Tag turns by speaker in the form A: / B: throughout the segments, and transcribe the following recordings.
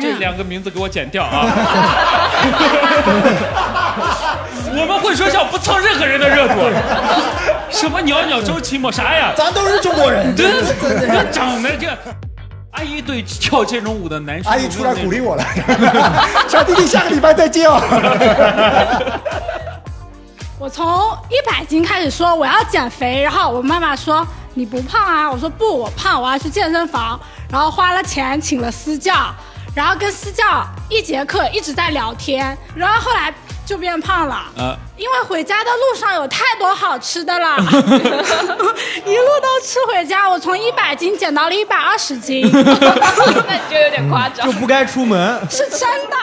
A: 这两个名字给我剪掉啊！我们会说笑不蹭任何人的热度，什么袅袅周奇墨啥呀？
B: 咱都是中国人，
A: 对
B: 真的真，
A: 这
B: 的
A: 长得这，阿姨对跳这种舞的男生，
B: 阿姨出来鼓励我了， 小弟弟下个礼拜 再见哦。
C: 我从一百斤开始说我要减肥，然后我妈妈说你不胖啊，我说不，我胖，我要去健身房，然后花了钱请了私教，然后跟私教一节课一直在聊天，然后后来就变胖了。
A: 啊，
C: 因为回家的路上有太多好吃的了，一 路都吃回家。我从一百斤减到了一百二十斤，
D: 那你就有点夸张
E: 就。不该出门。
C: 是真的。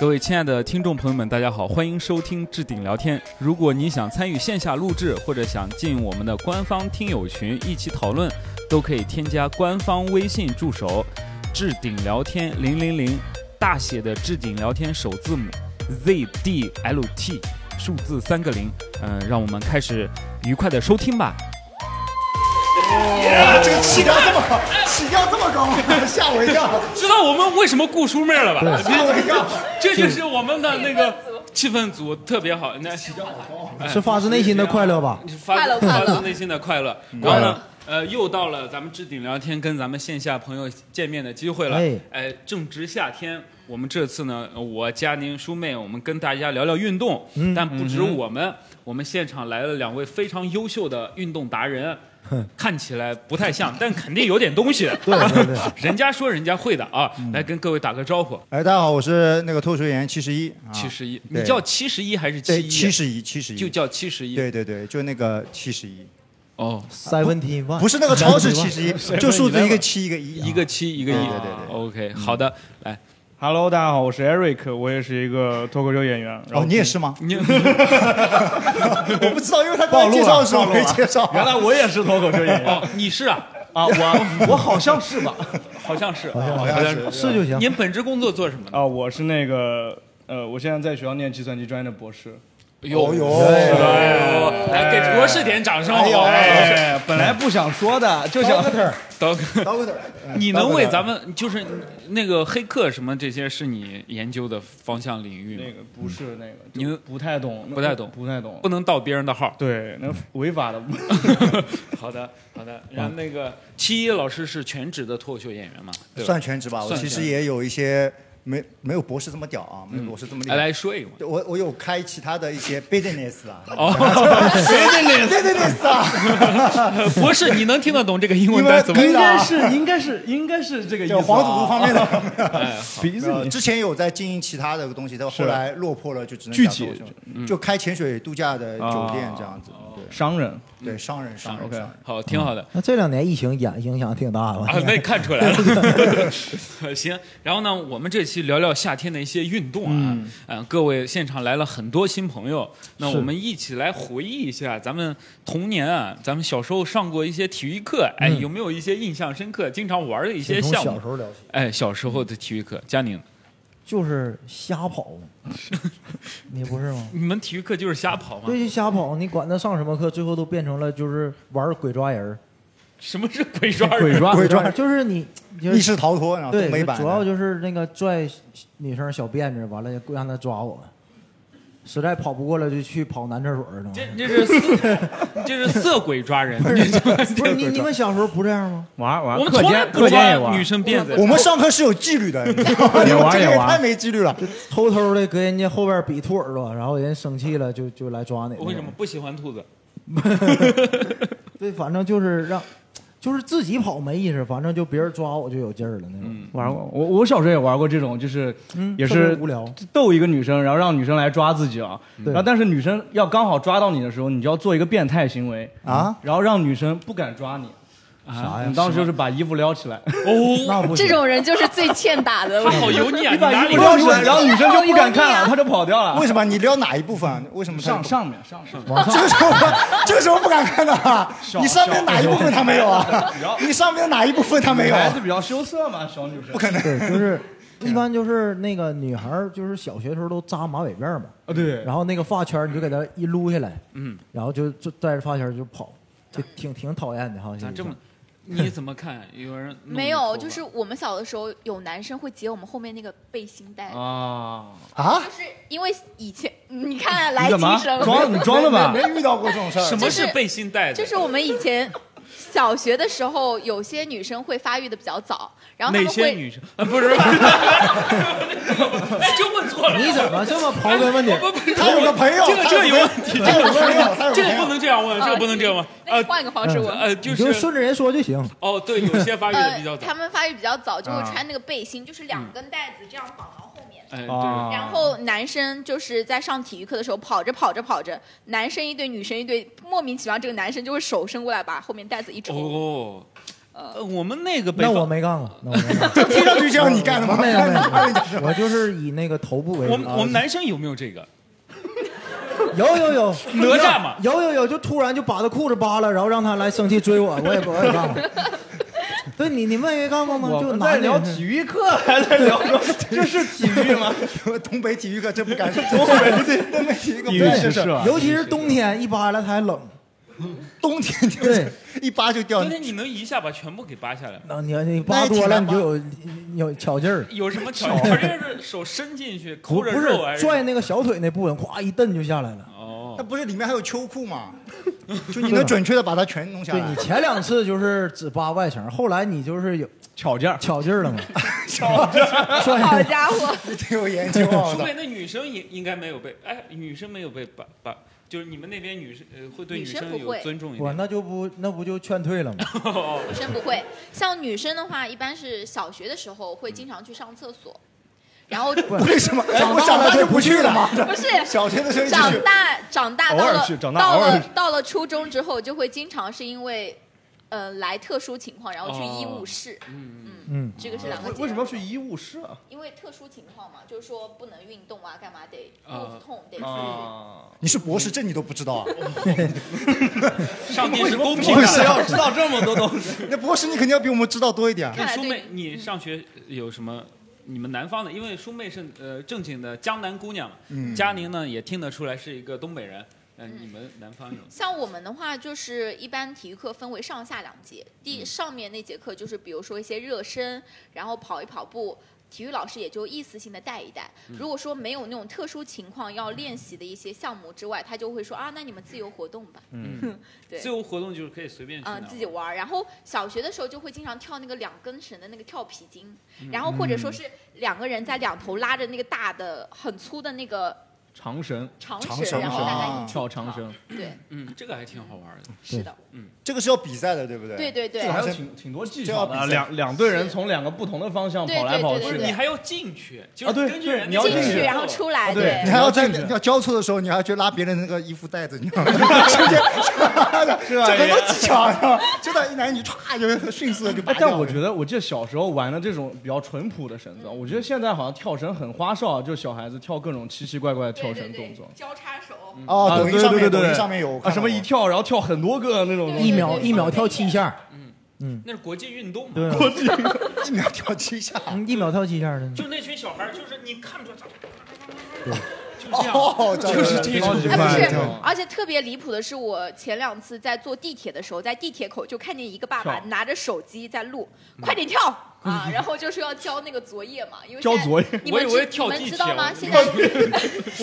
A: 各位亲爱的听众朋友们，大家好，欢迎收听置顶聊天。如果你想参与线下录制，或者想进我们的官方听友群一起讨论，都可以添加官方微信助手“置顶聊天零零零”，大写的置顶聊天首字母 ZDLT，数字三个零。嗯、让我们开始愉快的收听吧。
E: 哦
B: 哇这个起调这么高，起调这么高， 吓我一跳，
A: 知道我们为什么顾书妹了吧？
B: 吓我一跳。
A: 这就是我们的那 个气氛组特别好，那哎
E: 是发自内心的快乐吧？嗯
A: 发
D: 快乐
A: 自发
D: 快乐
A: 自内心的快乐。然后呢，呃，又到了咱们置顶聊天跟咱们线下朋友见面的机会了。
E: 哎
A: 哎、正值夏天，我们这次呢，呃我佳宁、舒妹，我们跟大家聊聊运动，
E: 嗯
A: 但不止我们，我们现场来了两位非常优秀的运动达人。看起来不太像，但肯定有点 东西。
E: 对对对，
A: 人家说人家会的啊，
F: 嗯
A: 来跟各位打个招呼。
F: 哎，大家好，我是那个脱口秀演员七十一，啊
A: 七十一，你
F: 对
A: 叫七十一还是
F: 对
A: 七一？
F: 七十一，七十一，
A: 就叫七十一。
F: 对对对，就那个七十一，
A: 哦，
E: seventeen
F: 不是那个超 市七十一，就数字一个七一个一，啊
A: 一个七一个一。
F: 对对对对嗯
A: OK，好的，来，
G: Hello，大家好，我是 Eric，我也是一个脱口秀演员。然后
F: 哦，你也是吗？
A: 你
B: 我不知道，因为他
E: 暴
B: 刚
E: 露
B: 才介
E: 了
B: 绍的时候
E: 暴露
B: 没
E: 了
B: 介绍。
E: 原来我也是脱口秀演员
A: 哦，你是啊，
E: 啊，我我好像是吧？
A: 哦好像是，
E: 好
F: 像是
E: 是就行。
A: 您本职工作做什么的？
G: 呃啊，我是那个呃，我现在在学校念计算机专业的博士。
E: 哦
G: 哎
A: 有有，来哎给博士点掌声，好
B: 哎呦
A: 不好
B: 哎
A: 哎，
G: 哎，本来不想说的，就想
B: Doctor，
A: 等
B: Doctor，
A: 哎你能为咱们就是那个黑客什么这些是你研究的方向领域
G: 那
A: 吗？
G: 个不是那个，
A: 你
G: 就不太懂，
A: 不太懂
G: 不太懂
A: 不。能盗别人的号。嗯
G: 对，那违法的。 嗯
A: 好的，好的。然后那个七一老师是全职的脱口秀演员嘛？对吧
F: 算全职吧，我
A: 算
F: 其实
A: 全职嗯
F: 也有一些没没有博士这么屌啊，没有博士这么厉
A: 来
F: 害。
A: 来说一个嘛。
F: 我我有开其他的一 些 business 啊
A: 哦，
F: ，business 啊，
A: 博士，你能听得懂这个英文
F: 因为
A: 单词吗
F: 可？以
G: 应
F: 的啊
G: 该是，应该是，应该是这个意思
F: 有
G: 啊。
F: 黄赌毒方面 的。
A: 哎，
G: 鼻子
F: 呃
G: 你
F: 之前有在经营其他的东西，但后来落魄了，就只能
G: 具
F: 讲
G: 体
F: 脱口秀
A: 嗯
F: 就开潜水度假的酒
A: 哦
F: 店这样子。
G: 商人，
F: 对对，商人商人
G: OK
F: 商人。
A: 好，挺好的。
E: 嗯那这两年疫情影影响挺大
A: 啊，那
E: 的，
A: 看 出来了。 行，然后呢，我们这期聊聊夏天的一些运动啊。嗯、各位现场来了很多新朋友，那我们一起来回忆一下咱们童年啊，咱们小时候上过一些体育课，哎，有没有一些印象深刻、经常玩的一些
E: 嗯从
A: 项
E: 小
A: 目
E: 时？候聊起，
A: 哎，小时候的体育课，佳宁，
E: 就是瞎跑嘛，你不是吗？
A: 你们体育课就是瞎跑吗？
E: 对，就瞎跑，你管他上什么课，最后都变成了就是玩鬼抓人儿，
A: 什么是鬼抓人？
G: 鬼抓
F: 鬼抓
E: 就是你，就
F: 密
E: 是
F: 室逃脱，然后
E: 对
F: 东北，版的。
E: 主要就是那个拽女生小辫子，完了让她抓我们，实在跑不过了就去跑男厕所儿呢。
A: 这这是色， 这是色鬼抓人。
E: 不是你你们小时候不这样吗？
G: 玩玩
A: 我们
G: 课
A: 从来
G: 间
A: 不
G: 课间也
A: 抓
G: 玩
A: 女。生辫子。
F: 我们上课是有纪律的，你知道吗？
G: 也玩
F: 这个
G: 也
F: 也
G: 玩
F: 太没纪律了。
E: 偷偷的跟人家后边比兔耳朵，然后人生气了就就来抓你。
A: 为什么？不喜欢兔子？
E: 对，反正就是让，就是自己跑没意思，反正就别人抓我就有劲儿了那种。
G: 嗯玩过，我我小时候也玩过这种，就是
E: 嗯，
G: 也
E: 特别
G: 是
E: 无聊。
G: 逗一个女生，然后让女生来抓自己啊。
E: 对
G: 然后但是女生要刚好抓到你的时候，你就要做一个变态行为
F: 啊，
G: 然后让女生不敢抓你。啊
E: 啥呀
G: 你当时就是把衣服撩起来，
A: 哦，
E: 那不行
D: 这种人就是最欠打 的。
A: 他好油腻啊！你哪里
G: 不撩起来，然后女生就不敢看了，啊她就跑掉了。
F: 为什么？你撩哪一部分？啊为什么他
G: 上？上面上上面，
E: 往上
F: 这个时候这个时候不敢看的啊，你上面哪一部分他没有啊？你上面哪一部分他没有啊？
G: 孩子比较羞涩嘛，小女生不可能
E: 对， 就是一般就是那个女孩儿，就是小学时候都扎马尾辫儿嘛，
G: 啊。对，
E: 然后那个发圈儿你就给她一撸下来，
A: 嗯，
E: 然后就就带着发圈儿就跑，就挺挺讨厌的哈。
A: 咱这么，你怎么看？有人弄你
D: 没有，
A: 头发
D: 就是我们小的时候有男生会解我们后面那个背心带，
G: 啊，
F: 啊？
D: 就是因为以前你看啊来
G: 你
D: 精
G: 怎么
D: 神，
G: 装？你装了吧？
F: 没遇到过这种事儿。
A: 什么是
D: 就是
A: 背心带子？
D: 就是我们以前小学的时候，有些女生会发育的比较早，然后她
A: 哪
D: 们
A: 些
D: 会
A: 女生？啊，不是，不 是哎，就问错了。
E: 你怎么这么刨根问底？
A: 不不是
F: 他有个朋友，
A: 这个这个有问题，
F: 他有个朋友，他有个
A: 这
F: 朋
A: 个
F: 友。
A: 不能这样问，
D: 啊
A: 这个不能这样问。
D: 那
A: 呃
D: 你换个方式问。
A: 呃，就
E: 你就是顺着人说就行。
A: 哦，对，有些发育的比较
D: 呃，
A: 早嗯
D: 他。们发育比较早，就会
G: 啊
D: 穿那个背心，就是两根带子这样绑到后面。
A: 哎，
G: 啊
A: 对，
D: 然后男生就是在上体育课的时候跑着跑着跑着，男生一队女生一队，莫名其妙这个男生就会手伸过来把后面带子一抽。
A: 哦，呃，我们那个北
E: 那我
A: 方，
E: 没干过，那我 没干过。
F: 这听上去像你干的吗？
E: 没有没有，我就是以那个头部为主。
A: 我们我们男生有没有这个？
E: 有有有
A: 哪吒嘛
E: 有有有，就突然就把他裤子扒了，然后让他来生气追我，我也不我也干过。对你你们也干过吗？
G: 我
E: 就
G: 们
E: 男
G: 在
E: 的
G: 聊
E: 也是
G: 体育课，还在聊这是体育吗？
F: 东北体育课真不敢说，东北对东北体育课不敢说。
G: 啊
E: 尤其是冬天一扒拉它还冷。
F: 冬天就
E: 对啊
F: 是一扒就掉
A: 今。天你能一下把全部给扒下来吗？
E: 那你要你扒多了，你就有你有巧劲儿。
A: 有什么巧？我这是手伸进去抠
E: 不
A: 着
E: 不
A: 肉啊还
E: 是
A: 是
E: 拽那个小腿那部分，咵一蹬就下来了。
A: 哦
F: 那不是里面还有秋裤吗？就你能准确的把它全弄下
E: 对你
F: 来。
E: 前两次就是只扒外层，后来你就是有
G: 吵架，
E: 巧劲儿了嘛？巧劲
D: 好
E: 拽
D: 家伙，
F: 你挺有研究啊！我
A: 除
F: 操
A: 非那女生应应该没有被，哎，女生没有被把把，就是你们那边女生呃会对
D: 女生
A: 生
D: 不
A: 有
D: 会
A: 尊重一
E: 我
A: 点。
E: 那就不那不就劝退了 吗？
G: 哦
D: 女生不会。像女生的话，一般是小学的时候会经常去上厕所，然后不
F: 为什么？哎，
E: 长大
F: 我长大
E: 了
F: 就
E: 就
F: 不
E: 不
F: 去
E: 去
F: 了吗？
D: 是
F: 小学的时候一直
D: 长
F: 去，
D: 大长大
G: 偶
D: 到
G: 尔
D: 了
G: 去长大
D: 到
G: 偶尔
D: 了
G: 去
D: 到了初中之后，就会经常是因为呃来特殊情况，然后去医务室。
A: 嗯
E: 嗯，
D: 这个是两个
G: 为
D: 阶段
G: 为什么要去医务室啊？
D: 因为特殊情况嘛，就是说不能运动啊，干嘛得
A: 啊
D: 肚子痛，得去。
G: 啊，
F: 你是博士，这你都不知道啊？
A: 嗯，上 帝是公平
F: 为什
A: 的。
F: 么
G: 要知道这么多东西？
F: 那博士你肯定要比我们知道多一点啊。
A: 对
D: 看来
A: 苏
D: 对嗯
A: 妹，你上学有什么？你们南方的，因为苏妹是呃正经的江南姑娘嘛，
F: 嗯
A: 佳宁呢也听得出来是一个东北人。嗯，你们南方有
D: 像我们的话，就是一般体育课分为上下两节，第上面那节课就是比如说一些热身，然后跑一跑步。体育老师也就意思性的带一带，如果说没有那种特殊情况要练习的一些项目之外，他就会说啊，那你们自由活动吧，
G: 嗯
D: 对
A: 嗯自由活动，就是可以随便去
D: 啊、
A: 哪
D: 自己玩儿。然后小学的时候就会经常跳那个两根绳的那个跳皮筋，然后或者说是两个人在两头拉着那个大的很粗的那个
G: 长绳，
D: 长
F: 长
D: 绳，
F: 绳
D: 然后大
F: 啊
D: 家一起
G: 跳长绳，
D: 对，
A: 嗯，这个还挺好玩的。
D: 是的，
F: 这个是要比赛的，对不对？
D: 对对对
F: 这。
G: 还
F: 好
G: 有
F: 像
G: 挺挺多技
F: 这要
G: 巧
F: 比
G: 的
F: 赛
G: 啊。两两队人
D: 是
G: 从两个不同的方向
D: 对
G: 跑来
D: 对
G: 跑
D: 对
A: 不
F: 啊
G: 去
A: 是，
D: 对
A: 你还要进去，就
G: 啊
A: 是
G: 对
A: 根据人
G: 对你要
A: 的
D: 进
A: 进
D: 去
G: 去
D: 然后出来，
G: 啊对
F: 你
D: 对，
F: 还要在
G: 你要进去
F: 要交错的时候，你还要去拉别人那个衣服带子，你知 道吗？直接，这很多技巧，知道吗真的，一男一女歘就迅速的就拔
G: 哎，
F: 掉了。
G: 但我觉得，我记得小时候玩的这种比较淳朴的绳子，我觉得现在好像跳绳很花哨，啊就小孩子跳各种奇奇怪怪的呃跳绳动作。
D: 交叉手，
F: 哦，
G: 啊，
F: 抖
G: 对
F: 音
G: 对
F: 上
G: 对
F: 面抖
G: 对对，
F: 音上面有我看
G: 啊，什么
F: 到
G: 一
F: 过
G: 跳然后跳很多个那种东
E: 一
G: 西。
E: 秒一秒跳七下，
A: 那是国际运动嘛。
E: 对，啊
F: 一秒跳七下，
E: 嗯一秒跳七下的。
A: 就那群小孩儿，就是你看不出来，就这样。
F: 哦，
A: 就是这种
F: 种
D: 哎，不
G: 对对
D: 是
G: 对，
D: 而且特别离谱的是，我前两次在坐地铁的时候，在地铁口就看见一个爸爸
G: 跳
D: 拿着手机在录，
A: 嗯
D: 快点跳 啊！然后就是要交那个作业嘛，因为
G: 交
D: 现在
G: 作业
D: 你
A: 我
D: 们
A: 以
D: 知
A: 为跳
D: 你们
A: 地
D: 知
A: 铁
D: 道吗
A: 我？
D: 现在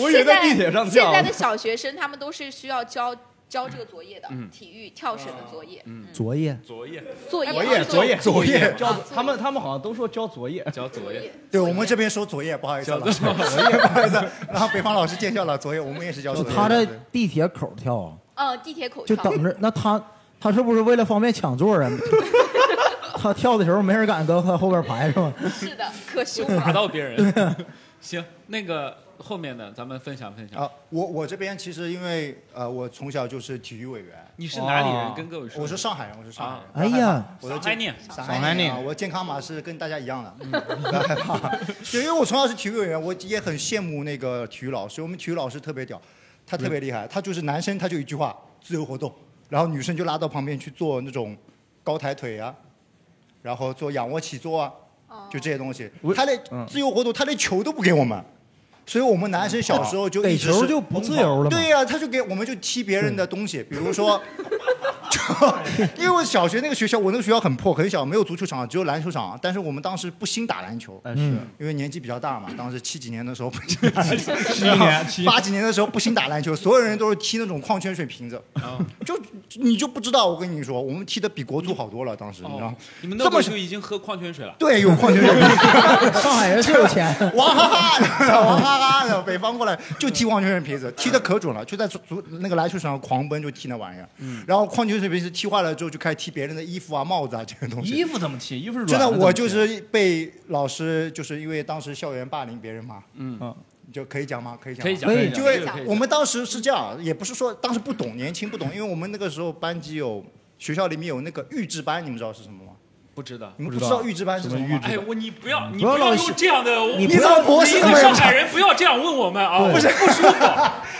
G: 我以为在地铁上
D: 现
G: 跳
D: 在。的小学生他们都是需要交交这个作业的，
A: 嗯
D: 体育跳绳的作
A: 哦
D: 业，
E: 作业，
A: 作业，
D: 作业
G: 作
D: 啊
G: 业作 业
F: 作业
G: 交
D: 啊
G: 他们他们好像都说交作业，
A: 叫
D: 作
A: 作业
D: 业。
F: 对我们这边说左眼，不好意思，老师， 左眼不好意思，然后北方老师见笑了，左眼我们也是叫
E: 就
F: 左眼。
E: 他在
F: 对
E: 地铁口跳啊，
D: 呃，地铁口
E: 就
D: 跳
E: 等着。那他他是不是为了方便抢座 啊？他跳的时候没人敢搁他后边排是吗？
D: 是的，可凶
A: 打
D: 了。
A: 到别人。行，那个后面的咱们分享分享。
F: 啊，我我这边其实因为呃，我从小就是体育委员，
A: 你是哪里人？
G: 哦
A: 跟各位说，啊
F: 我是上海人，我是上海人。
E: 哎呀，
F: 我的
A: 上
F: 健
A: 海念
F: 上海念啊，我健康码是跟大家一样的，不要害怕。对，因为我从小是体育委员，我也很羡慕那个体育老师。我们体育老师特别屌，他
E: 嗯
F: 特别厉害，他就是男生他就一句话自由活动，然后女生就拉到旁边去做那种高抬腿啊，然后做仰卧起坐啊，就这些东西
G: 我。
F: 他连
G: 嗯
F: 自由活动，他连球都不给我们。所以我们男生小时候就
E: 给
F: 一直
E: 哦球
F: 是
E: 就不自由了嘛
F: 对呀、他就给我们就踢别人的东西，比如说因为我小学那个学校，我那个学校很破，很小，没有足球场，只有篮球场。但是我们当时不兴打篮球，
G: 哎
F: 嗯
G: 是
F: 因为年纪比较大嘛。当时七几年的时候不兴打篮球，
G: 七一年七 一
F: 八几年的时候不兴打篮球，所有人都是踢那种矿泉水瓶子，
A: 哦
F: 就你就不知道。我跟你说，我们踢的比国足好多了，当时你知道吗？
A: 哦你们那
F: 这
A: 会
F: 么
A: 儿就已经喝矿泉水了，
F: 对有矿泉水 瓶子。
E: 上海人是有钱，
F: 王哈哈， 王哈哈的北方过来就踢矿泉水瓶子，踢的可准了，就在足足那个篮球场上狂奔就踢那玩意儿。
E: 嗯
F: 然后矿泉水瓶子踢坏了之后，就开始踢别人的衣服啊、帽子啊这些东西。
G: 衣服怎么踢？衣服是
F: 真
G: 软
F: 的，
G: 怎么
F: 我就
G: 踢
F: 是被老师，就是因为当时校园霸凌别人嘛，嗯，就可以讲吗？可以讲吗，
A: 可以讲，
E: 可以
A: 讲
F: 因
A: 这
F: 为
A: 个可以讲
F: 我们当时是这样，也不是说当时不懂，年轻不懂，因为我们那个时候班级有学校里面有那个预制班，你们知道是什么吗？
A: 不知道。
F: 你们
G: 不
F: 不
G: 知
F: 知
G: 道
F: 道预制班是
G: 什
F: 什
G: 么
F: 么
G: 预
F: 吗
G: 制？
A: 哎，我你不要，你
E: 不要老
A: 用
E: 是
A: 这样的，我
E: 你
F: 你怎么博
A: 你
F: 士
A: 一
F: 怎么
A: 个
F: 也
A: 上
F: 不知道
A: 海人不要这样问我们啊，不是不舒服，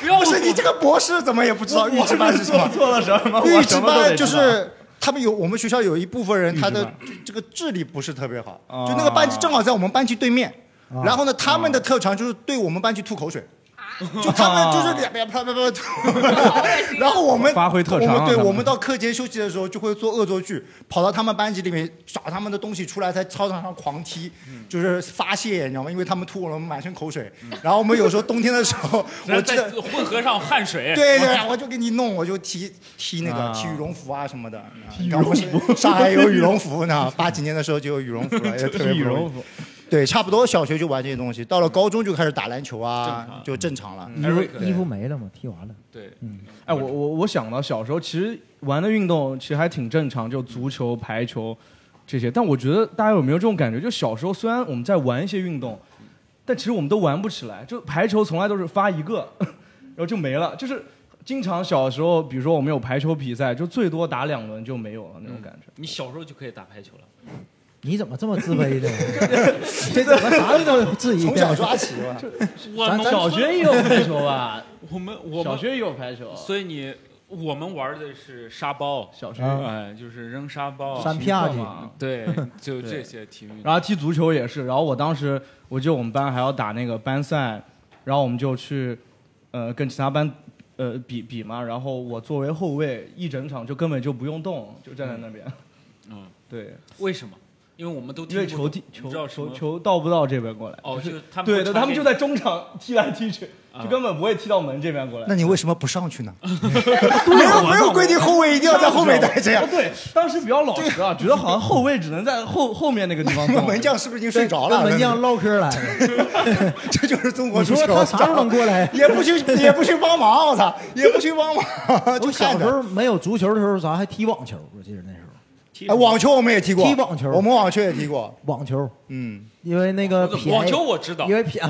A: 不要
F: 不是
A: 问
F: 你这个博士怎么也不知道预制班是什么？
G: 做了什么
F: 预制班就是他们有我们学校有一部分人他
G: 预制
F: 的
G: 班
F: 这这个智力不是特别好，
G: 啊
F: 就那个班级正好在我们班级对面。然后呢，他们的特长就是对我们班级吐口水，
G: 啊
F: 就他们就是两边啪啪啪吐，然后我们
G: 发挥特长啊
F: 我们对
G: 他们
F: 我们到课间休息的时候就会做恶作剧，跑到他们班级里面找他们的东西出来，在操场上狂踢，
G: 嗯
F: 就是发泄，你知道吗？因为他们吐我们满身口水。然后我们有时候冬天的时 候，
A: 然
F: 我
A: 后
F: 记
A: 再
F: 得
A: 混合上汗水，
F: 对对，我就给你弄，我就踢踢那
G: 啊
F: 个踢羽绒服啊什么的。羽绒服，上海有羽 绒服呢，八几年的时候就有羽绒服 了，也特别
G: 羽
F: 不容
G: 绒
F: 易。
G: 服，
F: 对，差不多小学就玩这些东西，到了高中就开始打篮球啊，就正常
G: 嗯
F: 了。
E: 衣服衣服没了嘛，踢完了。嗯
A: 对，
G: 哎，我我我想到小时候其实玩的运动其实还挺正常，就足球、排球这些。但我觉得大家有没有这种感觉？就小时候虽然我们在玩一些运动，但其实我们都玩不起来。就排球从来都是发一个， 然后就没了。就是经常小时候，比如说我们有排球比赛，就最多打两轮就没有了那种感觉。
A: 你小时候就可以打排球了，
E: 你怎么这么自卑的？ 这怎么啥都有质疑？
F: 从小抓起 吧，
A: 我
E: 咱
A: 们
G: 小学也有排球吧？
A: 我们我
G: 小
A: 们，
G: 学也有排球。
A: 所以你我们玩的是沙包，
G: 小学，
E: 啊
A: 哎，就是扔沙包，
E: 三啪
A: 哦
E: 叽，
A: 对， 就这些体育。
G: 啊然后踢足球也是，然后我当时我记得我们班还要打那个班赛，然后我们就去，呃，跟其他班呃比比嘛，然后我作为后卫，一整场就根本就不用动，就站在那边。
A: 嗯，
G: 对，
A: 为什么？因为我们都
G: 因
A: 听
G: 为
A: 不
G: 球
A: 懂
G: 地
A: 你
G: 球
A: 知道什
G: 球
A: 么？
G: 球到不到这边过来。
A: 哦，就是他们啊
G: 对
A: 会
G: 的，
A: 传
G: 他们
A: 给
G: 就
A: 你
G: 在中场踢来踢去，就根本不会踢到门这边过来。
F: 那你为什么不上 去呢？ 没
E: 啊
F: 有没有规定后卫一定要在后面待着 呀
G: 哦。对，当时比较老实啊，觉得好像后卫只能在后后面那个地方
F: 你们
G: 动。
F: 门将是不是已经睡着了？
E: 跟门将唠嗑来了。
F: 这就是中国
E: 你
F: 足
E: 说
F: 球。
E: 他啥时候能过来？
F: 也不去也不去帮忙，我操，也不去帮忙， 就
E: 我小
F: 看
E: 时
F: 着。
E: 候没有足球的时候，咱还踢网球。我记得那时候
A: 踢
F: 哎，网球我们也踢过，
E: 踢网球
F: 我们网球也踢过，
E: 网球，
F: 嗯，
E: 因为那个
A: 网
E: 便宜
A: 球我知道
E: 因为便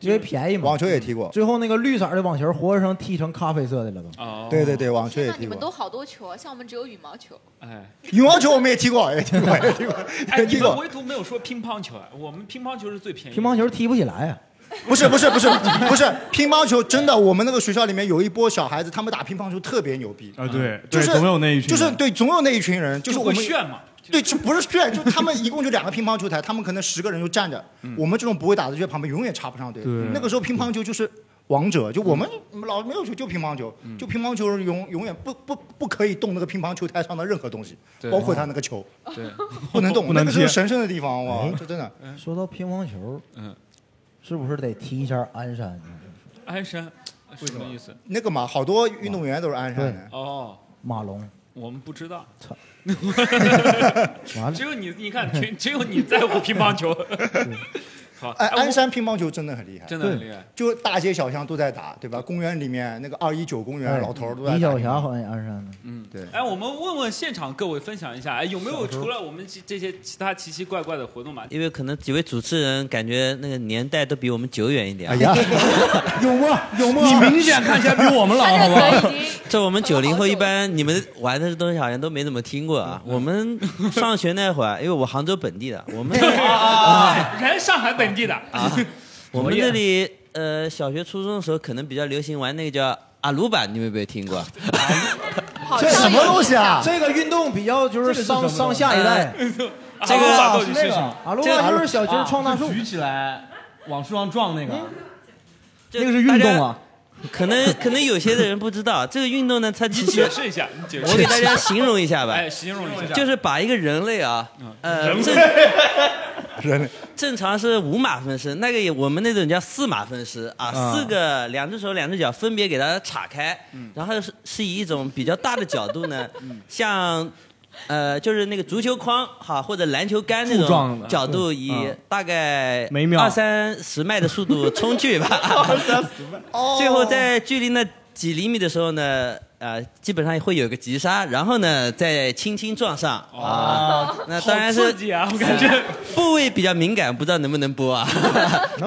E: 因为便宜嘛。
F: 网球也踢过，
E: 最后那个绿色的网球，活生生踢成咖啡色的了都。
A: 哦，
F: 对对对，网球
D: 天
F: 也
D: 呐，你
F: 踢
D: 们都
F: 过，
D: 好多球啊，像我们只有羽毛球。
A: 哎
F: 羽毛 球我们也踢过，也踢 过，也踢过，
A: 哎，
F: 也
A: 你
F: 踢
A: 们
F: 过。
A: 唯独没有说乒乓球啊，我们乒乓球是最便宜的。
E: 乒乓球踢不起来啊呀，
F: 不是不是不是不是，乒乓球真的，我们那个学校里面有一波小孩子，他们打乒乓球特别牛逼，
G: 啊，对，
F: 就是
G: 人
F: 就是对，总有那一群人，就是
A: 就
F: 我
A: 会
F: 们
A: 炫嘛，
F: 对，就不是炫，就他们一共就两个乒乓球台，他们可能十个人就站着，我们这种不会打的就在旁边永远插不上队。
G: 嗯对嗯
F: 那个时候乒乓球就是王者，就我们老没有球就乒乓球，就乒乓球人永永远不不不可以动那个乒乓球台上的任何东西，
A: 对
F: 包括他那个球
A: 对，
F: 不能动，
G: 不能哎
F: 那个是
G: 踢
F: 神圣的地方哇，这真的。
E: 说到乒乓球，
A: 嗯，
E: 是不是得提一下鞍山？
A: 鞍山什么意思？
F: 那个嘛，好多运动员都是鞍山的。
A: 哦，
E: 马龙，
A: 我们不知道，
E: 完了
A: 只，有你，你看，全只有你在乎乒乓球。好，
F: 哎，
A: 我
F: 鞍山乒乓球真的很厉害，
A: 真的很厉害。
F: 就大街小巷都在打，对吧？公园里面那个二一九公园，
E: 哎
F: 老头儿都在打。
E: 李小霞好像也鞍山的，
A: 嗯，
F: 对
A: 哎，我们问问现场各位，分享一下，哎，有没有除了我们这这些其他奇奇怪怪的活动嘛？
H: 因为可能几位主持人感觉那个年代都比我们久远一点
F: 哎
H: 啊，
F: 呀，
E: 有吗？有吗？
G: 你明显 看起来比我们老，好不好？
D: 他这个已经
H: 这我们九零后一
D: 好久了
H: 般你们玩的东西好像都没怎么听过啊。
F: 嗯
H: 我们上学那会儿，因为我杭州本 地的，我们
A: 啊，人上海本地的
H: 啊，我们这里呃小学初中的时候可能比较流行玩那个叫阿鲁巴，你们有没有听过？
D: 好
F: 这
D: 像
F: 什么东西啊？
E: 这个运动比较就是上上下一代，
F: 哎
A: 这
H: 个
A: 到底是什么？
E: 阿鲁
H: 这个
E: 巴就是小鸡儿撞大树
G: 啊，举起来往树上撞那个，
H: 这
G: 那个是运动啊。
H: 可能 可能有些的人不知道这个运动呢，它其
A: 你
H: 实
A: 解释一下，你解释一下。
H: 我给大家形容一下吧，
A: 哎，形容一下，嗯
H: 就是把一个人类啊，呃，
A: 人类
H: 正
F: 人类
H: 正常是五马分尸，那个也我们那种叫四马分尸啊，
A: 嗯
H: 四个两只手两只脚分别给它岔开，然后是是以一种比较大的角度 呢，
A: 嗯
H: 像。呃，就是那个足球框哈，或者篮球杆那
G: 柱状
H: 种
G: 的
H: 角度，以
A: 嗯
H: 大概
G: 每秒
H: 二三十迈的速度冲去 吧。 二三十
A: 哦
H: 迈。最后在距离那几厘米的时候呢，呃，基本上会有个急刹，然后呢再轻轻撞上啊。那当然
A: 哦好
H: 是
A: 刺激啊！我感觉
H: 部位比较敏感，不知道能不能播 啊？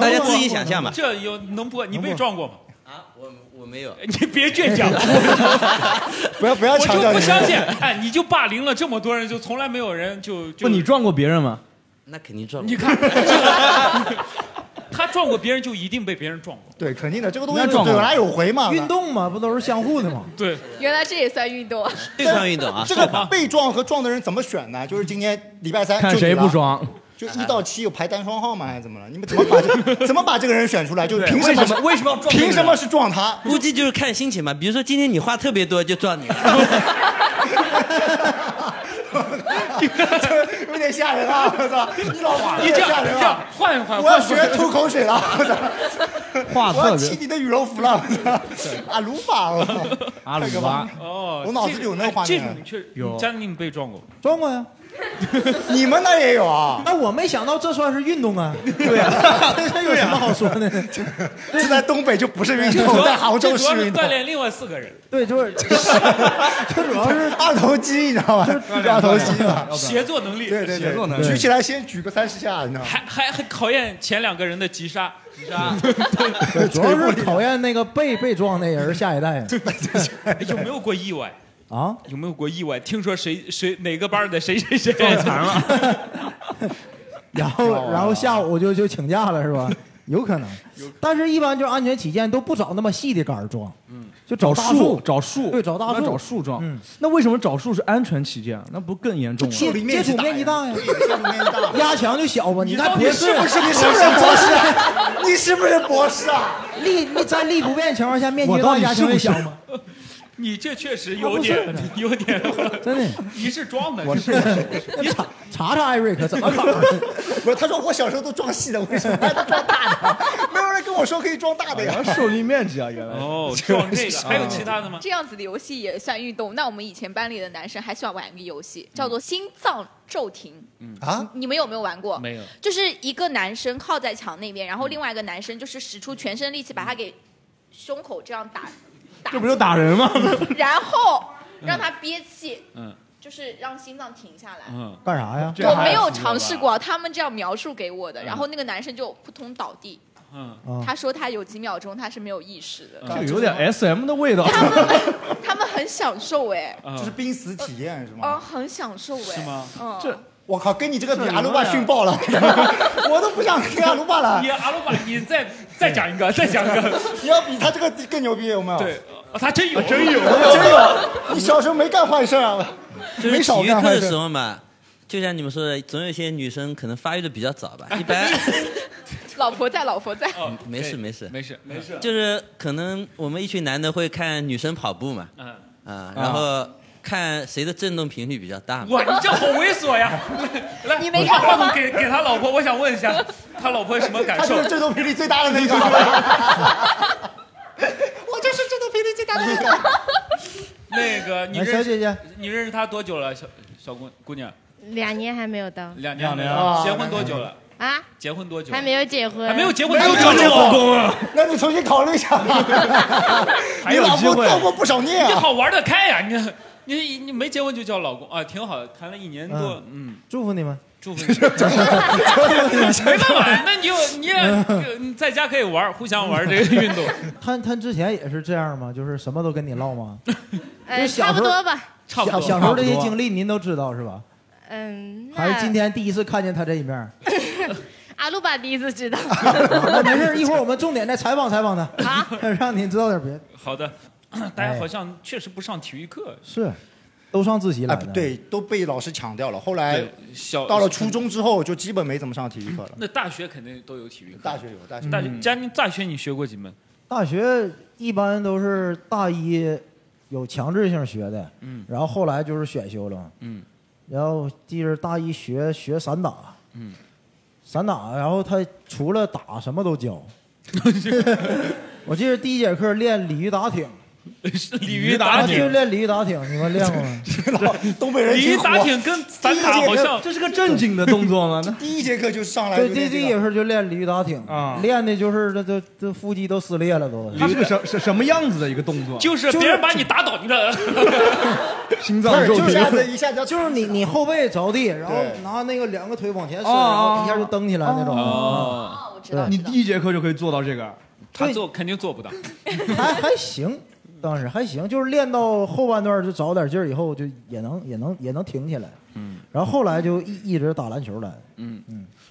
H: 大家自己想象吧。
A: 这有能播，你被撞过吗？
H: 啊，我我没有。
A: 你别倔强，我
F: 不要不要
A: 我
F: 强
A: 就
F: 调
A: 不
F: 你
A: 相信。哎，你就霸凌了这么多人，就从来没有人就
G: 不，
A: 就
G: 哦你撞过别人吗？
H: 那肯定撞
A: 你
H: 过。
A: 看，他撞过别人就一定被别人撞过。
F: 对，肯定的，这个东西
G: 那撞过
F: 有来有回嘛。
E: 运动嘛，不都是相互的吗？
A: 对，
D: 原来这也算运动啊，
H: 对抗运动啊，
F: 这个被撞和撞的人怎么选呢？就是今天礼拜三
G: 看
F: 就
G: 谁
F: 你了
G: 不，爽。
F: 就一到七有排单双号吗？还是怎么了？你们怎么把这 怎么把这个人选出来？就凭什么是
I: 为什么要撞
F: 凭什么是撞他？
H: 估计就是看心情吧。比如说今天你话特别多，就撞你了。
F: 有点吓人啊！我操，你老话
A: 你
F: 有
A: 这
F: 点
A: 样
F: 吓
A: 这
F: 人
A: 样
F: 啊！
A: 换一换，
F: 我要
A: 换一
F: 学
A: 换
F: 吐口水了，我
G: 话
F: 操！我要
G: 特
F: 踢
G: 别
F: 你的羽绒服了，我操！阿鲁巴，我操！
G: 阿鲁
F: 太可怕
G: 巴
F: 了，
A: 哦，
F: 我脑子里有那个画面
A: 这种确实
G: 有
A: 佳宁被撞过，
E: 撞过呀。
F: 你们那也有啊？
E: 那我没想到这算是运动啊！对啊，这有什么好说的？
F: 这在东北就不是运动，在杭州
A: 这主要
F: 是
A: 是
F: 运动
A: 锻。炼另外四个人，
E: 对，就是，这主要是
F: 二头肌，你知道吗？二头肌嘛。
A: 协作能力，
F: 对对
G: 协作能
F: 对，
G: 力
F: 举起来先举个三十下，你知道吗？
A: 还还还考验前两个人的急刹，急刹
E: 主要是考验那个被被撞那人下一代
A: 有没有过意外？
E: 啊。
A: 有没有过意外？听说谁谁哪个班的谁谁谁撞
G: 残了。
E: 然后然后下午就就请假了是吧？有可能，但是一般就是安全起见都不找那么细的杆儿撞，嗯，就找
G: 大
E: 树，
G: 找树，
E: 对找大
G: 那
E: 树
G: 找树撞。
E: 嗯
G: 那为什么找树是安全起见？啊那不更严重
E: 接
G: 了？
F: 力
E: 接
F: 面积
E: 触
F: 大
E: 面积大呀，
F: 对，下面大。
E: 压强就小吧？你看
F: 你
E: 博
F: 是
E: 士啊
F: 不是你是不是博士 啊？你是不是博士啊？
E: 力力在力不变情况
F: 哎
E: 下，面
G: 我
E: 积
G: 到
E: 大
G: 底
E: 压
G: 是
E: 强
G: 不
E: 也
G: 是
E: 小吗？
A: 你这确实
F: 啊
A: 有点 有 点，
E: 真的，
A: 你是装的，
G: 我是我是
E: 那查查查艾瑞克怎么考的？
F: 不是，他说我小时候都装细的，为什么还能装大 的？没有人跟我说可以装大的呀。
G: 哎受力面积啊，原来。
A: 哦，撞这个还
G: 啊
A: 有其他的吗？
D: 这样子的游戏也算运动。那我们以前班里的男生还喜欢玩一个游
A: 嗯
D: 戏，叫做心脏骤停。
F: 啊，
D: 你们有没有玩过？
A: 没有，嗯
D: 就是一个男生靠在墙那边，然后另外一个男生就是使出全身力气把他给胸口这样打， 打
G: 这不就打人吗？
D: 嗯然后让他憋气，
A: 嗯
D: 就是让心脏停下来。
A: 嗯，
E: 干啥呀？
D: 我没有尝试过，他们这样描述给我的，然后那个男生就扑通倒地。
A: 嗯，
G: 哦
E: 啊
D: 他说他有几秒钟他是没有意识的，
G: 这个有点 S M 的味道。
D: 他们很他们很享受哎，
A: 嗯
F: 就是濒死体验是
D: 嗯，
F: 吗？
D: 很享受哎，
A: 是吗？
D: 嗯，
G: 这
F: 我靠，跟你这个比阿鲁巴逊爆了， 我都不想听阿鲁巴了
A: 你。阿鲁巴，你再再讲一个，再讲一个，
F: 你要比他这个更牛逼有没有？啊
A: 对，哦他真有，真有，
F: 真有，你小时候没干坏事啊？
H: 就是
F: 没少
H: 体育
F: 干
H: 课
F: 坏
H: 的
F: 事
H: 时。候嘛，就像你们说的，总有一些女生可能发育的比较 早吧，一般
D: 老婆在，老婆在，
H: 嗯没事没事
A: 哦没事嗯没事，
H: 就是可能我们一群男的会看女生跑步嘛，
A: 嗯。
H: 啊，然后看谁的震动频率比较大嘛。
A: 哇，你这好猥琐呀！来，
D: 你没看过吗
A: 给给他老婆，我想问一 下，他老婆什么感
F: 他
A: 受
F: 就？是震动频率最大的那个。 我就是震动频率最大的那个。
A: 那个，你
E: 来，小
A: 认识
E: 姐姐，
A: 你认识他多久了，小小姑姑娘？
J: 两年还没有到
A: 两年
G: 两年
A: 了，结婚多久了？
J: 啊，
A: 结婚多久了？
J: 还没有结婚，
A: 还没有结婚，
F: 没有
A: 就找
F: 结婚
A: 老公啊！
F: 那你重新考虑一下。
G: 还
F: 你
G: 有
F: 老
G: 机
F: 婆
G: 会
F: 造过不少孽
A: 你
F: 啊！
A: 好玩得开呀！你你你没结婚就叫老公啊，挺好，谈了一年多， 嗯，
E: 祝福你们。
A: 祝福你。没办法，那你就你也你在家可以玩，互相玩这个运 动，
E: 他他之前也是这样吗？就是什么都跟你唠吗？
J: 呃，
E: 就小
J: 差不
E: 时候
J: 多吧，
A: 差不
E: 小小
A: 多。
E: 时候这些经历您都知道是吧？
J: 嗯，
E: 还是今
J: 那
E: 天第一次看见他这一面儿？
J: 阿鲁巴第一次知 道
E: 那没事儿，一会儿我们重点再采访采访他，
J: 啊，
E: 让您知道点别的。
A: 好的， 大家好像确实不上体育课。
E: 是，都上自习来
F: 哎，
E: 的。
F: 不，对，都被老师抢掉了。后来
A: 对，小
F: 到了初中之后，就基本没怎么上体育课了。
A: 那大学肯定都有体育课。
G: 嗯
F: 大学有，大学有
A: 大学，佳宁大学你学过几门？
E: 大学一般都是大一有强制性学的，
A: 嗯
E: 然后后来就是选修了嘛。
A: 嗯
E: 然后记着大一学学散打，
A: 嗯，
E: 散打，然后他除了打什么都 教。我记得第一节课练鲤鱼打挺，
A: 鲤鱼打
E: 啊就
A: 挺，
E: 练鲤鱼打挺，你们练过吗？
I: 东北人
A: 鲤鱼
I: 挺火
A: 打挺跟散打好像，
G: 这是个正经的动 作吗？那
I: 第一节课就上来
E: 对，
I: 就
E: 第
I: 练
E: 第一
I: 这
E: 节
I: 个，
E: 课就练鲤鱼打挺
G: 啊，
E: 练的就是这这这腹肌都撕裂了都。
G: 它是个什什什么样子的一个动
F: 嗯
G: 作？啊
A: 就是别人把你打倒，你这
E: 不
G: 心脏
E: 是
G: 骤
E: 就是
G: 停
E: 这。
I: 下子一下子要
E: 就是你你后背着地，然后
I: 对
E: 拿那个两个腿往前伸，
G: 哦
E: 然后
G: 哦
E: 一下就蹬起来那种。嗯
A: 哦，
D: 哦，我知道，
E: 对
G: 啊
D: 知
G: 你
D: 道
G: 第一节课就可以做到这个，
A: 他做肯定做不到。
G: 哦
E: 还还行，当时还行，就是练到后半段就找点劲儿，以后就也能也能也能挺起来。
A: 嗯，
E: 然后后来就一一直打篮球来。嗯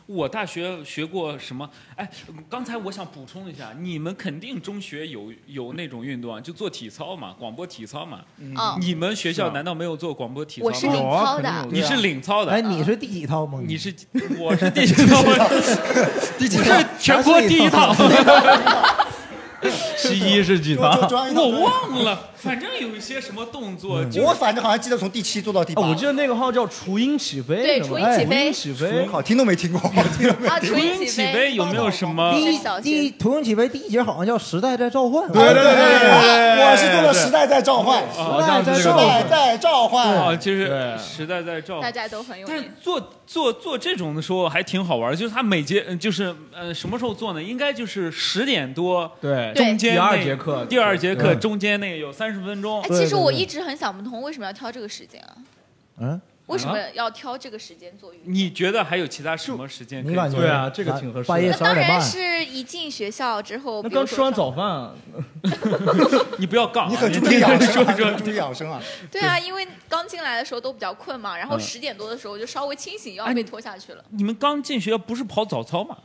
A: 我大学学过什么？哎，刚才我想补充一下，你们肯定中学有有那种运动啊，就做体操嘛，广播体操嘛。
D: 哦，
A: 你们学校
G: 嗯是啊
A: 难道没有做广播体
D: 我是
A: 操
D: 领
A: 吗？
G: 有
D: 操
G: 啊
D: 的
G: 肯，
A: 你是领操的，
E: 哎，你是第几套吗？
A: 你是我 是第几套？第几套？全国第一套。
G: 十一嗯是几
I: 就就
G: 堂？
I: 专业
A: 我忘了，反正有一些什么动作，就
I: 我反正好像记得从第七做到第八，
G: 哦，我记得那个号叫“雏鹰起飞”，
D: 对
G: 是吧
D: 雏鹰起飞
G: 哎雏鹰起飞。
I: 好听都没听过，我听都没
D: 啊，
A: 雏
D: 雏
A: 鹰
D: 鹰
A: 起
D: 飞，
A: 飞有没有什么？
G: 哎
E: 第一
D: 是小学
E: 第一《图形起飞》第一节好像叫《时代在召唤》。
G: 对对对对对对，
I: 我是做了时代在召唤，
A: 哦
G: 好像是这
I: 时
G: 个动
I: 代
G: 作。
I: 在召
A: 啊，
I: 唤，
A: 就是
G: 对
A: 时代在召
D: 大
A: 唤。
D: 家都很有
A: 但是
D: 名。
A: 做做做这种的时候还挺好玩儿，就是他每节嗯就是呃什么时候做呢？应该就是十点多
G: 对
D: 对
A: 中间
G: 第二
A: 那
G: 节课
A: 第二节课
E: 对
A: 中间那个有三十分钟
D: 哎，，
E: 对
D: 其实
E: 对
D: 我
E: 对
D: 一直很想不通，为什么要挑这个时间啊？
E: 嗯，
D: 为什么
A: 啊
D: 要挑这个时间做运动？
A: 你觉得还有其他什么时间可
E: 你
A: 以
E: 感
A: 做？
E: 觉
G: 对啊这个挺合适的
E: 半夜
D: 那
E: 十二
D: 当
E: 点
D: 然
E: 半，
D: 是一进学校之后，
G: 那
D: 比如
G: 刚
D: 说
G: 吃完
D: 上
G: 早饭，啊
A: 你不要杠啊，
I: 你很
A: 你
I: 注意养生
A: 说
I: 啊，你
A: 说
I: 很注意养生啊，
D: 对啊，因为刚进来的时候都比较困嘛，然后
A: 嗯
D: 十点多的时候就稍微清醒，又
A: 哎
D: 要
A: 你
D: 被拖下去了。
A: 你们刚进学校不是跑早操吗？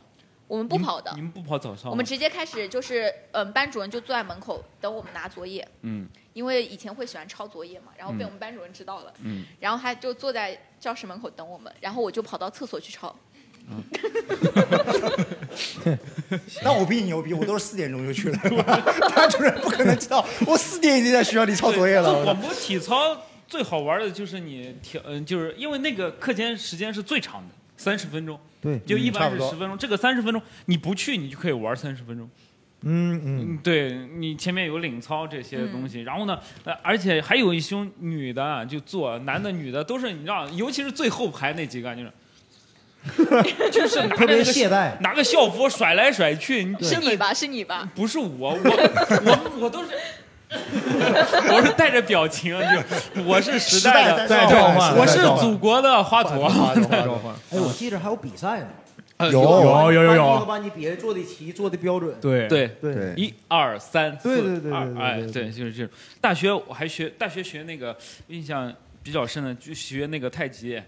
D: 我们不跑的
A: 你，们不跑早操吗？
D: 我们直接开始就是，嗯，班主任就坐在门口等我们拿作业，
A: 嗯
D: 因为以前会喜欢抄作业嘛，然后被
A: 嗯
D: 我们班主任知道了，
A: 嗯，
D: 然后他就坐在教室门口等我们，然后我就跑到厕所去抄。
I: 但我比你牛逼，我都是四点钟就去了， 班主任不可能知道，我四点已经在学 校里抄作业了。
A: 做
I: 我
A: 广播体操最好玩的就是你调，嗯，就是因为那个课间时间是最长的，三十分钟，
E: 对，
A: 就一
I: 嗯
A: 般
I: 差不
A: 是
I: 多
A: 十分钟。这个三十分钟你不去，你就可以玩三十分钟。
E: 嗯嗯，
A: 嗯，对你前面有领操这些东西，然后呢，呃，而且还有一些女的啊就坐，男的女的都是你知道，尤其是最后排那几个啊就是。 就是拿
E: 特
A: 着那
E: 别
A: 个
E: 懈怠。
A: 拿个校服甩来甩去，你
D: 是
A: 真
D: 你
A: 的
D: 吧？是你吧？
A: 不是我， 我我我都是， 我是带着表情，就我是时代的，
I: 在
G: 召
I: 唤
A: 我是祖国的花朵。
E: 哎，我记着还有比赛呢，
A: 呃
I: 有
G: 有有有
E: 一个
G: 有，
E: 班级比人做的齐，做的标准。
G: 对，
A: 对，
E: 对
I: 对
A: 一二三四，
E: 对对对对
A: 二
E: 对
A: 哎，
E: 对
A: 对，就是这种。大学我还学，大学学那个印象比较深的，就学那个太极。哎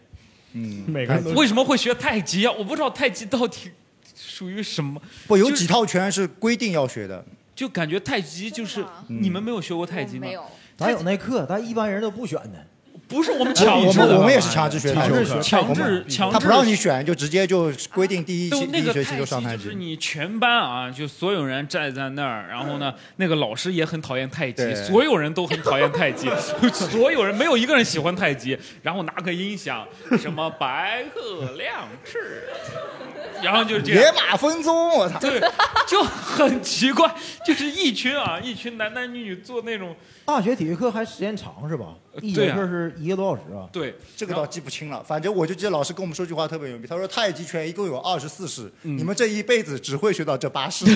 I: 嗯，
G: 每个人都
A: 为什么会学太极啊？我不知道太极到底属于什么，
I: 不有
A: 就是
I: 几套拳是规定要学的，
A: 就感觉太极就是
D: 真的吗
A: 你们没有学过太
D: 我
A: 极吗
D: 没？有，
E: 咱有那课，但一般人都不选的。
A: 不是我们
I: 我
A: 强
I: 我
A: 制
I: 们
A: 的
I: 我
A: 吧
I: 们也是强制学的，
G: 强制学
A: 强制强制
I: 他不让你选，就直接就规定第一
A: 就
I: 期第
A: 那
I: 一
A: 个
I: 学
A: 太
I: 期就上太
A: 极，就
I: 极
A: 是。你全班啊，就所有人站在那儿，然后呢，那个老师也很讨厌太极，
I: 对
A: 所有人都很讨厌太极， 所有人没有一个人喜欢太极。然后拿个音响，什么白鹤亮翅，然后就这
I: 野
A: 样。
I: 马分鬃，我操！
A: 对，就很奇怪，就是一群啊，一群男男女女做那种
E: 大学体育课还时间长是吧？一
A: 对
E: 节
A: 啊
E: 课是一个多小时啊。
A: 对
I: 这个倒记不清了，反正我就记得老师跟我们说句话特别牛逼，他说太极拳一共有二十四式，
G: 嗯
I: 你们这一辈子只会学到这八式。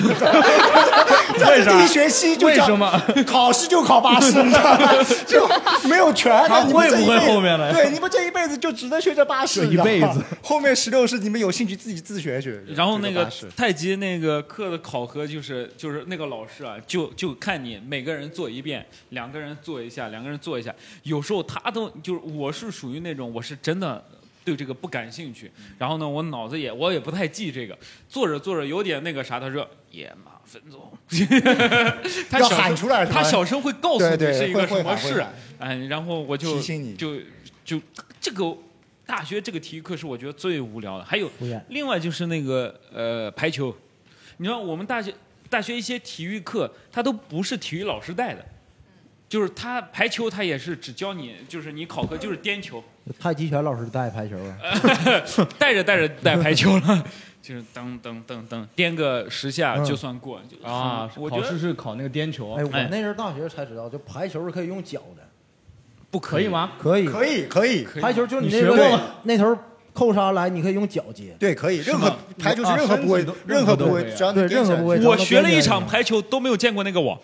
I: 为
G: 啥
I: 第一学期就
G: 为
I: 叫
G: 什么？
I: 考试就考八式，你知道吗？就没有全。
G: 他
I: 那你们这一辈
G: 会
I: 子
G: 不会后面了
I: 对，你们这一辈子就只能学这八式，
G: 就一
I: 你知
G: 辈子
I: 道吗。后面十六式你们有兴趣自己自学学。
A: 然后那
I: 这
A: 个
I: 八式
A: 太极那个课的考核就是就是那个老师啊，就就看你每个人做一遍，两个人做一下，两个人做一下。有时候他都就是我是属于那种我是真的对这个不感兴趣，
I: 嗯
A: 然后呢我脑子也我也不太记这个，做着做着有点那个啥，他说野马啊分鬃， 他
I: 要
A: 小
I: 喊
A: 声
I: 出来是吧
A: 他小声会告诉
I: 对
A: 你
I: 对
A: 是一个
I: 会会
A: 什么
I: 喊会
A: 事
I: 喊，
A: 哎，然后我就
I: 提醒你
A: 就就这个大学这个体育课是我觉得最无聊的，还有
E: 敷衍
A: 另外就是那个呃排球，你知道我们大学大学一些体育课，他都不是体育老师带的，就是他排球，他也是只教你，就是你考科就是颠球，
E: 太极拳老师带排球啊，
A: 带着带着呃带排球了，就是噔噔噔噔颠个十下就算
F: 嗯
A: 过、就
G: 啊，
A: 我觉
G: 考试
A: 得
G: 是考那个颠球，
E: 哎，我那阵儿大学才知道，就排球是可以用脚的，
A: 不
G: 可以？吗？
E: 可以，
F: 可以可以，
E: 排球就是你那
G: 你学
E: 个
G: 过
E: 那头扣杀来，你可以用脚接，
F: 对，可以，任何排球是
G: 啊
F: 任何
G: 身
F: 部位
G: 体都，
F: 任
G: 任
F: 何
G: 何都
F: 部
G: 可
F: 位
G: 以啊
F: 只要你
E: 对
F: 垫
E: 任何
F: 起来
E: 部位
A: 我学了一场排球都没有见过那个网，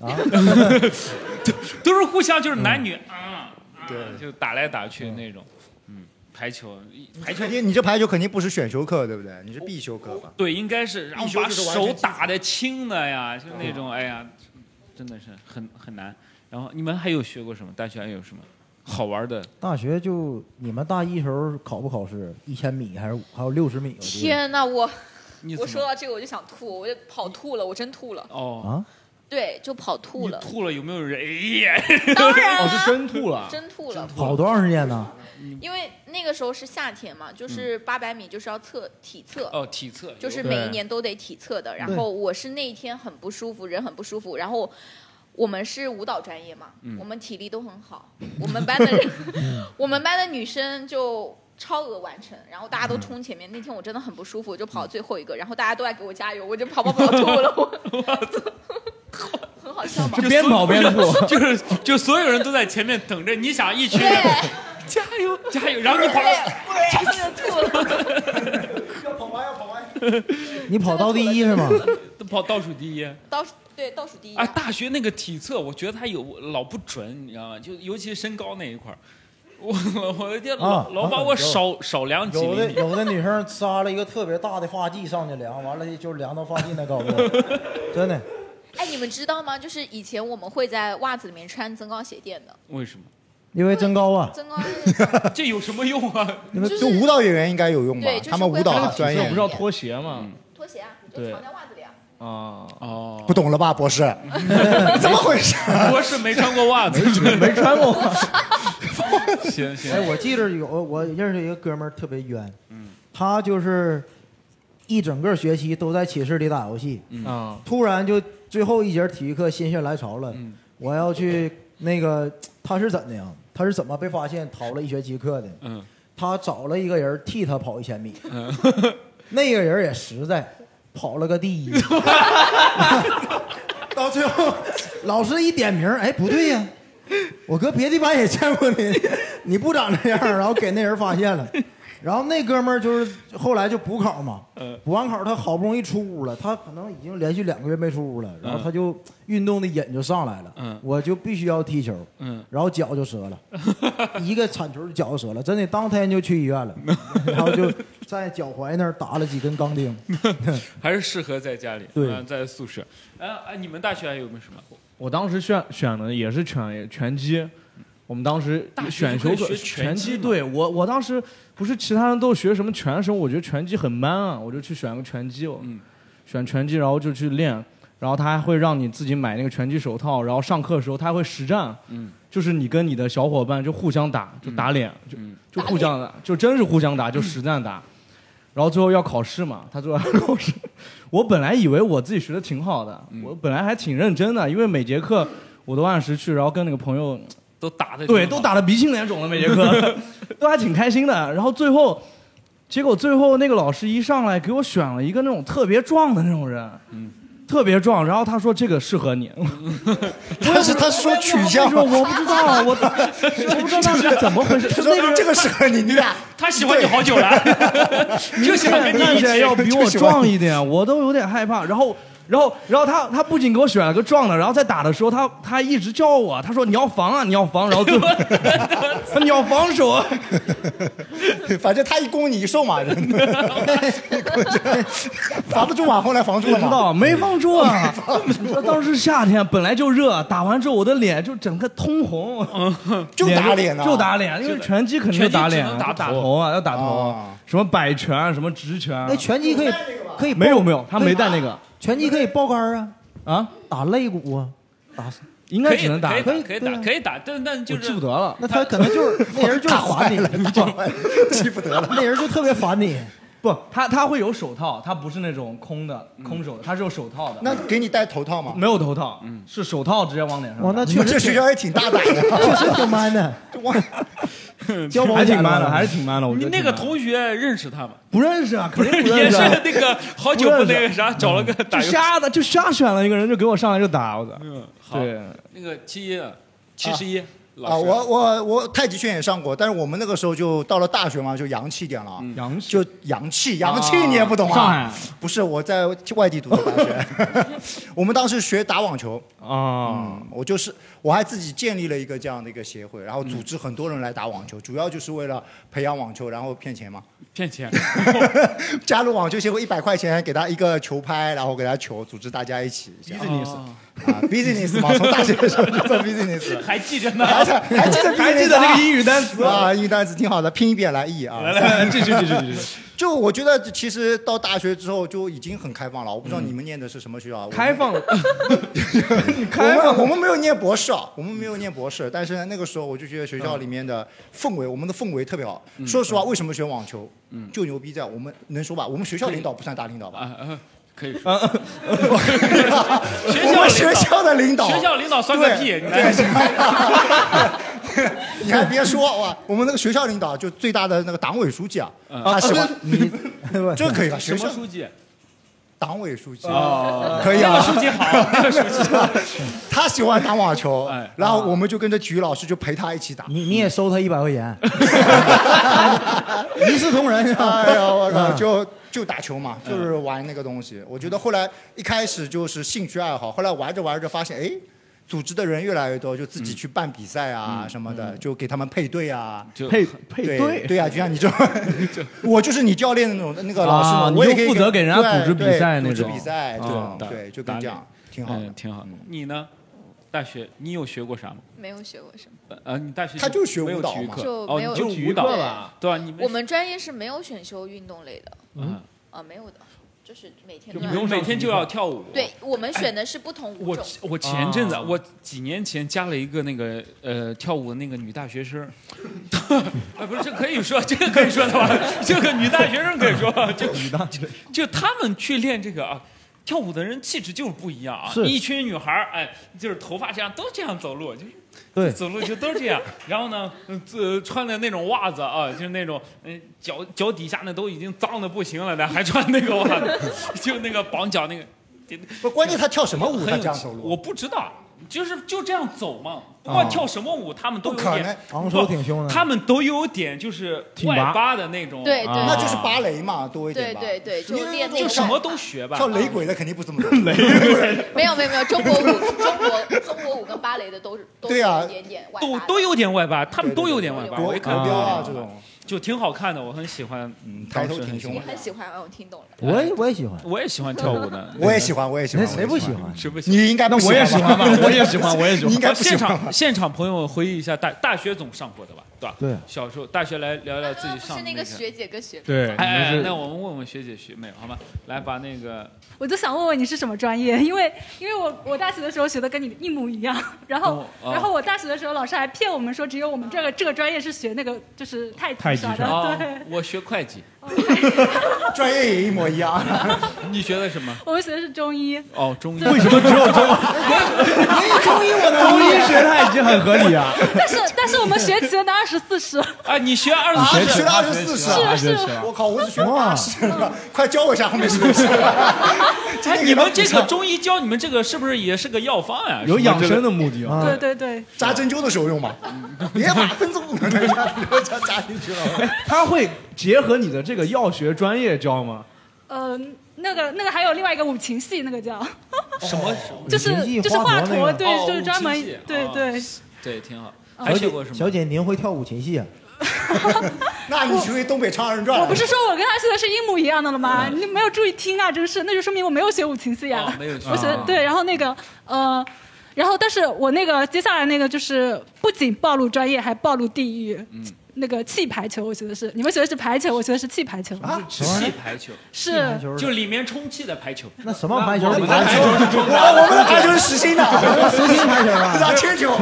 E: 啊
A: 都都是互相就是男女啊，啊
F: 对
A: 就打来打去那种，嗯，排球排球
F: 肯定，你这排球肯定不是选修课，对不对？你是必修课吧？
A: 对，应该是，然后
F: 一休
A: 把
F: 就是完
A: 手
F: 全
A: 打的轻的呀，就是那种，哎呀，真的是很很难。然后你们还有学过什么？大学还有什么好玩的？
E: 大学就你们大一时候考不考试？一千米还是五还有六十米？我记得
D: 天哪，我
A: 你
D: 我
A: 怎
D: 说
A: 么
D: 到这个我就想吐，我就跑吐了，我真吐了，
A: 哦，
E: 啊，
D: 对，就跑吐
A: 你
D: 了，
A: 吐了有没有人？哎呀，
D: 当然
G: 哦，是
D: 啊，
G: 真吐了，
D: 真吐了，
E: 跑多长时间呢？
D: 因为那个时候是夏天嘛，就是八百米就是要测体测，
A: 哦，体测
D: 就是
A: 有
D: 每一年都得体测的。然后我是那一天很不舒服，人很不舒服。然后我们是舞蹈专业嘛，我们体力都很好，我们班的人， 我们班的女生就。超额完成，然后大家都冲前面。那天我真的很不舒服，我就跑到最后一个，然后大家都在给我加油，我就跑跑跑吐了，我很好笑嘛。
A: 就
G: 边
A: 所
G: 跑边吐。
A: 就是就所有人都在前面等着，你想 一群人
D: 对，
A: 加油加油，然后你跑，
E: 你跑到第一是吗？
A: 跑倒数第一。
D: 倒数对倒数第一
A: 啊，大学那个体测，我觉得它有老不准，你知道吗？就尤其是身高那一块儿，我我的天，老、
E: 啊
A: 老把
E: 啊
A: 我
E: 有
A: 少少量几
E: 有
A: 厘
E: 的
A: 米。
E: 有的女生扎了一个特别大的发髻上去量，完了就量到发髻那高度， 真的。
D: 哎，你们知道吗？就是以前我们会在袜子里面穿增高鞋垫的，
A: 为 什么？
E: 因为增 高啊，
D: 增高是
A: 这有什么用啊？
F: 你们
D: 就是
F: 就舞蹈演员应该有用吧
D: 对就？是
F: 他们舞蹈
D: 会
F: 好专
D: 会
G: 这
F: 业
G: 不是，要脱鞋吗？
D: 拖鞋啊，就
G: 对
D: 藏在袜子里啊。
G: 啊，
A: 哦，
F: 不懂了吧，博士？ 怎么回 事？
A: 我是没穿过袜子。
E: 没穿过。
A: 行 行，
E: 哎，我记着有我认识一个哥们儿特别冤，他就是一整个学期都在寝室里打游戏，
G: 啊，
E: 突然就最后一节体育课心血来潮了，我要去那个他是怎的呀？他是怎么被发现逃了一学期课的？
A: 嗯
E: 他找了一个人替他跑一千米，
A: 嗯，
E: 那个人也实在，跑了个第一。 到最后，老师一点名，哎，不对呀、我搁别的班也见过你，你不长这样，然后给那人发现了。然后那哥们儿就是后来就补考嘛，补完考他好不容易出屋了，他可能已经连续两个月没出屋了，然后他就运动的瘾就上来了，
A: 嗯
E: 我就必须要踢球，
A: 嗯
E: 然后脚就折了， 一个铲球就脚就折了，真的当天就去医院了， 然后就在脚踝那儿打了几根 钢钉。
A: 还是适合在家里，
E: 对
A: 嗯在宿舍。啊啊，你们大学还有没有什么？
G: 我当时选选的也是拳拳击，我们当时
A: 大学
G: 选
A: 就
G: 修
A: 可以
G: 课
A: 学拳
G: 拳
A: 击
G: 击，
A: 吗
G: 对我我当时不是其他人都学什么拳什么，我觉得拳击很 man 啊，我就去选个拳击，我、
A: 嗯
G: 选拳击，然后就去练，然后他还会让你自己买那个拳击手套，然后上课的时候他还会实战，
A: 嗯
G: 就是你跟你的小伙伴就互相打，就打脸，
A: 嗯
G: 就就互相打，就真是互相打，就实战打。然后最后要考试嘛，他最后要考试。我本来以为我自己学的挺好的，我本来还挺认真的，因为每节课我都按时去，然后跟那个朋友
A: 都打的
G: 对都打得鼻青脸肿了，每 节课都还挺开心的。然后最后，结果最后那个老师一上来给我选了一个那种特别壮的那种人，
F: 嗯
G: 特别壮。然后他说这个适合你，
F: 但 是他说取
G: 我
F: 向
G: 说，我不知道啊，我我不知道当时怎么回事，
F: 他
G: 就
F: 说
G: 那个人
F: 这个适合你，你俩
A: 他喜欢你好久了，就喜欢跟 你
G: 看
A: 一
G: 起来
A: 起。
G: 要比我壮一点，我都有点害怕。然后，然后，然后他他不仅给我选了个壮的，然后在打的时候，他他一直叫我，他说你要防啊，你要防，然 后最后你要防守啊。
F: 反正他一攻你一受嘛，真的，防不住嘛，后来防住了
G: 不知
F: 嘛。
G: 道没放住啊！你说当时夏天本来就热，打完之后我的脸就整个通红，
F: 就打脸啊
G: 就打脸，因为拳击肯定打脸
A: 嗯拳击只能
G: 啊，
A: 打
G: 打
A: 头
G: 头啊，要打头
F: 啊
G: 啊，什么摆拳啊，什么直拳啊
E: 那，拳击可以可以
G: 没有没有，他没带那个
E: 拳击可以爆杆啊，
G: 啊，
E: 打肋骨啊，打死
G: 应
A: 可
G: 该
A: 以
G: 只能打，
A: 可
G: 我
A: 以打，可以打，可以打，但但就
G: 啊记
A: 是
G: 不得了。
E: 那他可能就是那人就是烦你，
F: 记不得了，
E: 那人就特别烦你。
G: 不，他他会有手套，他不是那种空的空手的，他是有手套的。
F: 那给你戴头套吗？
G: 没有头套，是手套直接往脸上戴。
E: 哦哇，那
F: 你
E: 确
F: 们这
E: 实
F: 学
E: 挺
F: 校也挺大胆的。
E: 确 实挺 man 的，交保
G: 还挺
E: 险
G: man 的，
E: 吧
G: 还是挺 man 的。我觉
A: 你
G: 得
A: 那个
G: 挺 man 的
A: 同学认识他吗？
G: 不认识啊，肯 定不
A: 也
G: 认
A: 是
G: 识、啊。
A: 那个好久不那个啥，找了个
G: 就
A: 打游戏。
G: 啊嗯瞎的，就瞎选了一个人，就给我上来就打，我操！
A: 嗯，好，
G: 对，
A: 那个七一啊七十一
F: 啊，
A: 老师，
F: 我我我太极拳也上过，但是我们那个时候就到了大学嘛，就洋气点了，
G: 洋嗯气
F: 就洋气，洋气你也不懂啊？
G: 上海
F: 不是我在外地读的大学， 我们当时学打网球，嗯
G: 啊，
F: 我就是我还自己建立了一个这样的一个协会，然后组织很多人来打网球，主要就是为了培养网球，然后骗钱嘛。
A: 骗钱，
F: 加入网球协会一百块钱，给他一个球拍，然后给他球，组织大家一
G: 嗯
F: 起这样
A: business
G: 哦
F: 啊，business 嘛，从大学的时 候就做 business，
A: 还记着呢。
F: 还还记得 business 啊
G: 还记得那个英语单词啊？
F: 啊，英语单词挺好的，拼一遍来译啊。
G: 来来来，继续继续 继续。
F: 就我觉得，其实到大学之后就已经很开放了。我不知道你们念的是什么学校啊，我们
G: 嗯开放了，你
F: 我
G: 开放
F: 们我们没有念博士啊，我们没有念博士，但是呢那个时候我就觉得学校里面的氛围，我们的氛围特别好。
G: 嗯
F: 说实话，为什么选网球？就牛逼在我们能说吧，我们学校领导不算大领导吧？
A: 啊啊可以说，
F: 我们学校的领导，
A: 嗯学校领导酸个
F: 对
A: 屁，你来，
F: 对，你还别说哇，我们那个学校领导就最大的那个党委书记啊，
A: 嗯
F: 他喜欢你， 这可以吧？
A: 什
F: 学校
A: 么书记？
G: 啊
F: 党委书记
A: 哦，
F: 可以
A: 那个
F: 啊。
A: 书记好，那个书记，
F: 他喜欢打网球
A: 哎，
F: 然后我们就跟着体育老师就陪他一起打。
E: 你你也收他一百块钱， 一视同仁是吧？
F: 哎呀，我靠，
E: 嗯
F: 就就打球嘛，就是玩那个东西。我觉得后来一开始就是兴趣爱好，后来玩着玩着发现，哎，组织的人越来越多，就自己去办比赛
G: 嗯
F: 啊什么的，就给他们配对啊。
A: 就
G: 配配
F: 对，对呀、就像你这种， 我就是你教练那种那个老师嘛，
G: 啊
F: 我也
G: 你就
F: 可以
G: 负责给人家
F: 对
G: 组织比赛
F: 对
G: 那种
F: 组织比赛这种
G: 啊，
F: 对，就跟这样，挺
G: 哎
F: 好的
A: 嗯，。挺好。你呢？大学你有学过啥吗？
D: 没有学过什么，
A: 呃，你大学
F: 他就学
A: 没有
F: 舞蹈
A: 体育
F: 嘛
A: 课，
D: 就
A: 哦，
D: 没有
A: 你就
D: 体
A: 是
D: 育
A: 舞蹈
D: 课
A: 吧？对吧？啊你们
D: 我们专业是没有选修运动类的
A: 嗯，
D: 啊，没有的，就是每天
G: 就
D: 都
G: 不
D: 要
A: 你们
G: 用
A: 每天就要跳舞。
D: 对我们选的是不同舞
A: 我
D: 种，
A: 哎我前阵子，
G: 啊
A: 我几年前加了一个那个呃跳舞的那个女大学 生，啊不是这可以说，这个可以说的吧？这个女大学生可以说，就
G: 女大学
A: 就他们去练这个啊，跳舞的人气质就是不一样啊。
E: 是
A: 一群女孩儿，哎，就是头发这样都这样走路，就是。
E: 对
A: 走路就都是这样，然后呢，嗯呃，穿的那种袜子啊，就是那种，嗯、脚脚底下那都已经脏的不行了的，还穿那个袜子， 就那个绑脚那个，
F: 不，关键他跳什么舞？他哦这
A: 很有
F: 样
A: 气
F: 走，路，啊哦
A: 我不知道，就是就这样走嘛，不管跳什么舞，他们都
F: 不
A: 有
F: 可
A: 点
F: 能，，
E: 昂首挺胸的，
A: 他们都有点就是
G: 挺
A: 外
G: 拔
A: 八的那种，
D: 对对
G: 啊
F: 那就是芭蕾嘛，多一点
D: 对
F: 吧。
D: 对对，就
F: 你
D: 练那
A: 就
D: 个
A: 什么都学吧
F: 跳。雷鬼的肯定不这么走。
D: 没有没有没有中国舞，中国中国舞跟芭蕾的都是都
F: 对啊
D: 有一点点外
A: 都
D: 八的
A: 都有点外八，他们都有点外八，我
F: 国
A: 一
F: 国
A: 看
G: 啊
F: 标啊这种，
A: 就挺好看的，我很喜欢。嗯，
F: 抬头
A: 当时很
F: 挺
A: 喜
F: 胸
D: 你
A: 欢，
D: 很喜欢哦，我听懂了。
E: 我也我也喜欢，
A: 我也喜欢跳舞的，
F: 我也喜欢，我也喜
E: 那
F: 欢。
E: 谁
F: 我
E: 不
F: 也
E: 喜？欢？
A: 是不行。
F: 你应该不
G: 我也喜 欢吧
F: 吧？，
G: 我也喜欢，我也喜
F: 你
G: 欢
F: 应。该
A: 啊，
F: 不喜
A: 现
F: 欢
A: 场
F: 吧。
A: 现场朋友回忆一下大大学总上过的吧，对吧？
E: 对
A: 小时候大学来聊聊自己
D: 呃不
A: 上
D: 是
A: 的
D: 那个
A: 些
D: 学姐跟学妹，
G: 对，
A: 哎哎，哎
G: 你们
A: 那
G: 是
A: 我们问问学姐学妹好吗？来把那个
C: 我就想问问你是什么专业，因为因为我我大学的时候学的跟你一模一样，然后、
A: 哦哦
C: 然后我大学的时候老师还骗我们说只有我们这个这个专业是学那个就是太
G: 太
C: 极
G: 极
C: 啥的，
A: 啊
C: 对，，
A: 我学会计，
F: 专业也一模一样。
A: 你学的什么？
C: 我们学的是中医，
A: 哦，中医。
G: 为什么只有中？中医学它已经很合理 啊。
C: 但是但是我们学齐了那二十四 式，
A: 啊，你学二十
F: 学
A: 四
F: 学
A: 式
F: 了二十四式
G: 啊
F: 啊！
G: 学习
F: 我
G: 了
F: 靠，我只学了八十了，快教 我一下后面是不是？今
A: 哎，
F: 天
A: 你
F: 给他
A: 们这
F: 补上
A: 个中医教你们这个是不是也是个药方呀？
G: 有养生
A: 的
G: 的目的啊。
C: 对对对，
F: 扎针灸的时候用吗？别把分子骨能扎扎进 去了。
G: 他会结合你的这个药学专业教吗？
C: 呃，那个那个还有另外一个五禽戏，那个
A: 哦
C: 叫
A: 什么？
G: 哦
C: 就是就是
E: 画
C: 华
E: 佗那
C: 佗，
E: 个
C: 对，
A: 哦
C: 就是专门
A: 五禽戏
C: 对
A: 哦
C: 对，嗯
A: 对，挺
F: 啊
A: 好。还
E: 小
A: 学过什
E: 姐，
A: 么？
E: 小姐，您会跳五禽戏啊？
F: 那你去东北唱二人转
C: 我
F: 了
C: 不是说我跟他学的是一模一样的了吗？你没有注意听啊，真是，那就说明我没有学五禽戏啊。
A: 哦没有学
C: 我学
A: 啊
C: 对，然后那个呃，然后但是我那个接下来那个就是不仅暴露专业，还暴露地域。
A: 嗯
C: 那个气排球，我学的是你们学的是排球，我学的是气排球，
A: 气排球，
C: 是
E: 就是
A: 就里面充气的排球。
E: 那什么排球？
A: 我
E: 你
A: 们
E: 看
A: 排球是
F: 我
A: 中的。
E: 哦
F: 我们的排球是实心的，
G: 哎
E: 实心排球啊？
F: 打铅球。
A: 我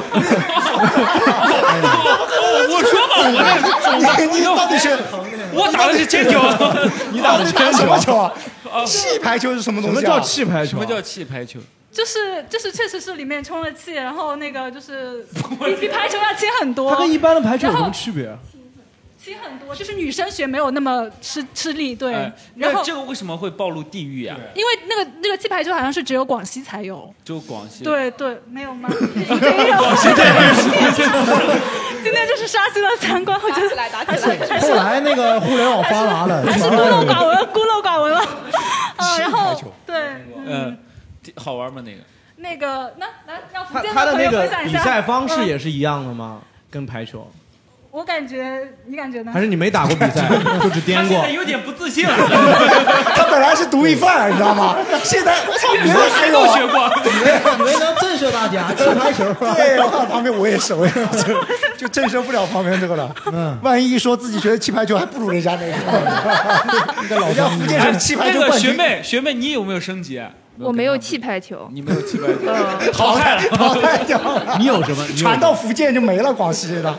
A: 我说嘛，我
F: 你你到底是
A: 这我打打的是铅球， 你打的是铅
F: 什么球
A: 球。
F: 啊？气排球是什么
G: 什
F: 东西、
G: 么
F: 啊？
G: 叫气排球？
A: 什么叫气排球？
C: 就是就是确实是里面充了气，然后那 个就是比比排球要轻很多
G: 它，跟一般的排球有什
C: 然
G: 么
C: 后
G: 区别？
C: 轻很多，就是女生学没有那么吃吃力，对。
A: 哎，
C: 然
A: 那
C: 后
A: 这个为什么会暴露地域啊？
C: 因为那个那个气排球好像是只有广西才有，
A: 就广西。
C: 对对，没有吗？没有。今天就是刷新了三观，我觉
D: 打起
C: 得
D: 来，打起来！
C: 还
E: 后
C: 是
E: 来那个互联网发达 了，
C: 还是孤陋寡闻，孤陋寡闻了。啊，然后对，嗯
A: 嗯，，好玩吗？那个？
C: 那个那来让福
G: 它
C: 建
G: 它的
C: 的
G: 那
C: 朋友分
G: 个
C: 享一
G: 比
C: 下
G: 赛方式
C: 嗯嗯
G: 也是一样的吗？跟排球？
C: 我感觉你感觉呢？
G: 还是你没打过比 赛，就只
A: 他
G: 颠
A: 现
G: 过
A: 在？有点不自信了，
F: 他本来是毒一 犯，你知道吗？现在我操，别人还有
A: 都
F: 啊
A: 学过。
E: 以为能震慑大 家，气排球
F: 对，我看旁边我也是，我也是，就震慑不了旁边这个了。嗯，万一一说自己学的气排球还不如人家那个，人家福建省气排
A: 那
F: 球
A: 个
F: 冠
A: 学
F: 军，
A: 妹，学妹，你有没有升级？啊
J: 我没有气排球，
A: 你没有气派，淘汰了。
F: 淘汰掉了，
G: 你有什么？你有什么
F: 传到福建就没了，广西的，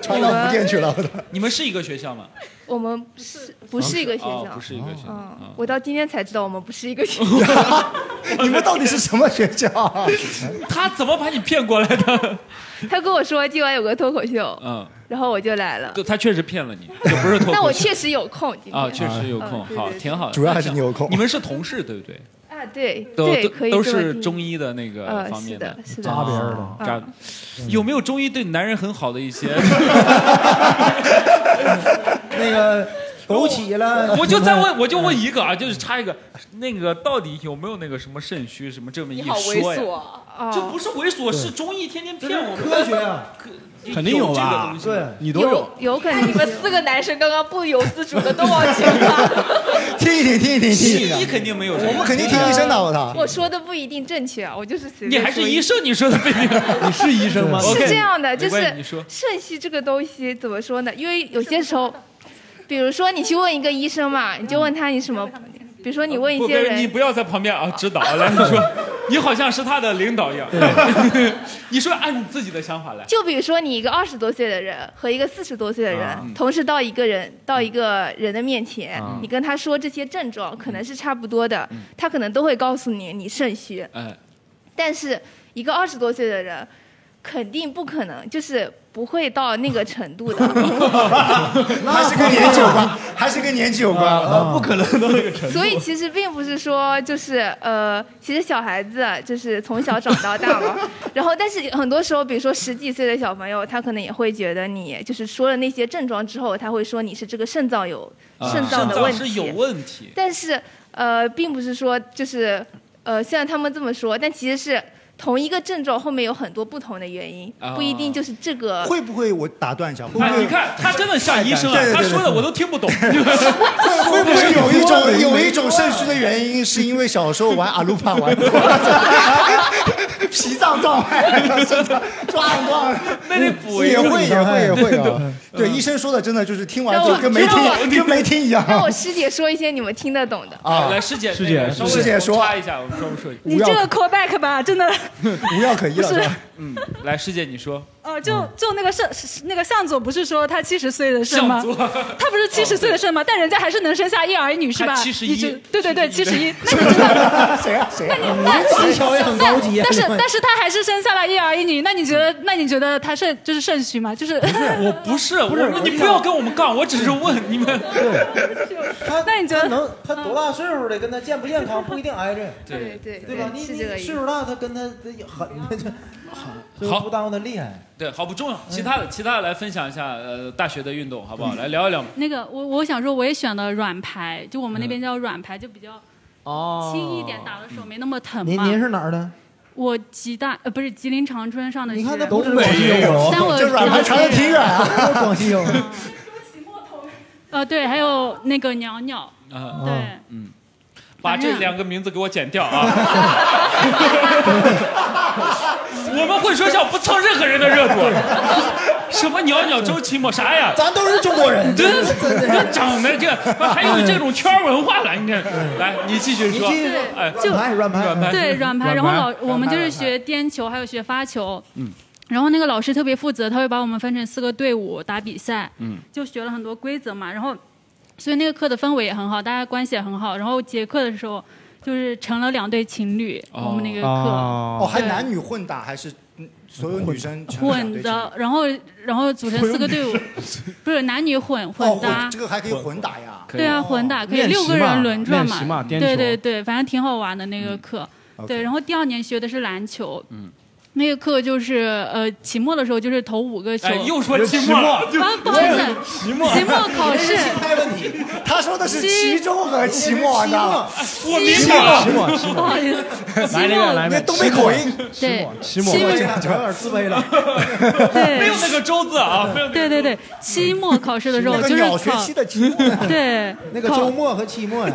F: 传到福建去了。
A: 你们是一个学校吗？
J: 我们不是不是一个学
A: 哦
J: 校，
A: 不是一个学校。
J: 嗯
A: 啊，
J: 我到今天才知道我们不是一个学校。
F: 你们到底是什么学校啊？
A: 他怎么把你骗过来的？
J: 他跟我说今晚有个脱口秀，
A: 嗯，
J: 然后我就来 了。
A: 对，他确实骗了你，这不是 脱
J: 但
A: 口
J: 我
A: 秀。
J: 确实有空今
A: 啊，
J: 天
A: 确实有空，
J: 嗯对
A: 好，
J: 对
A: 挺好的。
F: 主要还是你有空
A: 你们是同事对不 对？
J: 啊，对
A: 都
J: 对，可以
A: 都都
J: 这么
A: 是
J: 定义
A: 中医的那个
J: 呃
A: 方
J: 是
A: 面
J: 的，嗯是
E: 扎别
J: 的，
E: 人的，
A: 嘎
F: 嗯
A: 有没有中医对男人很好的 一些？
E: 那 个
J: 哦
E: 枸杞了，
A: 我就再问，我就问一个啊，就是插一个，那个到底有没有那个什么肾虚什么这么一
D: 你好
A: 说
D: 猥琐
A: 呀？
D: 啊，
A: 这
J: 哦，
A: 不是猥琐，是中医天天骗我们。
E: 科学啊，
G: 肯定有
A: 有这个
G: 吧
A: 东？西
E: 对，
G: 你 都有
J: 有。有可能
D: 哎你们四个男生刚刚不由自主的都往前了。
F: 听 一听，听一听，听一
A: 西医
F: 听。
A: 肯定没有这个，啊
F: 我们肯定听医生的，我操！
J: 我说的不一定正确啊，我就是随
A: 你
J: 便
A: 还
J: 说
A: 是
J: 一
A: 医生，你说的不一定。
G: 你是医生吗？
A: OK
J: 是这样的，就
A: 没关系
J: 是
A: 你说
J: 肾虚这个东西怎么说呢？因为有些时候，比如说你去问一个医生嘛，你就问他你什么，比如说你问一
A: 不
J: 些
A: 不，你
J: 人，
A: 不要在旁边啊指导，来你说，你好像是他的领导一样。 你说按你自己的想法来。
J: 就比如说你一个二十多岁的人和一个四十多岁的
A: 啊
J: 人，同时到一个
A: 嗯
J: 人到一个人的面前，你跟他说这些症状可能是差不多的，
A: 嗯
J: 他可能都会告诉你你肾虚，
A: 哎，
J: 但是一个二十多岁的人，肯定不可能就是不会到那个程度的。
F: 还是跟年纪有关，还是跟年纪有关。啊
G: 不可能到那个程度
J: 所。以其实并不是说就是呃，其实小孩子就是从小长到大 嘛，然后但是很多时候，比如说十几岁的小朋友，他可能也会觉得你就是说了那些症状之后，他会说你是这个肾脏有 啊肾脏的问
A: 是
J: 题，
A: 有问题。
J: 但是呃，并不是说就是呃，虽然他们这么说，但其实是同一个症状后面有很多不同的原因，不一定就是这个。
F: 会不会我打断一下？会不
A: 啊，
F: 会
A: 你看他真的像医生啊
F: 对，对
A: 他
F: 对
A: 说的我都听不懂。
F: 会不会有一种有一种肾虚的原因，是因为小时候玩阿鲁帕玩 多了，脾脏撞坏了，肾脏撞一撞，
A: 那得补一
F: 也
A: 个
F: 会也会也会啊。对，医生说的真的就是听完
J: 让
F: 就
J: 我
F: 跟 没听跟没听一啊样
J: 让我师姐说一些你们听得懂的。
F: 啊
A: 来，。师姐，
G: 师姐
A: 那个稍微
F: 师姐说
A: 插一下，我们稍微说一下。
C: 你这个 callback 吧，真的。
F: 无药可医了，
C: 不是
F: 是吧？
A: 嗯，来，师姐你说，
C: 呃，就就那个圣是那个向佐不是说他七十岁的肾吗
A: 向佐？
C: 他不是七十岁的肾吗？但人家还是能生下一儿一女是吧？
A: 他71
C: 一直对对对，七十一。那
F: 谁啊谁啊？
E: 技巧也很高级啊。
C: 但是
E: 这个
C: 但是他还是生下了一儿一女。那你觉得那你觉得他肾就是肾虚吗？就是，
A: 我不是，不是，你不要跟我们杠，我只是问你们。
E: 他
C: 那你觉得
E: 他能他多大岁数的跟他健不健康不一定挨着，
J: 对对
E: 对吧？你
J: 是
E: 你
J: 这个意
E: 岁
J: 思。
E: 数大，他跟他他 狠，这这
A: 好
E: 不耽误他厉害。
A: 对，好不重要，
E: 嗯
A: 其他的其他的来分享一下，呃，大学的运动好不好？来聊一聊。
K: 那个我我想说，我也选的软排，就我们那边叫软排，就比较
E: 嗯哦
K: 轻一点，打的手没那么疼
E: 您
K: 嘛。
E: 您是哪儿的？
K: 我吉大呃不是吉林长春上的学，
E: 你看他
K: 但
E: 不只是广西有，
K: 我
F: 这软盘传的挺远 啊。
E: 他广西有。
K: 呃对，还有那个袅袅，
A: 啊，
K: 对，哎
A: 把
K: 反正
A: 这两个名字给我剪掉啊！ 我们会说笑不蹭任何人的热度。啊 什么袅袅周奇墨啥呀？
E: 咱都是中国人，
A: 真这长得这还有这种圈儿文化了，你看，来你继续
E: 嗯你
A: 说
E: 继，续
A: 哎，
E: 软盘软盘
A: 软盘
K: 对软
G: 软
K: 排，然后
G: 排
K: 老我们就是
E: 软排
K: 学颠球，还有学发球。嗯。然后那个老师特别负责，他会把我们分成四个队伍打比赛，
A: 嗯
K: 就学了很多规则嘛。然后，所以那个课的氛围也很好，大家关系也很好。然后结课的时候，就是成了两对情侣，
A: 哦
K: 我们那个课。
G: 哦
F: 哦，还
K: 对
F: 男女混打还是嗯所有女生成长
K: 混
F: 对
K: 的，然后然后组成四个队伍，不是男女混
F: 哦
K: 混搭
F: 混，这个还可以混打呀。
A: 可以
K: 对啊，
F: 哦
K: 混打可以
G: 练习
K: 六个
G: 嘛
K: 人轮转
G: 练习嘛颠
K: 对
G: 球
K: 对对，反正挺好玩的那个课。对，然后第二年学的是篮球，
A: 嗯
K: 那个课就是呃，期末的时候就是投五个球，
A: 哎，又说期末了，
K: 啊，不好意思，
G: 期末
K: 期末考试，
F: 他说的是
K: 期
F: 期中和期末呢，
A: 我明白了。
G: 期末期末
K: 不好意思，
G: 来
K: 期
G: 这边
K: 末
F: 那
G: 来这边，
F: 东北口音。
K: 对
G: 期末
K: 期末
E: 这样讲有点自卑了。
A: 没有
K: 对
A: 那个周字啊，没有那个
K: 对对对，期末考试的时候
F: 那个
K: 就是
F: 鸟学
K: 考
F: 期的期末呀，
K: 对
E: 那个
K: 考
E: 周末和期末 呀，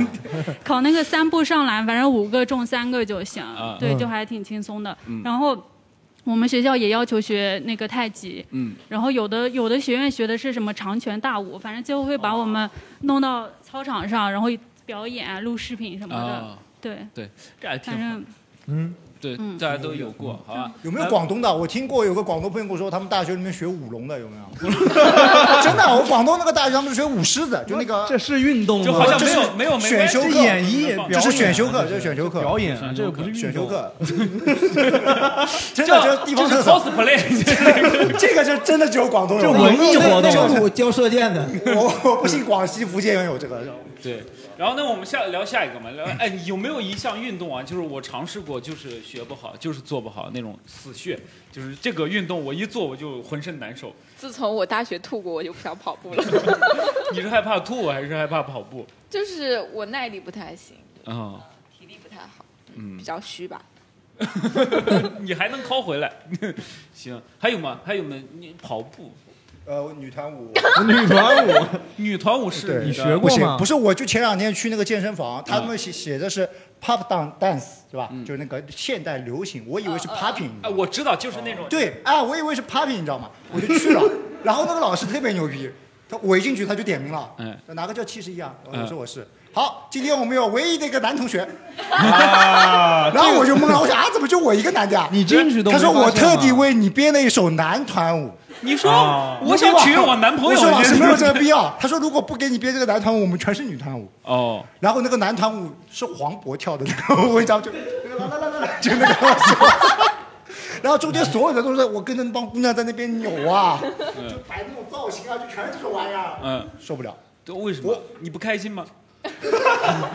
K: 考那个三步上篮，反正五个中三个就行，对，就还挺轻松的。然后我们学校也要求学那个太极，
A: 嗯
K: 然后有的有的学院学的是什么长拳大舞，反正就会把我们弄到操场上，然后表演、录视频什么的。
A: 啊，
K: 对，
A: 对，这还挺
K: 反
A: 好。
K: 正
A: 对，
K: 嗯
A: 大家都有过，好吧？
F: 有没有广东的？我听过有个广东朋友跟我说，他们大学里面学舞龙的，有没有？ 真的，啊我广东那个大学他们是学舞狮子，就那个
G: 这是运动
A: 就
G: 吗
A: 好？像
F: 这
A: 没
F: 是
A: 有没有没
F: 选修课，
G: 演绎表
F: 这是选
G: 演
F: 修
G: 啊
F: 课，
G: 这
F: 这是选修课，
G: 表演啊，这个不是
F: 选
G: 运
F: 修
G: 动。
F: 课，
A: 这
F: 真的这是地方特
A: 这是
F: 色，
A: cosplay，
F: 这个就真的只有广东有。
G: 文艺活动
E: 那我教射箭的，
F: 我我不信广西、福建也有这个。
A: 对。然后呢，我们下聊下一个嘛，聊哎，你有没有一项运动啊？就是我尝试过，就是学不好，就是做不好那种死穴，就是这个运动我一做我就浑身难受。
D: 自从我大学吐过，我就不想跑步了，
A: 你是害怕吐还是害怕 跑步？
D: 就是我耐力不太行，
A: 嗯
D: 体力不太好，
A: 嗯
D: 比，较虚吧。
A: 你还能靠回来， 行？还有吗？还有吗？你跑步，
F: 呃， 女团舞
G: 女团舞，
A: 女团舞是
F: 对
G: 你
A: 你的
G: 学
F: 不
G: 过
F: 行，
G: 吗
F: 不？是，我就前两天去那个健身
A: 啊
F: 房，他们写写的是 pop down dance，对吧？
A: 嗯
F: 就是那个现代流行，我以为是 popping。
A: 哎，我知道，就是那种
F: 对，哎，我以为是 popping，你知道吗？我就去了，然后那个老师特别牛逼，他我一进去他就点名了，
A: 嗯
F: 哪个叫七十一啊？
A: 嗯
F: 我说我是。好，今天我们有唯一的一个男同学，
G: 啊，
F: 然后我就懵了，我 想啊，怎么就我一个男的啊？
G: 你进去都没
F: 他说我
G: 发现
A: 啊
G: 吗
F: 特地为你编了一首男团舞，
A: 你说
G: 啊
A: 我想娶我男朋友，
F: 我说老师
A: 你
F: 没有这个必要。他说如果不给你编这个男团舞，我们全是女团舞。
A: 哦，
F: 然后那个男团舞是黄渤跳的，那个我一张就 来来来来来，就那个老师。然后中间所有的都是我跟着那帮姑娘在那边扭啊，就摆那种造型啊，就全是这种玩意儿，
A: 嗯，
F: 受不了。
A: 对为什么
F: 我
A: 你不开心 吗？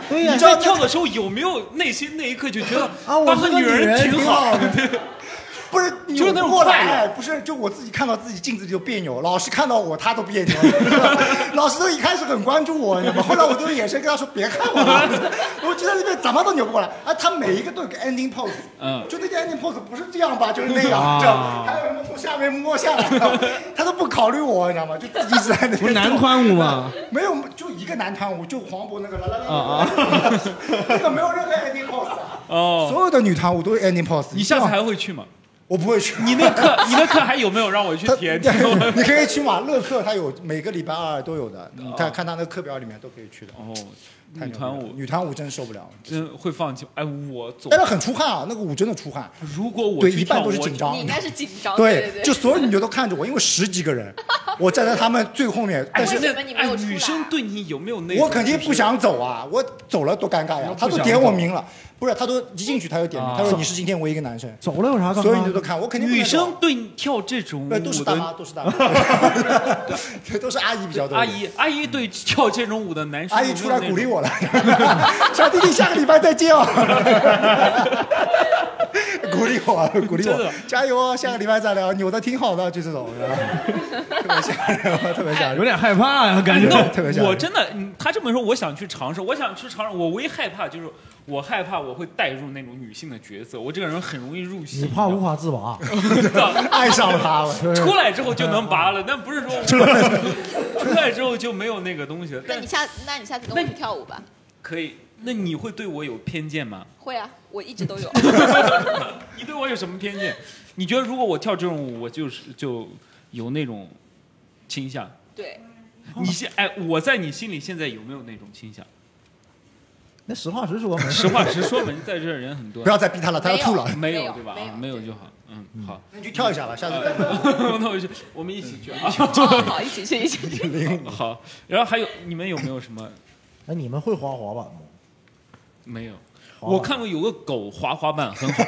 E: 对呀
A: 你，在跳的时候有没有内心那一刻就觉 得
E: 啊，我
A: 当
E: 是个
A: 女
E: 人，
A: 挺
E: 挺好的。
F: 不是
A: 就
F: 扭
A: 是
F: 不
A: 那种
F: 过
A: 快
F: 来，哎不是就我自己看到自己镜子里就别扭，老师看到我他都别扭， 老师都一开始很关注我，你知道吗？后来我都眼神跟他说别看我了， 我觉得那边怎么都扭不过来。啊，他每一个都有个 ending pose，
A: 嗯
F: 就那个 ending pose 不是这样吧，就是那样，
G: 啊
F: 这样，还有什么从下面摸下来，他都不考虑我，你知道吗？就自己一直在那边
G: 不是男
F: 跳
G: 团舞吗？
F: 没有，就一个男团舞，就黄渤那个来来来
A: 啊
F: 来来， 那个没有任何 ending pose，啊
A: 哦，
F: 所有的女团舞都是 ending pose。
A: 你下次还会去吗？
F: 我不会去，
A: 你 那课，你那课还有没有让我去
F: 他
A: 体验
F: 你可以去马乐课，他有每个礼拜二都有的，你看看他那个课表里面都可以去的。
A: 哦，
F: 太牛逼
A: 女
F: 了
A: 团舞
F: 女团舞真受不了，
A: 真会放弃。哎，我总
F: 但是很出汗啊，那个舞真的出汗，
A: 如果我
F: 对，
A: 去
F: 一
A: 跳，
F: 半都是
A: 我
F: 紧张
D: 你。应该是紧张，对
F: 对，
D: 对，
F: 就所有女的都看着我，因为十几个人，我站在他们最后面，但
A: 哎
F: 是
D: 为什么你没
A: 哎
D: 有出来啊
A: 女生对你有没有那种？
F: 我肯定不想走啊，我走了多尴尬呀！他都点我名了，不是，他都一进去他就点名，他说你是今天唯一一个男生，
E: 走了有啥干嘛？
F: 所有女的都看，我肯定不能
A: 女
F: 走
A: 生对你跳这种舞
F: 对都是大妈，
A: 的
F: 都是大 妈，都是阿姨比较多。
A: 阿姨，阿姨对跳这种舞的男生，
F: 阿姨出来鼓励。我了，小弟弟下个礼拜再见哦，鼓励我，鼓励
A: 真
F: 我
A: 的，
F: 加油哦，下个礼拜再聊，扭的挺好的，就这种，是吧特别吓人，特别
A: 哎
F: 吓人。
G: 有点害怕呀，感 觉。
F: 对啊特别吓
A: 那我
F: 人
A: 真的，嗯他这么说，我想去尝试，我想去尝试。我唯一害怕就是，我害怕我会带入那种女性的角色，我这个人很容易入戏。
E: 你 怕无法自拔，
A: 知道吗
F: 爱上了他了，
A: 出来之后就能拔了，但不是说我 出来之后就没有那个东西了。
D: 那
A: 但
D: 你下，那你下次跟我去跳舞吧。
A: 可以，那你会对我有偏见吗？
D: 会啊，我一直 都有。
A: 你对我有什么偏见？你觉得如果我跳这种舞，我就是就有那种倾向？
D: 对，
A: 你现哎，我在你心里现在有没有那种倾向？
E: 那实话实说嘛。
A: 实话实说嘛，你在这儿人很多
F: 不，要再逼他了，他要吐了。
A: 没
D: 没有
A: 对吧？
D: 没有
A: 啊没有就好。嗯，好，
F: 那你去跳一下吧，下次 再
A: 那我就我们一起去啊，
D: 哦，好，一起去，一起 去。
F: 嗯
A: 好。然后还有你们有没有什么？
E: 哎，你们会滑滑板吗？
A: 没有。
E: 滑
A: 我看过有个狗滑滑板很好，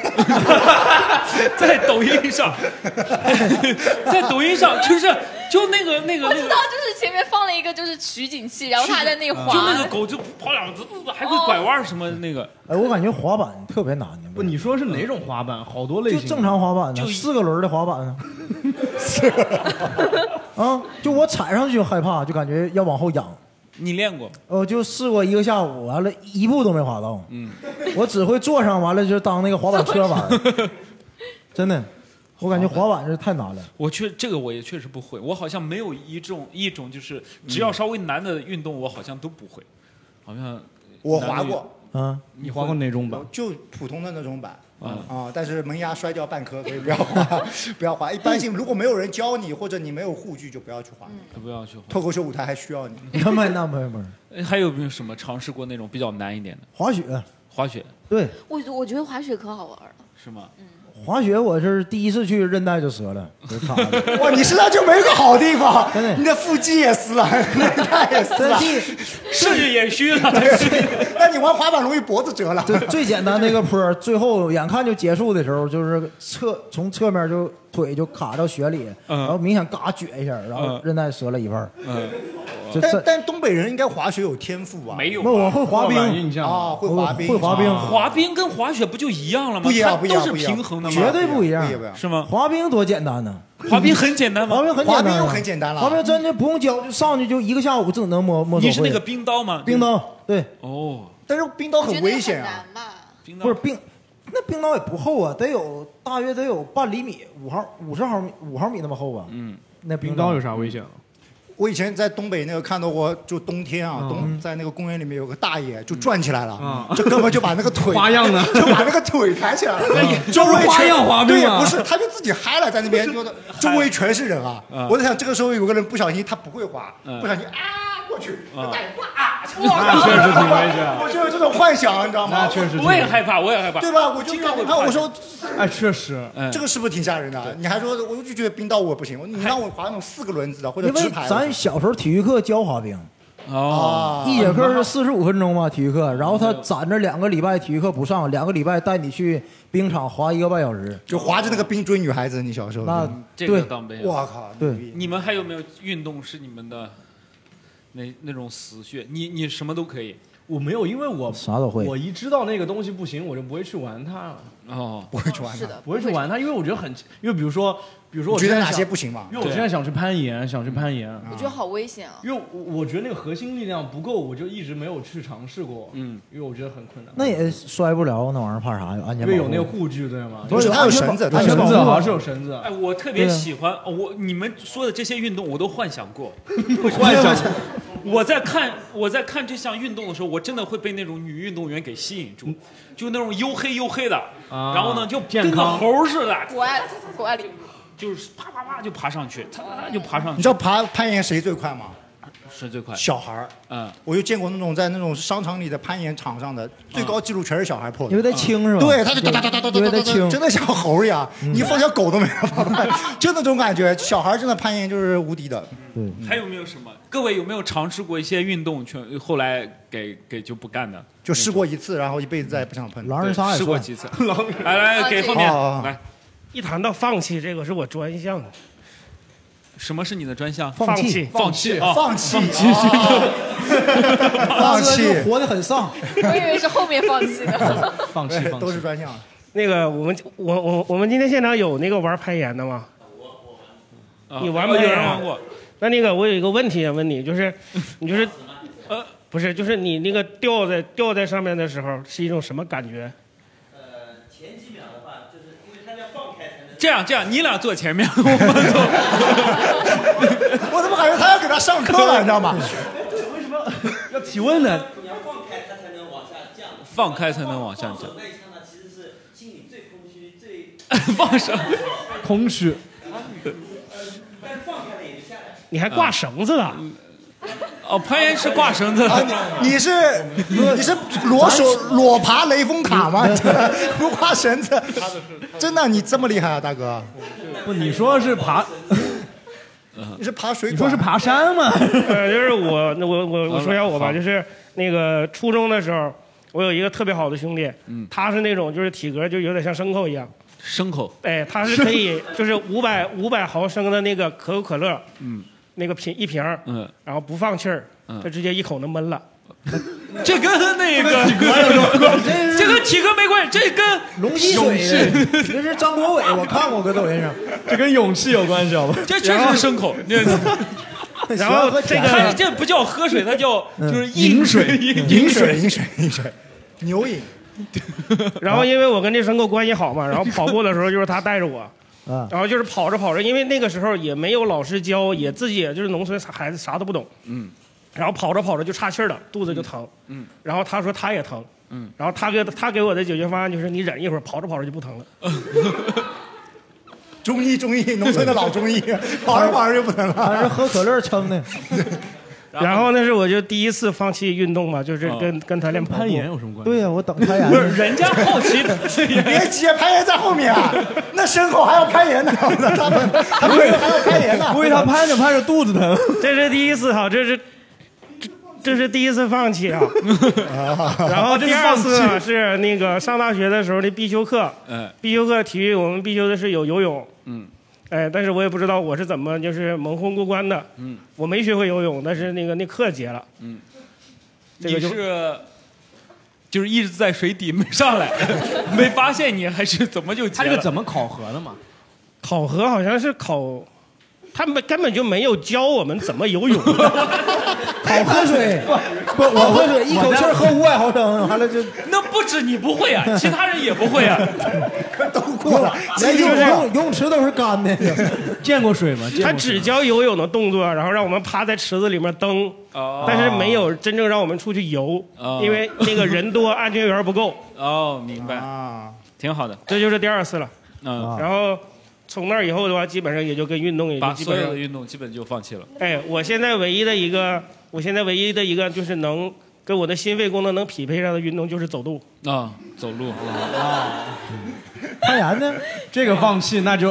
A: 在抖音 上，在抖音上就是就那个那个
D: 我
A: 那
D: 知
A: 个
D: 道，，就是前面放了一个就是取景器，哦然后他还在那个滑，
A: 就那个狗就跑两次，还会拐弯什么的那个，
E: 哎，我感觉滑板特别难。你
G: 不，
E: 们
G: 你说是哪种滑板？好多类
E: 就
G: 型。
E: 正。常滑板
A: 就
E: 呢，
A: 一
E: 四个轮儿的滑板呢， 啊，就我踩上去就害怕，就感觉要往后仰。
A: 你练过？
E: 我就试过一个下午，完了一步都没滑到。
A: 嗯，
E: 我只会坐上，完了就当那个滑板车玩 儿。真的，我感觉滑板是太难了。
A: 我确这个我也确实不会，我好像没有一种一种就是
F: 嗯
A: 只要稍微难的运动，我好像都不会，好像
F: 我滑过，
E: 啊，
G: 你滑过哪种板？
F: 就普通的那种板。
A: 嗯
F: 啊、但是门牙摔掉半颗，所以不要滑， 不要滑。一般性，如果没有人教你，或者你没有护具，就不要去滑。
A: 都不要去滑。
F: 脱口秀舞台还需要你。
E: 那么那么么，
A: 哎还有没有什么尝试过那种比较难一点的
E: 滑雪，
A: 滑雪
E: 对，
D: 我我觉得滑雪可好玩了，
A: 是吗？
E: 滑雪我是第一次去，韧带就折了，就卡了。
F: 哇，你身上就没有个好地方
E: 真的，
F: 你的腹肌也撕了， 内胆也撕
E: 但
F: 了，
E: 第
A: 甚至也虚了。
F: 那你玩滑板容易脖子折了。
E: 最最简单那个坡儿，最后眼看就结束的时候，就是侧从侧面就腿就卡到雪里，
A: 嗯
E: 然后明显嘎撅一下，然后
A: 嗯
E: 韧带折了一半儿。
A: 嗯，
E: 就
F: 但
E: 这，
F: 但东北人应该滑雪有天赋吧？
A: 没有吧。
E: 那我会滑
G: 板
E: 冰，
G: 印象
F: 啊，会
E: 我
F: 滑冰，
E: 会滑冰，啊
A: 滑冰跟滑雪不就一样了吗？
F: 不一样
A: 它
F: 不一样
A: 都是
F: 不一样
A: 平衡的吗？
E: 绝对不一
F: 不
E: 样
F: 一。样
A: 是吗？
E: 滑冰多简单呢，
A: 滑冰很简单吗
E: 滑？冰很简
F: 滑
E: 单
F: 冰
E: 啊，
F: 又很简单了
E: 滑冰真的不用教，就上去就一个下午就能摸摸手
A: 你
E: 会。
A: 是那个冰刀吗？
E: 冰刀？对，
A: 哦，
F: 但是冰刀
D: 我觉
F: 很
D: 得那个
F: 危险啊。
D: 难吧？
A: 冰刀
E: 不是冰，那冰刀也不厚啊，得有大约得有半厘米，五毫五十毫米五毫米那么厚吧。
A: 嗯，
E: 那
G: 冰
E: 冰
G: 刀有啥危险啊？
F: 我以前在东北那个看到过，就冬天啊，冬在那个公园里面有个大爷就转起来了，
G: 嗯
F: 这哥们就把那个腿
G: 花样呢
F: 就把那个腿抬起来 了，嗯周围全
G: 花样滑冰
F: 对，
G: 啊
F: 不是，他就自己嗨了，在那 边，就周围全是人啊
A: 嗯。
F: 我在想，这个时候有个人不小心，他不会滑
A: 嗯，
F: 不小心啊过去，
A: 嗯
F: 大爷 哇，
G: 那确实挺危险。
F: 我就有这种幻想，你知道
G: 那
F: 吗？
G: 确实挺危险。
A: 我也害怕，我也害怕。
F: 对吧？我就
A: 经
F: 看
A: 常会
F: 我看
A: 滑
F: 我说
G: 哎，确实。
A: 嗯
F: 这个是不是挺吓人的？啊你还说，我就觉得冰刀我不行，我你让我滑那种四个轮子的啊或者
E: 因
F: 直
E: 为
F: 排的。
E: 咱小时候体育课教滑冰，
A: 哦，
F: 啊
E: 一节课是四十五分钟嘛，体育课，然后他攒着两个礼拜体育课不上，两个礼拜带你去冰场滑一个半小时，
F: 就划着那个冰追女孩子，你小时候
E: 那
A: 这个
E: 对
A: 倒没有。
F: 我靠，
E: 对
F: 牛逼
A: 啊你们还有没有运动是你们的那那种死穴？你你什么都可以
G: 我没有，因为我
E: 啥都会
G: 我。一知道那个东西不行，我就不会去玩它了，
A: 哦，
F: 不会去玩
D: 是
F: 的。
D: 的，
G: 不会去玩它，因为我觉得很，因为比如说，比如说
F: 你
G: 我
F: 觉
G: 现
F: 得
G: 在
F: 哪些
G: 想
F: 不行吗？
G: 因为我现在想去攀岩，想去攀岩，
D: 我觉得好危险啊！
G: 因为我我觉得那个核心力量不够，我就一直没有去尝试过，
A: 嗯，
G: 因为我觉得很困难。
E: 那也摔不了，那玩意儿怕啥呀？安
G: 因
E: 全保
G: 为
E: 护。
G: 有那个护具对吗？
F: 不是它有绳子
E: 安
F: 它有
E: 全
G: 绳
E: 保
G: 子，
E: 护
G: 好
E: 啊
G: 像是有绳子。
A: 哎，我特别
E: 对啊
A: 喜欢、哦我你们说的这些运动，我都幻想 过。
G: 幻想
A: 我在看我在看这项运动的时候，我真的会被那种女运动员给吸引住，就那种黝黑黝黑的，
G: 啊
A: 然后呢就
G: 健
A: 跟个
G: 康
A: 猴似的，
D: 国外国外里
A: 就是啪啪啪就爬上去，啪啪啪就爬上
F: 你
A: 去，
F: 知道爬攀岩谁最快吗？
A: 是最
B: 哎
A: 快。
F: 小孩儿。
A: 嗯，
F: 我就见过那种在那种商场里的攀岩场上的最高纪录全是小孩破的
E: 因为。它轻是吧？
F: 对，他就哒哒哒哒哒
E: 因
F: 哒
E: 为
F: 哒
E: 它
F: 哒，
E: 轻。
F: 真的像猴儿一样，你放条狗都没有，就那种感觉。小孩真的攀岩就是无敌的。
E: 对，
A: 嗯还有没有什么？各位有没有尝试过一些运动，全后来给给就不干的？
F: 就试过一次，然后一辈子再也不想碰。
E: 狼人杀也
A: 试过
E: 算。
A: 几次？ 来来，给后面
F: 啊啊啊
A: 来，
B: 一谈到放弃，这个是我专项，
A: 什么是你的专项？
E: 放
B: 弃
E: 弃，
A: 放弃啊！
F: 放弃，哦放
E: 大
F: 弃
E: 哥，就活得很丧。
D: 我以为是后面放弃 的。
G: 放弃 放
F: 都是
G: 弃，
F: 专项。
B: 那个我们我我我们今天现场有那个玩攀岩的吗？
A: 啊
B: 你玩没
A: 有
B: 玩
A: 人
B: 啊
A: 玩过？
B: 那那个我有一个问题想问你，就是你就是
A: 呃
B: 不是就是你那个吊在吊在上面的时候是一种什么感觉？
H: 呃前几秒的话，就是因为它要放开才能。
A: 这样这样，你俩坐前面，我们坐。
F: 我怎么感觉他要给他上课了，你知道 吗？
G: 要提问的。
H: 你要放开它才能往下降，
A: 放开才能往下降
H: 手。那一刹那其实是心里最空虚、最……
A: 放手。
G: 空 虚，
H: 但是放开了也就下来了。
B: 啊你还挂绳子了？
A: 嗯哦，攀岩是挂绳子的。
F: 你你是你是裸手裸爬雷锋卡吗？ 不挂绳子，真的你这么厉害啊，大哥？
G: 不，你说是爬，
F: 你是爬水管？
G: 你说是爬 山吗？
B: 呃，就是我，那我呃我我说一下我吧，
G: 好
B: 就是那个初中的时候，我有一个特别好的兄弟，
F: 嗯
B: 他是那种就是体格就有点像牲口一样，
A: 嗯牲口。
B: 哎，他是可以 就是五百五百毫升的那个可口可乐，
A: 嗯
B: 那个瓶一瓶儿，
A: 嗯，
B: 然后不放气儿，他直接一口能闷了。
A: 这跟那 个
B: 体格有什么关系
A: 这跟体格没关系，这跟
E: 龙吸水的，这是张国伟，我看过搁抖音上，
G: 这跟勇气有关系好吧？
A: 这确实是牲口。这
B: 然后这
A: 它
B: 个
A: 这不叫喝水，它叫就是
E: 嗯
G: 嗯饮水
A: 饮水。
F: 饮水饮水，牛饮。
B: 然后因为我跟这牲口关系好嘛，然后跑步的时候就是他带着我，
E: 啊
B: 然后就是跑着跑着，因为那个时候也没有老师教，也自己也就是农村孩子啥都不懂，
A: 嗯
B: 然后跑着跑着就岔气儿了，肚子就疼，
A: 嗯
B: 然后他说他也疼，
A: 嗯，
B: 然后他给他给我的解决方案就是你忍一会儿，跑着跑着就不疼了。
F: 中医中医，农村的老中医，跑着 跑着就不能了。
E: 他是喝可乐撑的，
B: 然后那是我就第一次放弃运动嘛，就是
A: 哦
B: 跟、跟他练跑步
G: 啊攀岩有什么关系？
E: 对呀，我等他呀
A: 不，是人家好奇的，
F: 别急，攀岩在后面啊，那牲口还要攀岩呢，我操他们他们还要攀岩啊呢。
G: 估计他攀着攀着肚子疼。
B: 这是第一次哈，这是这这是第一次 放弃啊。然后第二次呢是那个上大学的时候的必修课，
A: 嗯
B: 必修课体育我们必修的是有游泳，
A: 嗯
B: 哎，但是我也不知道我是怎么就是蒙混过关的，
A: 嗯，
B: 我没学会游泳，但是那个那课结了，
A: 嗯，
B: 这个
A: 你
B: 就是
A: 就是一直在水底没上来，没发现你还是怎么就
G: 他
A: 结
G: 这个
A: 了？
G: 怎么考核的嘛？
B: 考核好像是考，他们根本就没有教我们怎么游泳，
E: 好喝水，不，我喝水一口气儿喝五百毫升，完了就
A: 那不止你不会啊，其他人也不会啊。
F: 都过了，
E: 连游泳游泳池都是干 的，
G: 见过水吗？见
B: 他
G: 过
B: 只教游泳的动作，然后让我们趴在池子里面蹬，
A: 哦
B: 但是没有真正让我们出去游，
A: 哦
B: 因为那个人多， 安全员不够，
A: 哦，明白，
F: 啊，
A: 挺好的。
B: 这就是第二次了。
A: 嗯，
B: 然后从那以后的话，基本上也就跟运动也就
A: 把
B: 基
A: 所
B: 本
A: 有的
B: 上，
A: 运动基本就放弃了。
B: 哎，我现在唯一的一个，我现在唯一的一个就是能跟我的心肺功能能匹配上的运动就是走路。
A: 啊，走路。
G: 哦
E: 攀岩呢？
G: 这个放弃，那就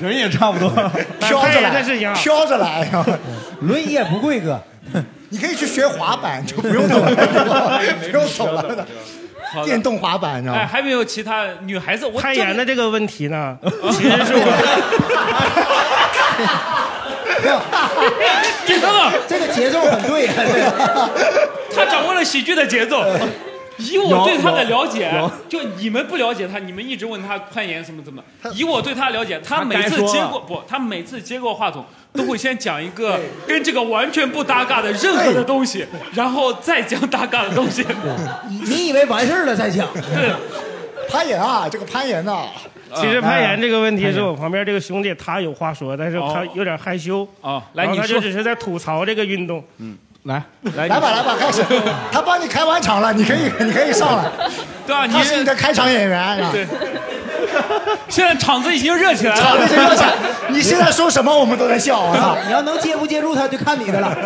G: 人也差不多。
F: 飘着
B: 但是呀
G: 啊
F: 来，飘着来啊呀！
E: 轮椅也不贵哥，
F: 你可以去学滑板，就不用走了，不用走了，
A: 好
F: 电
A: 的。
F: 动滑板，你
G: 啊
F: 知道
A: 哎，
F: 吗？
A: 还没有其他女孩子，我
B: 攀
A: 这
B: 岩的这个问题 呢，其实是我
A: 你等等，
E: 这个节奏很对呀，这个
A: 他掌握了喜剧的节 奏。以我对他的了解，就你们不了解他，你们一直问他攀岩什么怎么。以我对他了解，他每次
G: 该
E: 啊
G: 说
A: 接
G: 了
A: 过不，他每次接过话筒，都会先讲一 个跟这个完全不搭嘎的任何的东西，然后再讲搭嘎的东西。
E: 你你以为完事儿了再讲，
F: 攀岩啊，这个攀岩呐，
B: 其
A: 啊
B: 实
A: 哎
B: 攀岩这个问题是我旁边这个兄弟他有话说，但是他有点害羞，
A: 哦，来
B: 然后
A: 你
B: 他就
A: 说，嗯
B: 只是在吐槽这个运动。
G: 来，
A: 来
F: 来
A: 你
F: 吧来吧，开 始。他帮你开完场了，你可以你可以上了，
A: 对啊，
F: 他是你
A: 你
F: 的开场演员啊是吧？
A: 对，现在场子已经热起来
F: 好
A: 了
F: 的，。这个场，你现在说什么我们都在笑 啊！
E: 你要能接 不接住他就看你的了。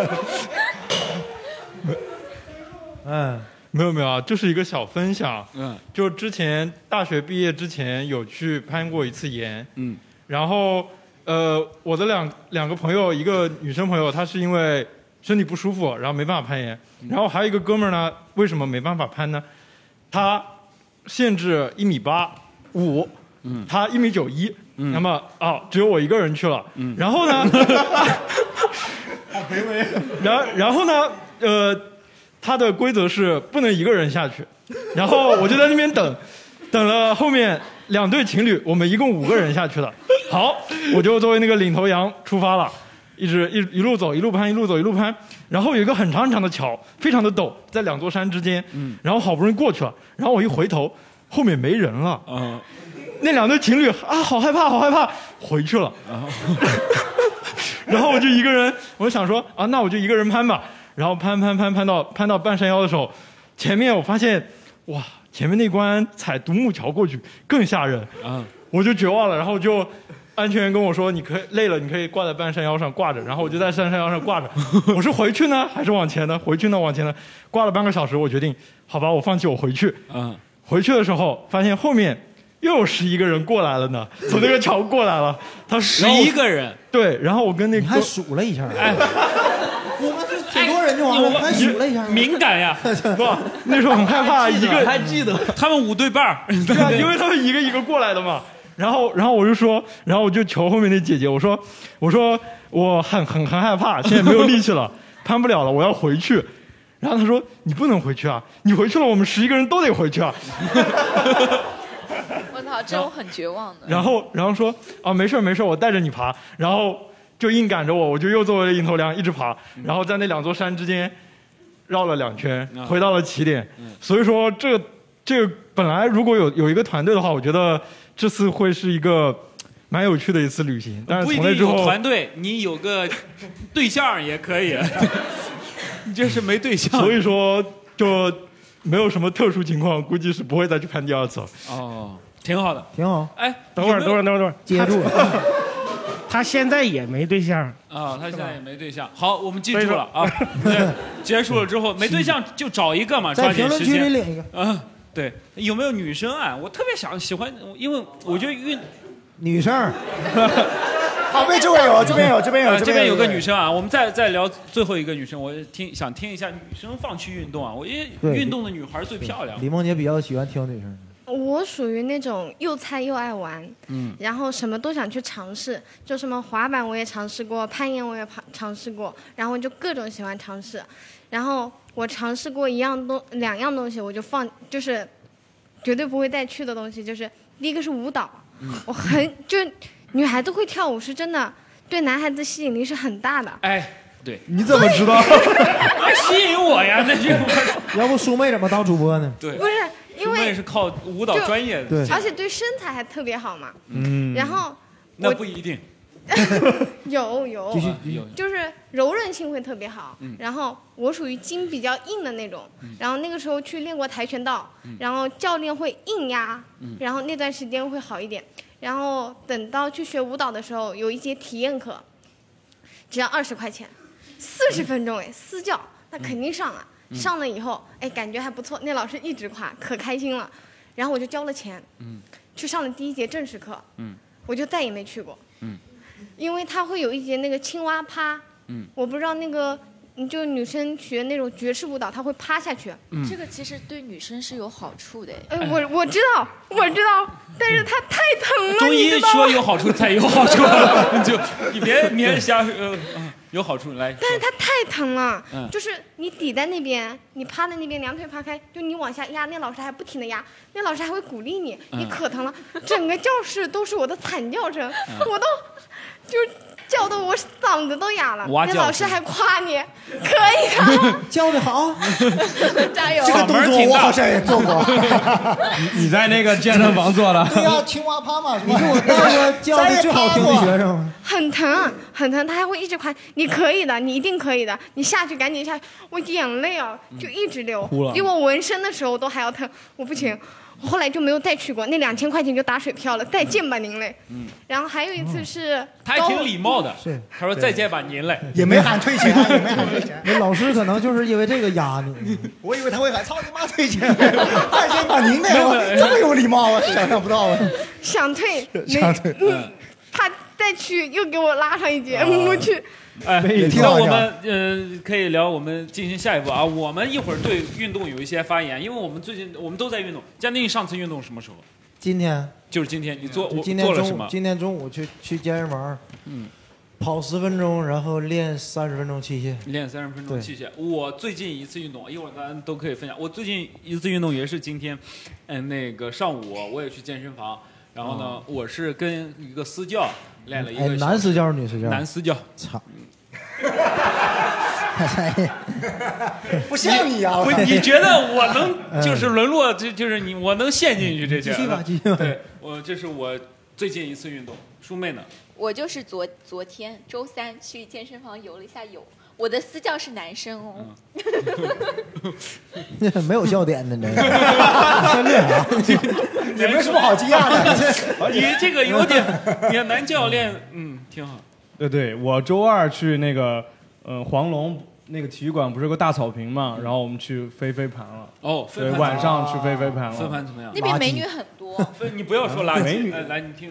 E: 嗯，
L: 没有没有啊，就是一个小分享。
A: 嗯
L: 就之前大学毕业之前有去攀过一次岩，
A: 嗯
L: 然后呃，我的两两个朋友，一个女生朋友，她是因为身体不舒服，然后没办法攀岩，
A: 嗯
L: 然后还有一个哥们儿呢，为什么没办法攀呢？他限制一米八五，
A: 嗯
L: 他一米九一，那么哦，只有我一个人去了，
A: 嗯
L: 然后 呢，
A: 啊
L: 然然后呢，呃，它的规则是不能一个人下去，然后我就在那边等， 等了后面两对情侣，我们一共五个人下去的。好，我就作为那个领头羊出发了，一直一一路走，一路攀，一路走，一路攀。然后有一个很长很长的桥，非常的陡，在两座山之间。然后好不容易过去了，然后我一回头，后面没人了。
A: 嗯，
L: 那两对情侣啊，好害怕，好害怕，回去了。然后我就一个人，我想说啊，那我就一个人攀吧。然后攀攀攀攀到攀到半山腰的时候，前面我发现，哇，前面那关踩独木桥过去更吓人，
A: 啊
L: 我就绝望了。然后就，哎、安全员跟我说，你可以累了，你可以挂在半山腰上挂着，然后我就在半山腰上挂 着。我是回去呢，还是往前呢？回去呢，往前呢？挂了半个小时，我决定，好吧，我放弃，我回去。
A: 嗯，
L: 回去的时候发现后面又有十一个人过来了呢，从那个桥过来了。他十
A: 11个人，
L: 对，然后我跟那个
E: 还数了一下，啊
L: 哎，
E: 我们是挺多人就完了，还数了一下。
A: 哎
E: 啊
A: 敏感呀，
L: 不，那时候很害怕，一个
A: 得他们五对半儿，
L: 对啊， 因为他们一个一个过来的嘛。然后，然后我就说，然后我就求后面那姐姐，我说，我说我很很很害怕，现在没有力气了，攀不了了，我要回去。然后她说你不能回去啊，你回去了，我们十一个人都得回去啊。
D: 我操，这我很绝望的。
L: 然后，然后说啊，没事儿没事儿，我带着你爬。然后就硬赶着我，我就又作为了领头羊一直爬，
A: 嗯
L: 然后在那两座山之间绕了两圈，
A: 嗯
L: 回到了起点。所以说这这个本来如果有有一个团队的话，我觉得这次会是一个蛮有趣的一次旅行。但
A: 不
L: 是
A: 一
L: 从那
A: 定
L: 之
A: 有
L: 后，
A: 团队，你有个对象也可以。你这是没对象，
L: 所以说就没有什么特殊情况，估计是不会再去攀第二次了。
A: 哦，挺好的，
E: 挺好。
A: 哎，
B: 等会儿，等会儿，等会儿，等会儿，
E: 接住
B: 了。 他现在也没对象，
A: 啊，他现在也没对象。好，我们记住了啊。对， 结束了之后没对象就找一个嘛，抓
E: 在
A: 紧
E: 评论
A: 时
E: 区里
A: 间。
E: 领一个
A: 啊，对，有没有女生啊？我特别想喜欢，因为我觉得运
E: 女生，
F: 好，被这位有，这边有，这边有，
A: 呃这边有个女
F: 生。
A: 生啊，我们再再聊最后一个女生，我听想听一下女生放弃运动啊，我因为
E: 对
A: 运动的女孩最漂亮。
E: 李梦洁比较喜欢挑女生。
M: 我属于那种又菜又爱玩，
E: 嗯
M: 然后什么都想去尝试，就什么滑板我也尝试过，攀岩我也尝尝试过，然后就各种喜欢尝试。然后我尝试过一样东两样东西，我就放就是绝对不会再去的东西，就是第一个是舞蹈，
A: 嗯
M: 我很就女孩子会跳舞是真的对男孩子吸引力是很大的。
A: 哎，对，哎
E: 你怎么知 道？
A: 吸引我呀，那 是
E: 要不苏妹怎么当主播呢？
A: 对，
M: 不是因
A: 我也
M: 为
A: 是靠舞蹈
M: 就
A: 专业的，
M: 而且对身材还特别好嘛。
A: 嗯
M: 然后
A: 那不一定。
M: 有有
A: 继续继续有
M: 就是柔韧性会特别好。
A: 嗯
M: 然后我属于筋比较硬的那种，然后那个时候去练过跆拳道，
N: 嗯
M: 然后教练会硬压，
N: 嗯
M: 然后那段时间会好一点。然后等到去学舞蹈的时候，有一节体验课，只要二十块钱，四十分钟哎，
A: 嗯
M: 私教那肯定上啊。
N: 嗯
M: 上了以后，哎，感觉还不错，那老师一直夸，可开心了。然后我就交了钱，
A: 嗯
M: 去上了第一节正式课，
A: 嗯
M: 我就再也没去过。
A: 嗯
M: 因为他会有一节那个青蛙趴，
A: 嗯
M: 我不知道那个嗯就女生学那种爵士舞蹈，她会趴下去。
A: 嗯
D: 这个其实对女生是有好处的。
M: 哎，我我知道，我知道，但是她太疼了，
A: 中
M: 你
A: 医
M: 知道
A: 说
M: 吗
A: 有好处才有好处，你就你别别瞎说呃，啊有好处来。
M: 但是它太疼了，
A: 嗯
M: 就是你抵在那边，你趴在那边，两腿趴开，就你往下压，那老师还不停的压，那老师还会鼓励你，
N: 嗯
M: 你可 疼了，整个教室都是我的惨叫声，
N: 嗯
M: 我都就是叫的我嗓子都哑了，
N: 哇
M: 那
N: 叫
M: 老师
N: 声
M: 还夸你， 可以啊，
E: 教的好，
M: 加油，
F: 这个动作我好像也做过。
G: 你在那个健身房做的？
F: 对呀，青蛙趴嘛，你是
E: 我当过教的最好听的
M: 哎
E: 学生。
M: 很疼，啊很疼，他还会一直夸你可以的，你一定可以的，你下去赶紧下去，我眼泪啊
F: 嗯
M: 就一直流，
N: 哭了
M: 比我纹身的时候都还要疼，我不行，我后来就没有再去过，那两千块钱就打水漂了，再见吧您嘞。
A: 嗯，
M: 然后还有一次
F: 嗯
M: 是
A: 他还
M: 高
A: 挺礼貌的，他说
E: 对
A: 再见吧您嘞，
F: 也没喊退钱，也没喊退钱。
E: 那老师可能就是因为这个压 你。
F: 我以为他会喊“操你妈退钱”，再见吧啊您
E: 没
F: 那
E: 有
F: 我
E: 没有
F: 这么有礼貌，我想象不到啊。
M: 想退，
F: 想退
M: 没嗯他再去又给我拉上一节，
A: 啊
M: 我去，
A: 哎
F: 也，挺
A: 那
F: 好
A: 我
F: 笑
A: 们呃可以聊，我们进行下一步啊。我们一会儿对运动有一些发言，因为我们最近我们都在运动。嘉宁，你上次运动什么时候？
E: 今天
A: 就是今天，你做
E: 啊就
A: 我
E: 今
A: 做
E: 天
A: 了什
E: 中午
A: 么？
E: 今天中午去去健身房，
A: 嗯，
E: 跑十分钟，然后练三十分钟器械。
A: 练三十分钟
E: 对
A: 器械。我最近一次运动，一会儿咱都可以分享。我最近一次运动也是今天，嗯、那个上午我也去健身房，然后呢，
E: 哦
A: 我是跟一个私教练了一
E: 哎
A: 个，小
E: 男私教是女私教？
A: 男私教，
E: 操！
F: 不像你啊！
A: 不，
F: 我
A: 你觉得我能就是沦落，就就是你，我能陷进去这些？啊
E: 继续吧继续吧
A: 对，我这是我最近一次运动。舒妹呢？
D: 我就是昨昨天周三去健身房游了一下泳，我的私教是男生哦。
F: 嗯
E: 没有笑点的
A: 嗯
E: 你这个，真厉害啊！
F: 也没什么好惊讶的
A: 哎你这个有点，你看男教练，嗯，挺好。
G: 对对，我周二去那个，呃，黄龙那个体育馆不是有个大草坪嘛，
F: 嗯
G: 然后我们去飞飞盘了。
A: 哦飞
G: 对，
A: 盘
G: 晚上去飞飞盘了。
A: 飞盘怎么样
D: 那边美女很多，
A: 分你不要说垃圾，呃
G: 美女
A: 来来你听，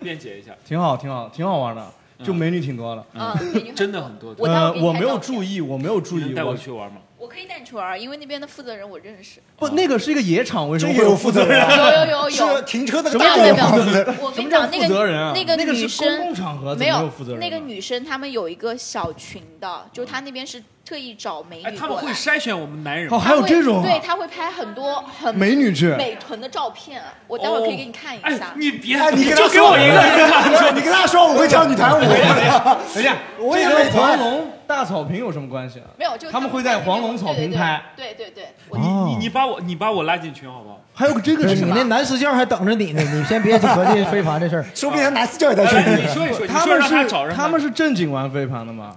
A: 辩解一下。
G: 挺好，挺好，挺好玩的，就美女挺多的。
D: 嗯美女很多
A: 真的很多
D: 我待会儿
G: 呃，
D: 给你
G: 我
D: 拍
G: 没有
D: 照
G: 注意，我没有注意。
A: 带我去玩吗？
D: 我可以带你去玩儿，因为那边的负责人我认识。
G: 不，那个是一个野场，为什么
F: 这也有负责人啊
D: 有有有有
F: 是停车那个
D: 没有
F: 大
D: 没有
F: 爷吗
D: 没有，我跟你讲，那
G: 什么叫负责人
D: 个
G: 啊
D: 那个
G: 那个是
D: 女生
G: 公共场合怎么
D: 没
G: 有负责人啊
D: 那个女生她们有一个小群的，就是她那边是特意找美
A: 哎，
D: 女
A: 他们
D: 过
A: 会
D: 来。
A: 筛选我们男人
G: 哦
A: 吗。
G: 还有这种啊
D: 对，她会拍很多很
G: 美女去
D: 美臀的照片，我待会儿可以给你看一下。
A: 哦你别
F: 哎，你跟他说
A: 就给我 一个人 看。
F: 你跟他说我会教你弹舞。
G: 等一下，
F: 我也
G: 这
F: 美
G: 跟
F: 团
G: 黄龙大草坪有什么关系啊？
D: 没有，就
G: 他们会在黄龙草坪拍。
D: 对对对，我
A: 你你你把我你把我拉进群好不好？
E: 还有这个，你那男私教还等着你呢，你先别合计飞盘这事儿。啊
F: 说不定男私教也在
A: 来来
F: 群
A: 你
F: 里。
A: 说一说，你
G: 他
A: 说
G: 们
A: 让他
G: 是
A: 找人吗，
G: 他们是正经玩飞盘的吗？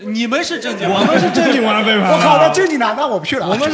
A: 你们是正经，
G: 我们是正经 玩飞盘的。
F: 我啊靠，那正经的，那我不去了。我们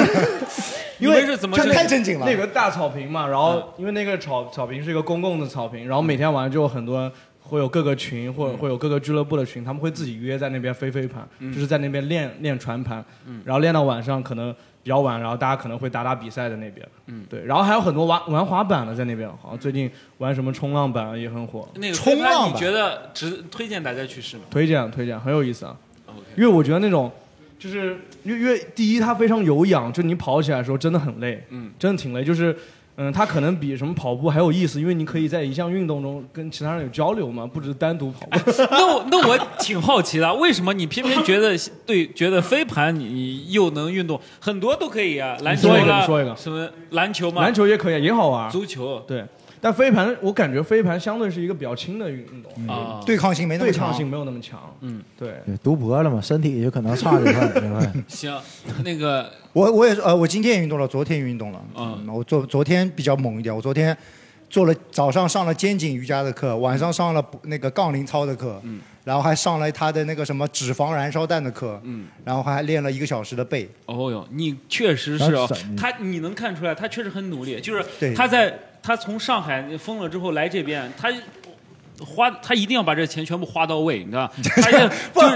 A: 你们是怎么
F: 这
A: 正
F: 太
A: 经？
F: 正经了。嗯
G: 那个大草坪嘛，然后因为那个草草坪是一个公共的草坪，然后每天晚上就有很多人会有各个群或
F: 嗯
G: 者会有各个俱乐部的群，他们会自己约在那边飞飞盘，就是在那边练练传盘，
A: 嗯
G: 然后练到晚上可能比较晚，然后大家可能会打打比赛在那边，
A: 嗯
G: 对，然后还有很多玩玩滑板的在那边，好像最近玩什么冲浪板也很火，
A: 那个
F: 冲
A: 飞盘
F: 浪
A: 你
F: 吧
A: 觉得值推荐大家去试吗
G: 推荐推荐，很有意思啊，
A: 哦？OK，
G: 因为我觉得那种。就是因为因为第一，它非常有氧，就你跑起来的时候真的很累，
A: 嗯，
G: 真的挺累。就是，嗯，它可能比什么跑步还有意思，因为你可以在一项运动中跟其他人有交流嘛，不只是单独跑步。
A: 那我那我挺好奇的，为什么你偏偏觉得对觉得飞盘你又能运动，很多都可以啊，篮球
G: 说一个
A: 啦，
G: 你说一个
A: 什么篮球嘛，
G: 篮、球也可以，也好玩。
A: 足球
G: 对，但飞盘我感觉飞盘相对是一个比较轻的运运动，
A: 啊，
F: 嗯对抗性没那
G: 对
F: 么
G: 抗
F: 强。
G: 性没有那么强。
A: 嗯，
G: 对，
E: 对读博了嘛，身体就可能啊差这块儿这块儿。
A: 行，那个
F: 我我也是呃，我今天也运动了，昨天也运动了。
A: 嗯
F: 嗯，我昨昨天比较猛一点，我昨天做了早上上了肩颈瑜伽的课，晚上上了那个杠铃操的课，嗯，然后还上了他的那个什么脂肪燃烧弹的课，
A: 嗯
F: 嗯，然后还练了一个小时的背。
A: 哦哟，你确实是哦
E: 他怎么，
A: 他你能看出来，他确实很努力，就是
F: 对
A: 他在他从上海封了之后来这边，他。花他一定要把这钱全部花到位，你 知道吧？他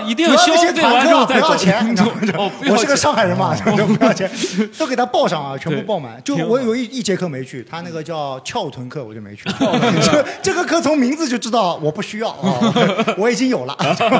A: 一定
F: 不
A: 就是一定要消费完之后再
F: 啊不
A: 走。
F: 要钱，你知道吗
A: 哦，不要
F: 我是个
A: 钱
F: 上海 人嘛，就不要钱，都给他报上啊，全部
A: 对
F: 报满。就
A: 挺好
F: 我有一一节课没去，他那个叫翘臀课，我就没去。就 这个课从名字就知道我不需要啊， 我已经有了，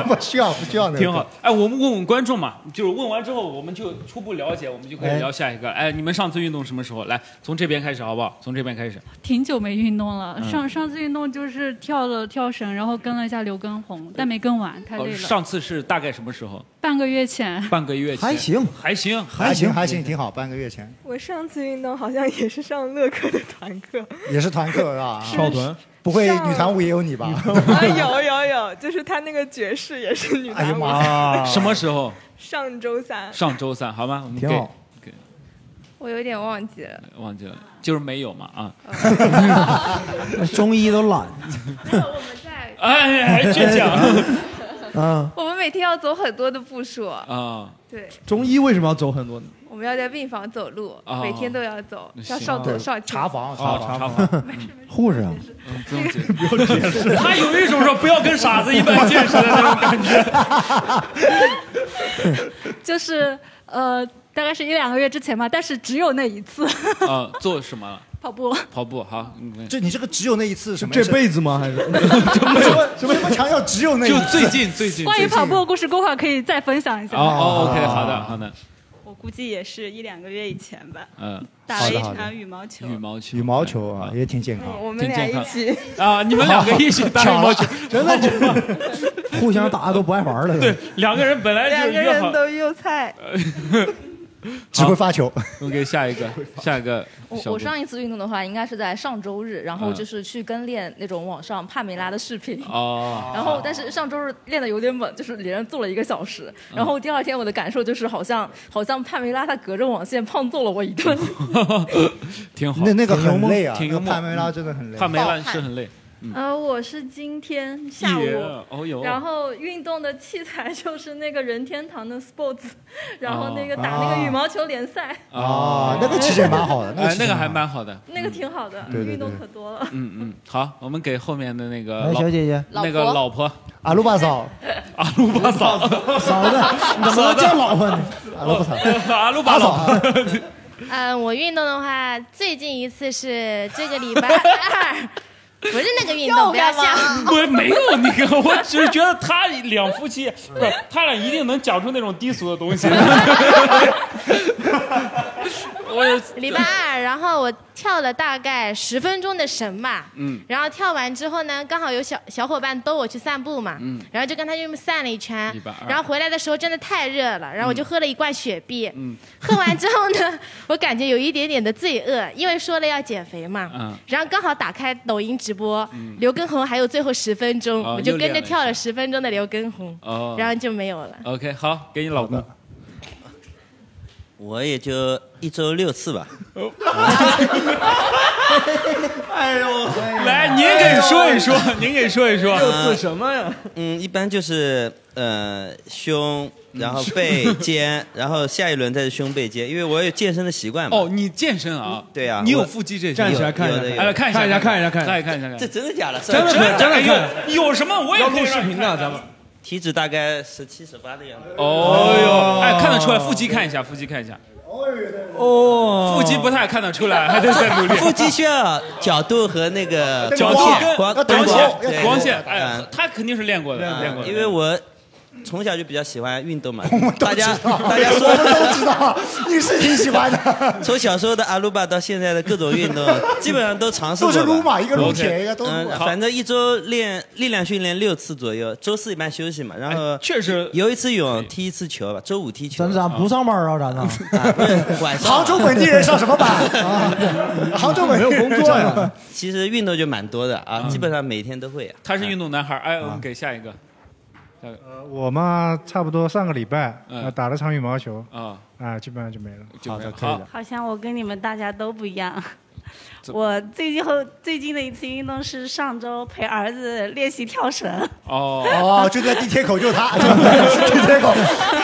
F: 不需要不需要那个。
A: 挺好。。哎，我们问问观众嘛，就是问完之后，我们就初步了解，我们就可以聊下一个。哎，你们上次运动什么时候？来，从这边开始好不好？从这边开始。
K: 挺久没运动了，
A: 嗯
K: 上上次运动就是跳了跳绳，然后跟了一下刘畊宏，但没跟完，太
A: 哦，
K: 累了。
A: 上次是大概什么时候？
K: 半个月前，
A: 半个月前。
E: 还，行，
A: 还行。
F: 还行还行，挺好。半个月前
N: 我上次运动好像也是上乐课的团 课，
F: 也是团课是吧？
G: 翘臀，
F: 不会女团舞也有你 吧？
N: 啊，有有有，就是他那个爵士也是女
F: 哎呀
N: 团舞，
F: 妈呀！
A: 什么时候？
N: 上周三
A: 上周三，好吗？我们
E: 挺
A: 给
E: 好
J: 我有点忘记了。
A: 忘记了，就是没有嘛啊！
E: 那中医都懒
J: 没有，我们在，
A: 哎，还倔强
E: 啊。
J: 我们每天要走很多的步数，
A: 啊！
J: 对，
G: 中医为什么要走很多？
J: 我们要在病房走路，
A: 哦
J: 每天都要走，
A: 行
J: 要上左上清
F: 查房
A: 好，
F: 房，
A: 哦查房，
E: 护 士啊，
A: 嗯不用解释，不用解释。他有一种说不要跟傻子一般见识的 那种感觉。
C: 就是呃，大概是一两个月之前吧，但是只有那一次
A: 啊，做什么了？
C: 跑步。
A: 跑步，好，嗯
F: 这你这个只有那一次什么意
G: 这
F: 思？
G: 辈子吗？还是
F: 什么什么什么强要只有那一
A: 就
F: 次？
A: 最近最近。
C: 关于跑步的故事，过会儿可以再分享一下。
A: 哦哦，OK，好
F: 啊
A: 的好的，
N: 我估计也是一两个月以前吧，
A: 嗯，
N: 打
F: 好
N: 了
F: 的
N: 一
F: 好的
N: 场羽毛球。嗯
A: 羽毛球，嗯
F: 羽毛球啊，也挺健康。
N: 我们
A: 挺
N: 俩
A: 健
N: 一
A: 康
N: 起，
A: 啊，你们两个一起打羽毛球，真的就
E: 互相打的都不爱玩了。
A: 对，两个人本来
N: 两
A: 就
N: 个
A: 约好
N: 人。都又菜。
F: 只会发球，
A: OK，下一个，下一个
O: 我
A: 小
O: 我
A: 布，
O: 上一次运动的话，应该是在上周日，然后
A: 嗯
O: 就是去跟练那种网上帕梅拉的视频。
A: 哦，
O: 然后，但是上周日练的有点猛，就是连着做了一个小时。
A: 嗯
O: 然后第二天我的感受就是，好像好像帕梅拉她隔着网线胖揍了我一顿。
A: 挺好
F: 那。那个很累啊，
A: 挺
F: 那
A: 幽默嗯
F: 个帕梅拉真的很累。
A: 帕梅拉是很累，嗯，
P: 呃，我是今天下午
A: 耶哦哟
P: 然后运动的器材就是那个任天堂的 Sports，然后那个
A: 哦
P: 打那个羽毛球联赛，
F: 哦，那个其实也蛮好 的，
A: 哎，
F: 其实
A: 那个还蛮好的，
P: 那个挺好的，
A: 对对对
P: 运动可多了。
A: 嗯嗯，好，我们给后面的那个
E: 来
A: 老
E: 小姐姐
A: 那个老婆
E: 阿鲁巴嫂，
A: 阿鲁巴嫂
E: 嫂子，你怎么能叫老 婆呢？阿鲁巴嫂，
A: 阿鲁巴嫂，
Q: 嗯，我运动的话，最近一次是这个礼拜 二，不是那个运动，不要笑。
A: 不是没有那个，我只是觉得他两夫妻，不是他俩一定能讲出那种低俗的东 西。我
Q: 礼拜二，然后我跳了大概十分钟的绳吧，
A: 嗯
Q: 然后跳完之后呢，刚好有小小伙伴逗我去散步嘛，
A: 嗯
Q: 然后就跟他就散了一圈
A: 礼拜二，
Q: 然后回来的时候真的太热了，然后我就
A: 嗯
Q: 喝了一罐雪碧，
A: 嗯
Q: 喝完之后呢， 我感觉有一点点的罪恶，因为说了要减肥嘛，
A: 嗯
Q: 然后刚好打开抖音直播，
A: 嗯
Q: 刘畊宏还有最后十分钟，
A: 哦
Q: 我就
A: 又
Q: 跟
A: 练了
Q: 着
A: 一
Q: 跳了十分钟的刘畊宏，
A: 哦
Q: 然后就没有了。
A: OK，好，给你老公。
H: 我也就一周六次吧。
G: 哎呦，
A: 来，您给说一 说，您给说一说。
H: 什么呀？嗯，一般就是呃胸，然后
A: 嗯
H: 背肩，然后下一轮再是胸背肩，因为我有健身的习惯嘛。
A: 哦，你健身啊？
H: 对呀，
A: 你有
H: 我
A: 腹肌这些？
H: 站起来看一下
A: 有的有的
H: 哎来看一下
A: 哎来
H: 看一
A: 看一
H: 下
A: 下，
H: 看
A: 看
H: 一
A: 一
H: 下
A: 下，看一下，
H: 这真的假的？
A: 真的哎
H: 真的
A: 真的
H: 真的
A: 有有什么我也可以让你看
H: 咱们体脂大概十七十八的样子。
A: 哦哟，哎，看得出来，腹肌看一下，腹肌看一下。哦，腹肌不太看得出来， 还得再努力。
H: 腹肌需要角度和那个
A: 角度
H: 线、
A: 跟
H: 光
A: 光
H: 对
A: 线、光线，哎
H: 嗯，
A: 他肯定是练过的，练过的。
H: 啊因为我从小就比较喜欢 运动嘛，大家
A: 啊
H: 大家
F: 我们都
H: 说
F: 知 道，你是挺喜欢的。
H: 从小时候的阿鲁巴到现在的各种 运动，基本上都尝试过吧
F: 都是撸嘛一个撸铁
H: OK
F: 一个都撸
H: 嗯
F: 好
H: 反正一周练力量训练六次左右，周四一般休息嘛，然
F: 哎
H: 后确实游一次泳，踢一次球吧，周 五踢球。
E: 咱咱不上班啊，咱呢？
H: 晚上
F: 杭州本地人上什么 班？啊杭州本地人嗯上什么班。
H: 其实运动就蛮多的啊，基本上每天都会啊。啊
A: 他是运动男孩，哎，我们给下一个，下一个
R: 我嘛，差不多上个礼拜、
A: 嗯
R: 呃、打了场羽毛球，
A: 啊
R: 啊，基本上就没了。
A: 好的，
R: 可以的。
S: 好像我跟你们大家都不一样。
A: 怎
S: 我最近后最近的一次运动是上周陪儿子练习跳绳，
A: 哦
F: 哦，就在地铁口，就 他，地铁口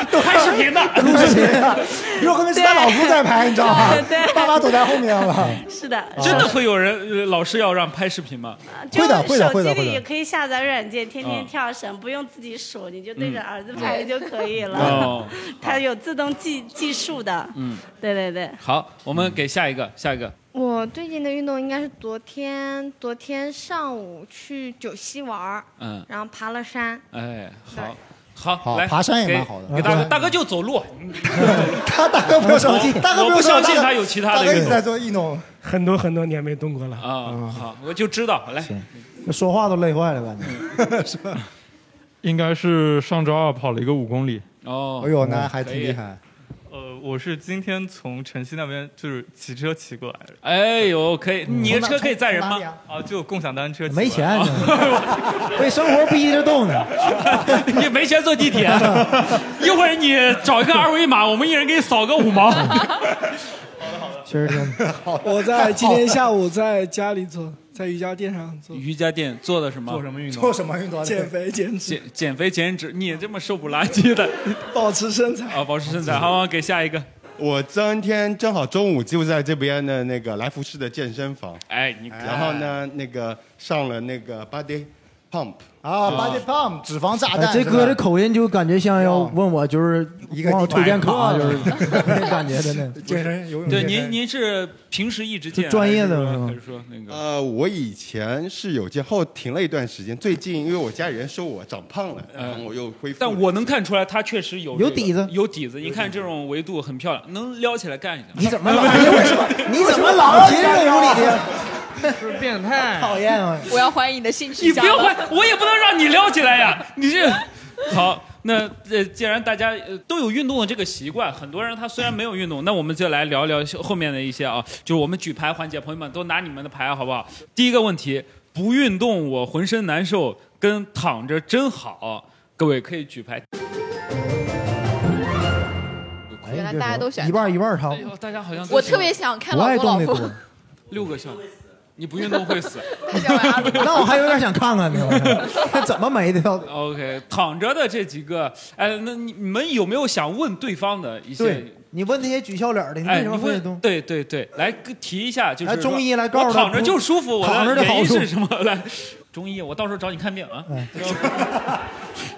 A: 都拍视频呢，
F: 录视频呢，因为后面是他老公在拍，你知道吗？爸爸躲在后面了。
S: 是的，
A: 啊真的会有人呃老师要让拍视频吗？
S: 就
A: 会的会的
S: 手
A: 会的
S: 机
A: 会
S: 里
A: 的
S: 也可以下载软件，天天
A: 嗯
S: 跳绳，不用自己数，你就对着
A: 嗯
S: 儿子拍就可以
A: 哦
S: 了。它有自动计计数的，
A: 嗯，
S: 对对对。
A: 好，我们给下一个，下一个。
M: 我最近的运动应该是昨天，昨天上午去九溪玩儿，
A: 嗯
M: 然后爬了山。
A: 哎，好，好，来，
F: 爬山也
A: 给
F: 蛮好的
A: 给大哥，大哥就走路，嗯
F: 他 大哥不用着急，大哥
A: 我
F: 用
A: 不
F: 着
A: 相
F: 急，
A: 信他有其他
F: 大
A: 的
F: 哥一
A: 运
F: 直在
A: 动
F: 做运动。
B: 很多很多年没动过了。
A: 啊。好，我就知道，来，
E: 这说话都累坏了，感觉。
A: 是吧？
L: 应该是上周二跑了一个五公里。
A: 哦
F: 哎呦那还挺厉害。
T: 呃，我是今天从城西那边就是骑车骑过来的。
A: 哎呦，可以，
T: 嗯
A: 你的车可以载人
T: 从
A: 吗哦
T: 哪？啊，就共享单车骑过来。
E: 没钱，啊被生活逼着动呢。
F: 哎
A: 你没钱坐地铁，啊 一会儿你找一个二维码，我们一人给你扫个五毛。
E: 确实挺
U: 好。我在今天下午在家里做，在瑜伽垫上做。
A: 瑜伽垫做的什么？
U: 做什么运动做什么运动减肥减
A: 脂。减减肥减脂，你这么瘦不拉几的，
U: 保持身材
A: 啊，保持身材。好，给下一个。
V: 我今天正好中午就在这边的那个来福士的健身房，
A: 哎，你
V: 然后呢，那个上了那个 body pump
F: 啊
V: 是吧
F: body pump 脂肪炸
E: 哎，
F: 弹。
E: 这
F: 是吧
E: 哥的口音就感觉像要问我，就是
F: 个
E: 往我推荐卡，
F: 地板
E: 就
F: 课
E: 是 那感觉真的。
F: 健身游泳
A: 对，
V: 健身
A: 您您是平时一直健，
E: 专业的
A: 还
E: 是
A: 是说
E: 吗
A: 还是说那个？
V: 呃，我以前是有健，后停了一段时间。最近因为我家里人说我长胖了，
A: 嗯
V: 然后我又恢复。
A: 但我能看出来，他确实有
V: 有
A: 这个
V: 底子
A: 有底子。你看这种维度很漂亮，能撩起来干一下。
E: 你 怎么老你怎么老提这种无理的？
A: 是变态
E: 讨厌啊！
D: 我要怀疑你的兴趣。
A: 你不要怀，我也不能让你撩起来呀！你这好，那呃，既然大家呃都有运动的这个习惯，很多人他虽然没有运动，那我们就来聊聊后面的一些啊，就是我们举牌环节，朋友们都拿你们的牌啊好不好？第一个问题，不运动我浑身难受，跟躺着真好，各位可以举牌。
D: 原来大家都选
E: 哎一半一半儿
A: 哎呦
E: 长。
A: 大家好像都
D: 我
A: 喜
D: 特
A: 欢
D: 别想看
E: 不
D: 老
E: 爱
D: 公老
E: 动那
D: 婆
E: 多。
A: 六个笑，你不运动会 死。
E: 那我还有点想看看呢，我说 那怎么没的到底？
A: OK，躺着的这几个，哎，那你你们有没有想问对方的一些
E: 对？你问那些举笑脸的，你
A: 哎，
E: 为
A: 你
E: 什么非得动
A: 问？对对对，来跟提一下，就是
E: 来
A: 说
E: 中医来告诉
A: 我
E: 他
A: 躺着就舒服，我
E: 躺着的
A: 原因
E: 好处嗯
A: 是什么？来，中医，我到时候找你看病啊。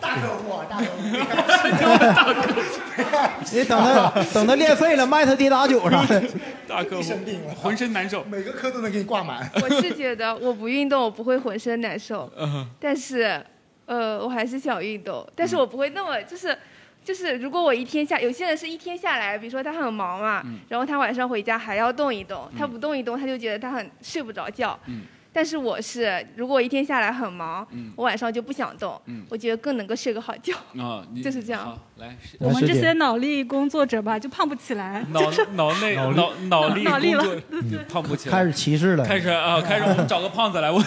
F: 大客户啊，大客户。
E: 你等他等他练废了，卖他跌打酒啥的。
A: 大客户
F: 生病了，
A: 浑身难受，
F: 每个科都能给你挂满。
J: 我 是觉得我不运动，我不会浑身难受，
A: 嗯
J: 但是，呃，我还是想运动，但是我不会那
A: 嗯
J: 么就是。就是如果我一天下，有些人是一天下来，比如说他很忙嘛，
W: 嗯
J: 然后他晚上回家还要动一动，他
W: 嗯
J: 不动一动他就觉得他很睡不着觉。
W: 嗯
J: 但是我是，如果我一天下来很忙，
A: 嗯
J: 我晚上就不想动，
A: 嗯
J: 我觉得更能够睡个好觉。
A: 啊，你
J: 就是这样
A: 好来，
C: 我们这些脑力工作者吧，就胖不起来。
A: 脑
C: 就是
A: 脑 内
C: 脑力
A: 脑脑力
C: 脑力
A: 工
C: 了
A: 作嗯胖不起来，
E: 开始歧视了，
A: 开 始啊，开始我们找个胖子来问，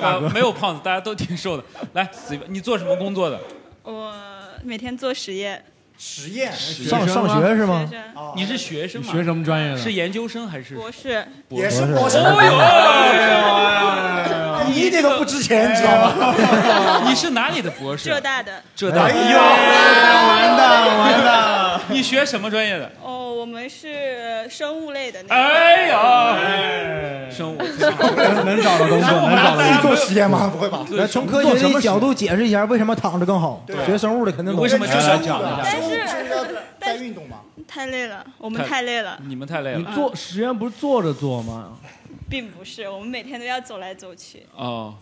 A: 啊，没有胖子，大家都挺瘦的。来，随便你做什么工作的？
I: 我每天做实验。
F: 实验啊
E: 上上学是吗？
A: 哦你是学生吗？
E: 你学什么专业的
A: 是研究生还是
I: 博士，
A: 博
E: 也是
A: 博
E: 博
A: 士？哎
E: 士
A: 哦呦，
F: 哎
A: 哎
F: 你这个不值钱，知道吗？
A: 你是哪里的博士？
I: 浙大的。
A: 浙大。
F: 哎呦完蛋完蛋
A: 了！你学什么专业的？
I: 哦，我们是生物类的那个。
A: 哎呀，生物
E: 能找到工
A: 哎
E: 作，能
F: 找到工作自己做实验吗不会吧
E: 来，从科学的角度解释一下，为什么躺着更好？学生物的肯定懂。
A: 啊为什么学生物
E: 一
A: 的哎
E: 下？
I: 但是
F: 在运动嘛，
I: 太累了，我们太累了。
A: 你们太累了
G: 你做实验不是坐着做吗？
I: 并不是，我们每天都要走来走去。
A: 哦，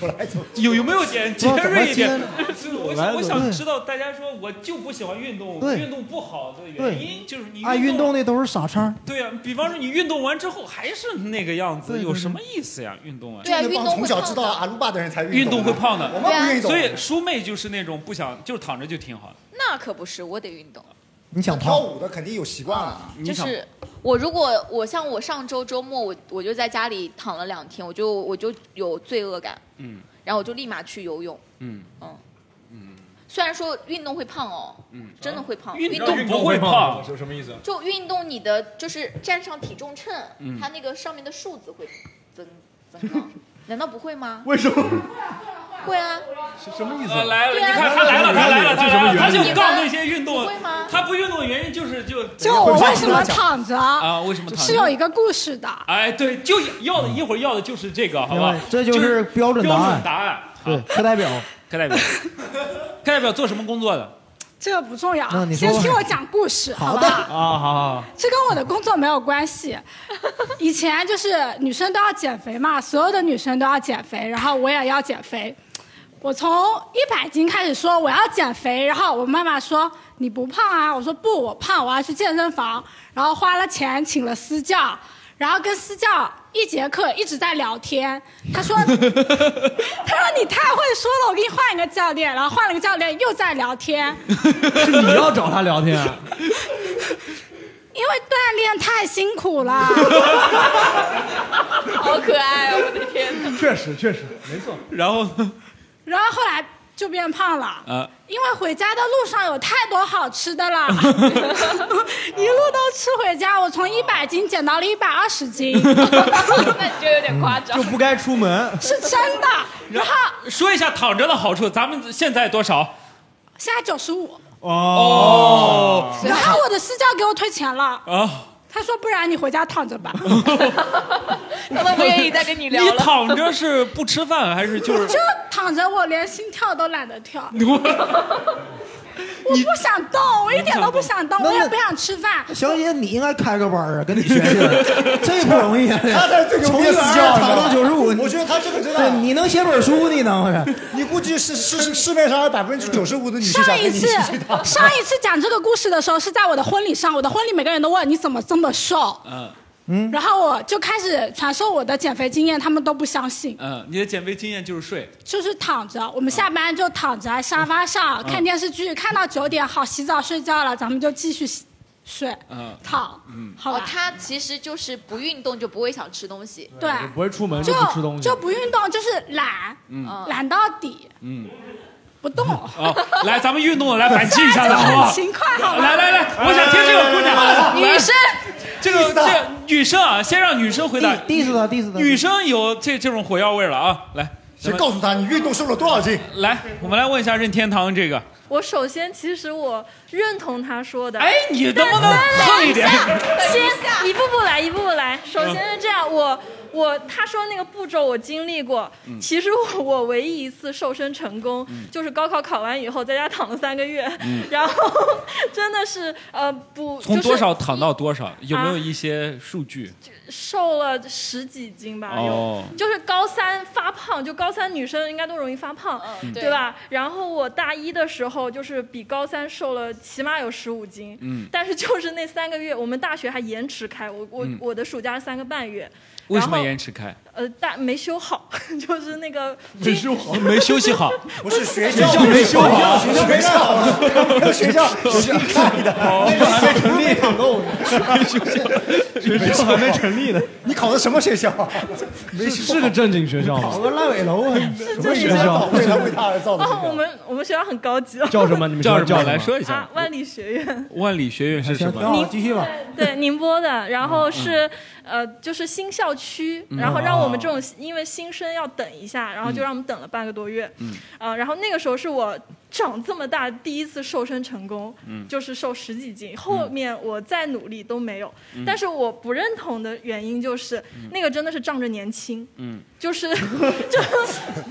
F: 走来走
A: 有有没有点尖锐一点？是我
E: 来
A: 想我
E: 走
A: 想
E: 对
A: 知道大家说我就不喜欢运动，
E: 对
A: 运动不好的原因
E: 对
A: 就是你，
E: 爱运动的都是傻叉。
A: 对呀、比方说你运动完之后还是那个样子，
E: 对对
A: 有什么意思呀？运动完，
F: 这能帮从小知道阿鲁巴的人才
A: 运
F: 动
A: 动会胖的，啊
F: 我们不运动，
A: 所以舒妹就是那种不想，就是躺着就挺好的。
D: 那可不是，我得运动。
E: 你想
F: 跳舞的肯定有习惯了，
A: 你
D: 就
A: 想
D: 是我如果我像我上周周末我我就在家里躺了两天，我就我就有罪恶感，
A: 嗯
D: 然后我就立马去游泳。
A: 嗯
D: 嗯，虽然说运动会胖哦，
A: 嗯，
D: 真的会胖，
A: 动不会胖，
G: 什么意思？
D: 就运动你的就是站上体重秤，
A: 嗯
D: 它那个上面的数字会增增高， 难道不会吗？
G: 为什么？
D: 会啊，
G: 什么意
A: 呃，来了，
D: 对
A: 你
D: 啊
A: 看他来了，他来了，他来了，他就杠那些运
D: 你
A: 动
D: 们不会吗，
A: 他不运动的原因就是就
C: 就我为什么躺着
A: 啊？为什么躺着？
C: 是有一个故事的。
A: 哎，对，就要的一会儿要的就是这
G: 嗯
A: 个，好
E: 明
A: 吧
E: 白？？这就是标准答
A: 标准
E: 案。
A: 答案。
E: 对，课代表。
A: 课代表，课代表做什么工作的？
C: 这个不重要
A: 那，你说
C: 先听我讲故事，好不好？
G: 啊，好好。
C: 这跟我的工作没有关系。以前就是女生都要减肥嘛，所有的女生都要减肥，然后我也要减肥。我从一百斤开始说我要减肥，然后我妈妈说你不胖啊，我说不，我胖，我要去健身房，然后花了钱请了私教，然后跟私教一节课一直在聊天，他说 他说你太会说了，我给你换一个教练，然后换了个教练又在聊天，
G: 是你要找他聊天啊？
C: 因为锻炼太辛苦 了。
D: 好可爱、哦，我的天！
G: 确实，确实，没错。
A: 然后呢？
C: 然后后来就变胖了，
A: 啊，
C: 因为回家的路上有太多好吃的 了，一路都吃回家。我从一百斤减到了一百二十斤，
D: 那你就有点夸张
G: 就不该出门。
C: 是真的。然后
A: 说一下躺着的好处，咱们现在多少？
C: 现在九十五，
A: 哦
C: 然后我的私教给我退钱了，
A: 啊，
C: 他说不然你回家躺 着吧。
D: 他都不愿意再跟你聊了
A: 你躺着是不吃饭还是 就是
C: 就？躺着，我连心跳都懒得跳。我不想动，我一点都不想动，
E: 那
C: 我也不想吃饭。
E: 小姐，你应该开个班儿啊，跟你学 学，这不容易 啊！
F: 他在这个
E: 从
F: 无
E: 一
F: 业私
E: 百
F: 教你
E: 二
F: 知道吧
E: 考到九十五，
F: 我觉得他这个真的
E: 对，你能写本书，你能不是？
F: 你估计是市市面上百分之九十五的女性想
C: 上
F: 跟
C: 一
F: 你一
C: 次
F: 起去打。，
C: 上一次讲这个故事的时候是在我的婚礼上，我的婚礼每个人都问你怎么这么瘦，
A: 嗯
C: 嗯，然后我就开始传授我的减肥经验，他们都不相信，
A: 嗯，你的减肥经验就是睡。
C: 就是躺着，我们下班就躺着在沙发上
A: 嗯
C: 看电视剧，看到九点好洗澡睡觉了，咱们就继续洗睡
A: 嗯，
C: 躺，
A: 嗯，
C: 好
D: 哦
C: 吧，
D: 他其实就是不运动就不会想吃东西，
C: 对，
G: 不会出门
C: 就
G: 就不吃东西，
C: 就不运动，就是懒，
A: 嗯
C: 懒到底，
A: 嗯，
C: 不动。
A: 啊，来，咱们运动来反击一下子，
C: 大家
A: 好
C: 就
A: 不好？
C: 很勤快，好吗？
A: 来来来，我想听这个姑娘。来
C: 女生，
A: 这个这个女生啊，先让女生回答。
E: diss 他，diss 他。
A: 女生有这这种火药味了啊！来，
F: 先告诉他你运动瘦了多少斤。
A: 来，我们来问一下任天堂这个。
P: 我首先其实我认同他说的，
A: 哎你能不能
P: 但但
A: 胖一嗯点
P: 等下先一步步来，一步步来。首先是这样，我我他说那个步骤我经历过，
A: 嗯
P: 其实我我唯一一次瘦身成功，就是高考考完以后在家躺了三个月，
A: 嗯
P: 然后 真的是呃不
A: 从
P: 就是
A: 多少躺到多少，有没有
P: 啊
A: 一些数据？
P: 瘦了十几斤吧，
A: 哦
P: 有就是高三发胖，就高三女生应该都容易发胖，
A: 嗯
P: 对吧？然后我大一的时候就是比高三瘦了起码有十五斤，
A: 嗯
P: 但是就是那三个月，我们大学还延迟开，我我、
A: 嗯
P: 我的暑假是三个半月，
A: 为什
P: 然
A: 么
P: 后
A: 延迟开？
P: 呃，大没修好， 就是那个
A: 没修好，没休息好，
F: 不是学
A: 校校没修好
F: 学校没上好，学校新开的，还没成立，网购
L: 学校还没成立呢。
F: 你考的什么学校？啊
L: 是是个正经学校吗？
F: 考个烂尾楼啊！
P: 是
F: 什
P: 这
F: 么
P: 一
F: 学
P: 个
F: 校？为他为他而造的学
P: 哦，我
F: 校。
P: 们我们学校很高级了，
L: 叫什么你们学
A: 叫
L: 校
A: 什
L: 叫
A: 么？
L: 什么
A: 来说一下。
P: 啊，万里学院。
A: 万里学院是什么？
P: 您
E: 继续吧。
P: 对，宁波的，然后是、呃，就是新校区，然后让我们这种、因为新生要等一下，然后就让我们等了半个多月，
A: 嗯
P: 呃，然后那个时候是我长这么大第一次瘦身成功，
A: 嗯
P: 就是瘦十几斤，后面我再努力都没有，
A: 嗯
P: 但是我不认同的原因就是、那个真的是仗着年轻，
A: 嗯，
P: 就是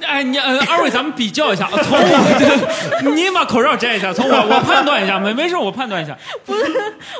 A: 哎，你呃，二位咱们比较 一下，从我，你把口罩摘一下，从我我判断一下，没没事，我判断一下。
P: 不是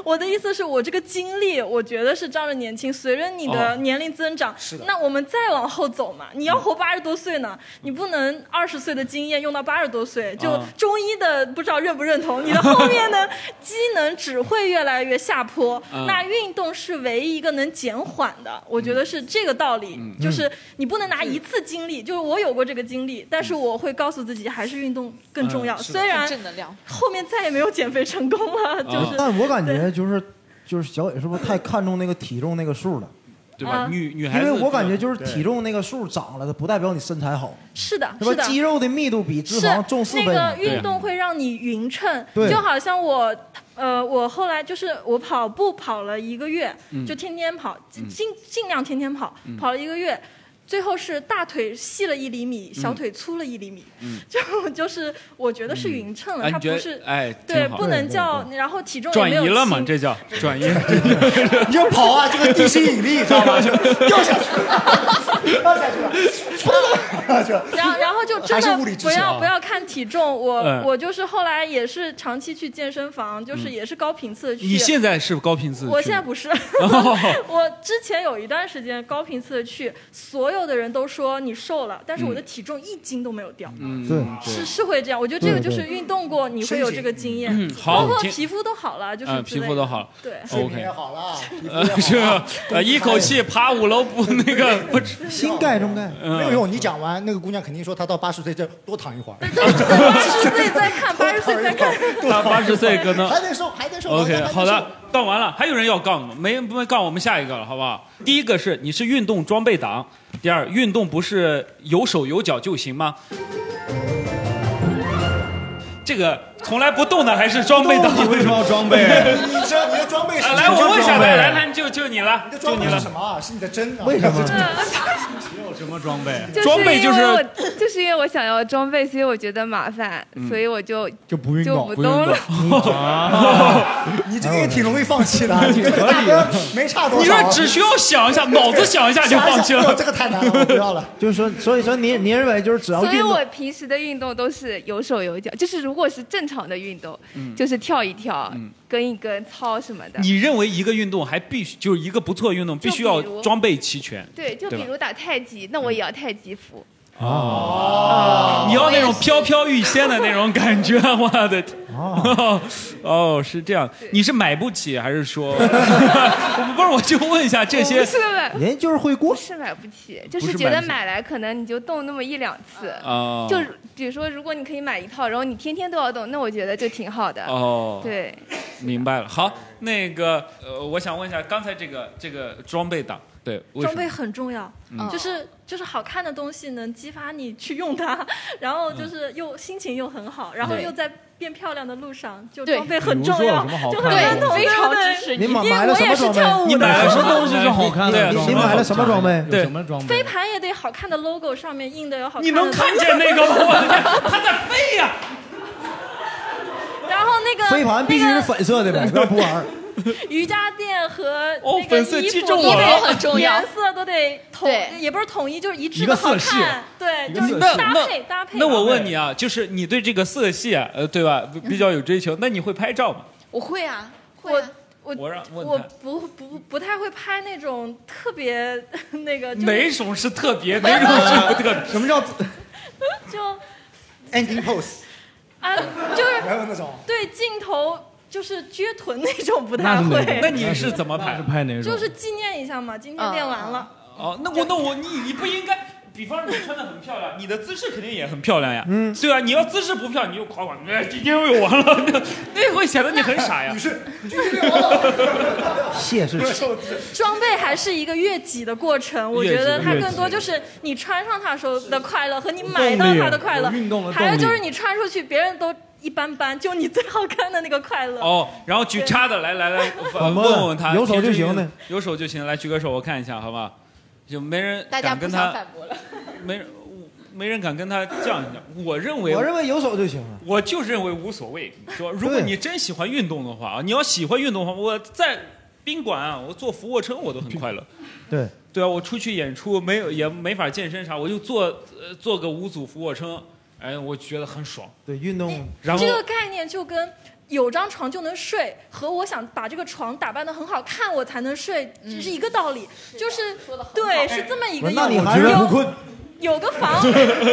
P: 我的意思是我这个经历，我觉得是仗着年轻，随着你的
A: 哦
P: 年龄增长，
A: 是的嗯
P: 那我们再往后走嘛，你要活八十多岁呢，你不能二十岁的经验用到八十多岁，就
A: 啊
P: 中医的不知道认不认同，你的后面 呢机能只会越来越下坡，
A: 嗯
P: 那运动是唯一一个能减缓的，我觉得是这个道理，
A: 嗯
P: 就是你不能拿一次经历，就是我有过这个经历，但是
A: 嗯
P: 我会告诉自己还是运动更重要，
D: 嗯是的
P: 虽然
D: 很正能量
P: 后面再也没有减肥成功
A: 啊
P: 了，就是。
E: 但我感觉就是就是小野是不是太看重那个体重那个数了？
A: 对
P: 吧啊
A: 女女
E: 因
A: 孩子
E: 为我感觉就是体重那个数涨了，它不代表你身材好，
P: 是
A: 啊
P: 的，
E: 吧
P: 是？的，
E: 肌肉的密度比脂肪重四
P: 是
E: 倍。
P: 那个运 动会让你匀称，
E: 对
P: 就好像我。呃，我后来就是我跑步跑了一个月，
A: 嗯
P: 就天天跑，尽
A: 嗯
P: 尽尽量天天跑，
A: 嗯
P: 跑了一个月，最后是大腿细了一厘米，小
A: 嗯
P: 腿粗了一厘米，
A: 嗯
P: 就就是我觉得是匀称了，
A: 哎
P: 它
A: 你觉
P: 不
A: 得
P: 是
A: 哎
P: 对，
A: 挺好
P: 不能叫，然后体重也
A: 转
P: 没
A: 移
P: 有
A: 了嘛，
P: 轻
A: 这叫转移。
F: 你就跑啊，这个地心引力，知道吧？就掉下去了，掉下去 了，掉下去了。
P: 然后，然后就真
F: 还是物
P: 的
F: 理支
P: 不
F: 持
P: 要、
F: 啊
P: 不要看体重，我、
A: 嗯
P: 我就是后来也是长期去健身房，就是也是高频次去。
A: 你现在是高频次？
P: 我现在不是，
A: 哦
P: 我之前有一段时间高频次的去，所有的人都说你瘦了，但是我的
A: 嗯
P: 体重一斤都没有掉。
A: 嗯
E: 对
P: 是是会这样，我觉得这个就
A: 对
P: 是
A: 对
P: 运动过，你会有这个经验，
A: 嗯好
P: 包括
A: 今
P: 皮肤都好了，就是
A: 嗯
P: 之类
A: 皮肤
P: 的
A: 都好了
P: 对
A: OK
F: 好了，
A: 呃，是呃，一口气爬五楼不那个不吃
E: 新盖中盖
A: 嗯
F: 没有用。你讲完，那个姑娘肯定说她到八十岁再多躺一会儿。
P: 八十岁再看，八十岁再 看，
A: 到八十岁可能
F: 还得瘦，还得瘦。
A: OK，
F: 还得瘦
A: 好的，杠完了，还有人要杠吗？没不杠，我们下一个了，好不好？第一个是你是运动装备党，第二，运动不是有手有脚就行吗？这个从来不动的还是装备党，
L: 你为什么要装 备
F: 你知道你的装备是什么？
A: 啊来，我问一下，
L: 备
A: 来来来，就就你了，就
F: 装
A: 你
F: 备是
A: 了
F: 什。么啊？是你的针啊？
A: 为什么
L: 有什么装备？
J: 就是
A: 装备
J: 因
A: 就
J: 为
A: 是
J: 我就是因为我想要装备，所以我觉得麻烦，
A: 嗯
J: 所以我就
L: 就不运
J: 就
L: 动，
J: 不动了。
F: 你这个也挺容易放弃 的，你跟
L: 合
F: 大
L: 理
F: 哥没差多
A: 你
F: 少啊。
A: 说只需要想 一下，脑子想一下就放弃
F: 想一
E: 哦
A: 了。
F: 想这个太难了，我不要了。
E: 就是说，所以说你你认为就是只要
J: 所以
E: 运动
J: 我，平时的运动都是有手有脚，就是如果是正常的运动，
A: 嗯
J: 就是跳一跳、
A: 嗯
J: 跟一跟、操什么的。
A: 你认为一个运动还必须就是一个不错的运动，必须要
J: 就比如
A: 装备齐全。
J: 对，就比
A: 吧
J: 如打太极，那我也要太极服。
A: 哦，你要那种飘飘欲仙的那种感觉，我的哦 哦，是这样，你是买不起还 是说？不是，我就问一下这些
J: 我不是买，
E: 人就是会过，
J: 不是买不起，就
A: 不
J: 是
A: 是
J: 觉得
A: 买不起
J: 买来可能你就动那么一两次。
A: 哦
J: 就比如说，如果你可以买一套，然后你天天都要动，那我觉得就挺好的。
A: 哦
J: 对，
A: 明白了。好，那个呃，我想问一下刚才这个这个装备党，对，为什
P: 装
A: 么
P: 备很重要，
A: 嗯
P: 就是就是好看的东西能激发你去用它， 然后就是又、心情又很好，然后
A: 嗯对
P: 又在变漂亮的路上，就
A: 对
P: 装备很重要，
A: 比如说有什么好
P: 就
A: 看
P: 很
A: 的
P: 认同，
A: 对非常
P: 对
A: 支
P: 不
A: 持
P: 对
A: 你你买了
P: 我也
A: 什么
P: 是
A: 装备
P: 跳舞的，
A: 你买了什么东西是好看的
P: 对
A: 你你买了什么装备
G: 有什么装备？
P: 飞盘也得好看的 logo 上面印的有好看的。
T: 你能看见那个吗 我的天
P: 它在飞呀、然后那个
E: 飞盘必须是粉色的呗，那不 玩儿。
P: 那个瑜伽垫和
E: 哦
P: 那个
E: 粉色
P: 衣
E: 击
P: 服
E: 中
P: 衣
E: 我了
P: 服
E: 很重要
P: 颜色都得统，也不是统一，就是一致
T: 一个
P: 的好
T: 色系
P: 看。对，
A: 一
P: 就
A: 个
P: 是
A: 色系
P: 搭
A: 那
P: 配搭配。
A: 那我问你啊，就是你对这个色系啊，呃，对吧，比比较有追求，那你会拍照吗？
P: 我会啊，我我
A: 我让问
P: 我
A: 他
P: 不不不太会拍那种特别 那个，就是
A: 哪种是特别，哪种是不特别？
E: 什么叫
P: 就
F: ending pose？
P: 啊，就是
F: 没有 那种
P: 对镜头就是撅臀那种不
A: 那
P: 太
A: 是哪
P: 会
A: 种。那你是怎么拍？
G: 拍哪
P: 就是纪念一下嘛，今天练完了。
A: 哦，那我那我你你不应该，比方说你穿的很漂亮，你的姿势肯定也很漂亮呀。嗯，对啊，你要姿势不漂亮，你就夸我，哎，今天又完了， 那那会显得你很 傻呀。
F: 你是
E: 谢是
P: 装备还是一个悦己的过程，我
A: 悦己
P: 觉得它
A: 悦己
P: 更多就是你穿上它时候的快乐和你买到它的快乐，
A: 动力有运动的动力
P: 还有就是你穿出去别人都一般般，就你最好看的那个快乐。
A: 哦，然后举叉的，来来来，
E: 反
A: 问
E: 问
A: 问问他，
E: 有手就
A: 平时
E: 行
A: 运
E: 的，
A: 有手就行，来举个手，我看一下，好不好？就没人
D: 大家
A: 敢
D: 不
A: 跟
D: 想
A: 他，
D: 反驳了。
A: 没人没人敢跟他犟一犟。我认为，
E: 我认为有手就行了。
A: 我就是认为无所谓，说如果你真喜欢运动的话啊，你要喜欢运动的话，我在宾馆啊，我做俯卧撑我都很快乐。
E: 对，
A: 对啊，我出去演出没有也没法健身啥，我就做呃做个五组俯卧撑，哎，我觉得很爽。
E: 对，运动，
A: 然后
P: 哎这个概念就跟有张床就能睡和我想把这个床打扮的很好看我才能睡，这是一个道理，
D: 嗯
P: 就是对，是这么一个
E: 那你
P: 有
E: 还是不困，。
P: 有个 房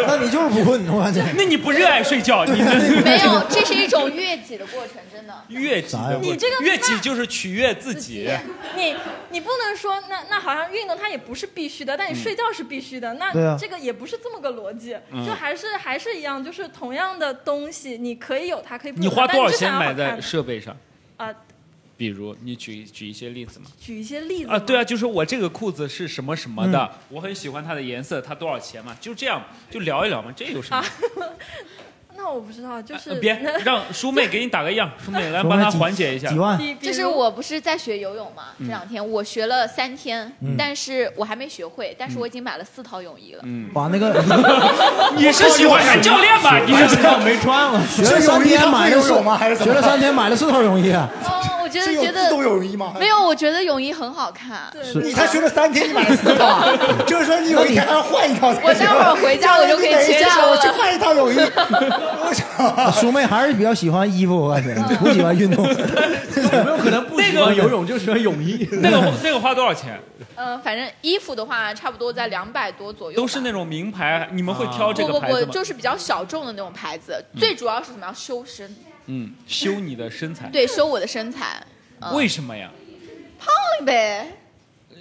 E: 那你就是不困，我感觉。
A: 那你不热爱睡觉，你
D: 没 有，这是一种悦己的过程，真的。
A: 悦己的过程，
P: 你这个
A: 悦己就是取悦自己。
P: 你你不能说那那好像运动它也不是必须的，但你睡觉是必须的，
A: 嗯对
P: 那
A: 啊
P: 这个也不是这么个逻辑，
A: 嗯
P: 就还是还是一样，就是同样的东西，你可以有它，可以不
A: 你
P: 有它
A: 花
P: 但
A: 多
P: 你
A: 少
P: 至少
A: 钱
P: 要好
A: 买
P: 看
A: 在设备上？
P: 啊？
A: 比如你举举一些例子嘛。
P: 举一些例子
A: 啊，对啊，就是我这个裤子是什么什么的，
E: 嗯
A: 我很喜欢它的颜色，它多少钱嘛？就这样，就聊一聊嘛，这有什么？
P: 啊，那我不知道，就是、
A: 呃 别让舒妹给你打个 样，舒妹来
E: 舒妹
A: 帮她
E: 几
A: 缓解一下。
E: 几万
D: 就是我不是在学游泳嘛，这
A: 嗯
D: 两天我学了三天
E: 嗯，
D: 但是我还没学会，但
F: 嗯
D: 是我已经买了四套泳衣了。
A: 嗯，
E: 把 那个
A: 你是喜欢男教练吧你是
E: 没穿了，学了
F: 是
E: 三
F: 泳衣
E: 天
F: 他
E: 买
F: 会
E: 了
F: 游
E: 四
F: 泳吗还是怎
E: 学
F: 么
E: 了三天买了四套泳衣啊，
D: 哦，我觉得
F: 是有
D: 觉得
F: 自动泳衣吗
D: 没有，我觉得泳衣很好看。
E: 是
F: 你才学了三天，你买了四套啊，就是说你有一天还
E: 啊
F: 要换一套才行。
D: 我待会儿回家我就可以
F: 等一
D: 接
F: 下
D: 受
F: 我去
D: 了
F: 换一套泳衣。
E: 叔妹还是比较喜欢衣服，我感觉不喜欢运动。 有没有可能不
A: 喜欢游泳
E: 就喜欢泳衣？
A: 那个那个花多少钱？
D: 呃，反正衣服的话，差不多在两百多左右吧。
A: 都是那种名牌，你们会挑这
D: 不
A: 个
D: 不
A: 牌子
D: 不，
A: 吗？
D: 就是比较小众的那种牌子，
A: 嗯
D: 最主要是什么？要修身，
A: 嗯，修你的身材。
D: 对，修我的身材。嗯
A: 为什么呀？
D: 胖呗，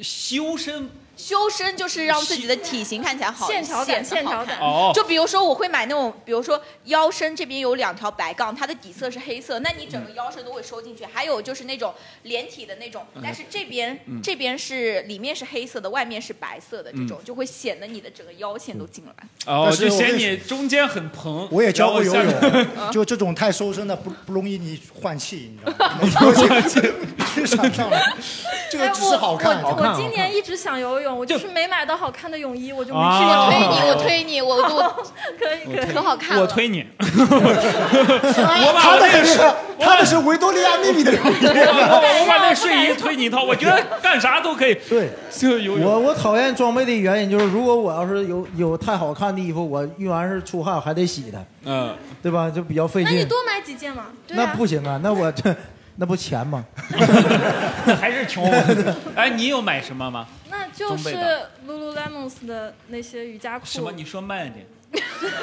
A: 修身
D: 修身就是让自己的体型看起来好，
P: 线条感
D: 显得好
P: 线条
D: 看
P: 感
A: 哦
D: 就比如说我会买那种，比如说腰身这边有两条白杠，它的底色是黑色，那你整个腰身都会收进去。还有就是那种连体的那种
A: 嗯，
D: 但是这边
A: 嗯
D: 这边是里面是黑色的，外面是白色的，这种
A: 嗯
D: 就会显得你的整个腰线都进来。
A: 哦，
F: 但是
A: 就
F: 我
A: 嫌
F: 跟
A: 你中间很蓬。
F: 我也教过游
A: 然后 下面
F: 泳，就这种太收身的不不容易你换气，你知道吗？没换气，非常漂亮。这个
P: 哎
F: 只是好看，
P: 我我我今年一直想游泳，我就是没买到好看的泳衣，我就没
A: 啊
P: 去游
A: 我
P: 泳。
A: 推你我推
D: 你我我
P: 可以 可以，
A: 我推你，我把
F: 他
A: 我
F: 的
A: 那
F: 可
A: 个
F: 是
A: 睡，
F: 他的是维多利亚秘密的泳衣。
A: 我把那个睡衣推你一套，我觉得干啥都可以。
E: 对，
A: 就游泳。
E: 我我讨厌装备的原因就是，如果我要是有有太好看的衣服，我用完是出汗还得洗它，
A: 嗯，
E: 对吧？就比较费
P: 那你
E: 劲。
P: 多买几件嘛？对
E: 那
P: 啊，
E: 不行啊，那我这那不钱吗？
A: 还是穷。 哎，你有买什么吗？
P: 那就
A: 装备
P: 是
A: 的
P: Lululemon 的那些瑜伽裤。
A: 什么？你说慢一点。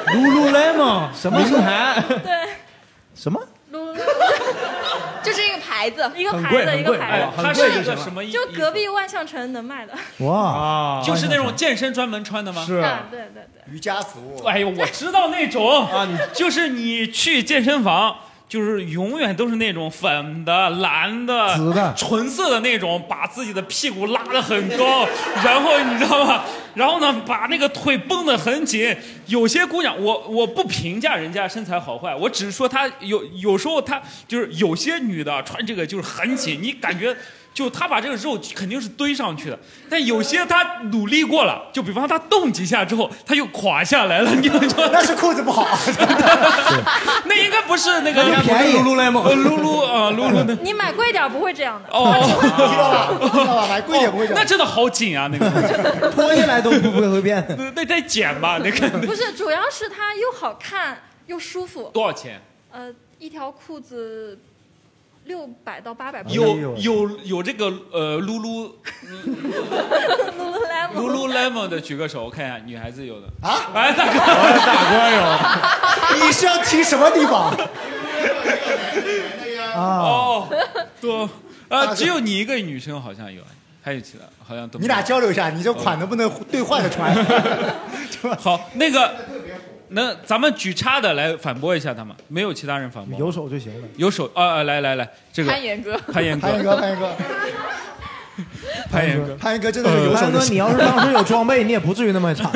E: Lululemon 什么名牌？
P: 对
E: 什么？
P: ，Lululemon
D: 就是一个牌子，
P: 一个
E: 很
P: 牌
E: 贵
P: 子，
E: 很
P: 一个
E: 贵
P: 牌
E: 哎
P: 子，
E: 它是一个什
A: 么衣
P: 就隔壁万象城能卖的。
E: 哇
A: 就是那种健身专门穿的吗？
P: 啊， 对对对。
F: 瑜伽服。
A: 哎呦，我知道那种啊，就是你去健身房就是永远都是那种粉的、蓝的、
E: 紫的
A: 纯色的那种，把自己的屁股拉得很高， 然后你知道吗？然后呢，把那个腿绷得很紧。有些姑娘，我我不评价人家身材好坏，我只是说她有有时候她就是有些女的穿这个就是很紧，你感觉。就她把这个肉肯定是堆上去的，但有些她努力过了，就比方她动几下之后，她又垮下来了，你知道那
F: 是裤子 不好，
A: 那应该不是那 个
G: 那就便宜
A: 呃露露啊，露露的。
P: 你买贵点儿不会这 样的。
A: 哦，知道
F: 吧？知道吧？买贵点不会
A: 那真的好紧啊，那个
E: 脱下来都不会会 变。
A: 那再减吧，那个
P: 不是，主要是它又好看又舒服。
A: 多少钱？
P: 呃，一条裤子六百到八百。
A: 有有有这个呃，露露
P: Lululemon。
A: 露露 lemon 的举个手，我看一下，女孩子有的
F: 啊，
A: 哎大哥，
F: 大 哥有，你是要提什么地方？
A: 哦，多
F: 大
A: 呃，
F: 哥
A: 只有你一个女生好像有，还有其他好像都没有
F: 你俩交流一下，你这款能不能对换着穿？
A: 好，那个，那咱们举叉的来反驳一下他们，没有其他人反驳，
E: 有手就行了。
A: 有手啊、啊来来来，这个
O: 攀岩哥
A: 攀岩哥，
F: 潘岩哥，潘岩哥，
A: 攀岩哥，
F: 潘岩哥真的是有手
E: 呃潘
F: 就
E: 哥，
F: 行
E: 你要是当时有装备，你也不至于那么惨。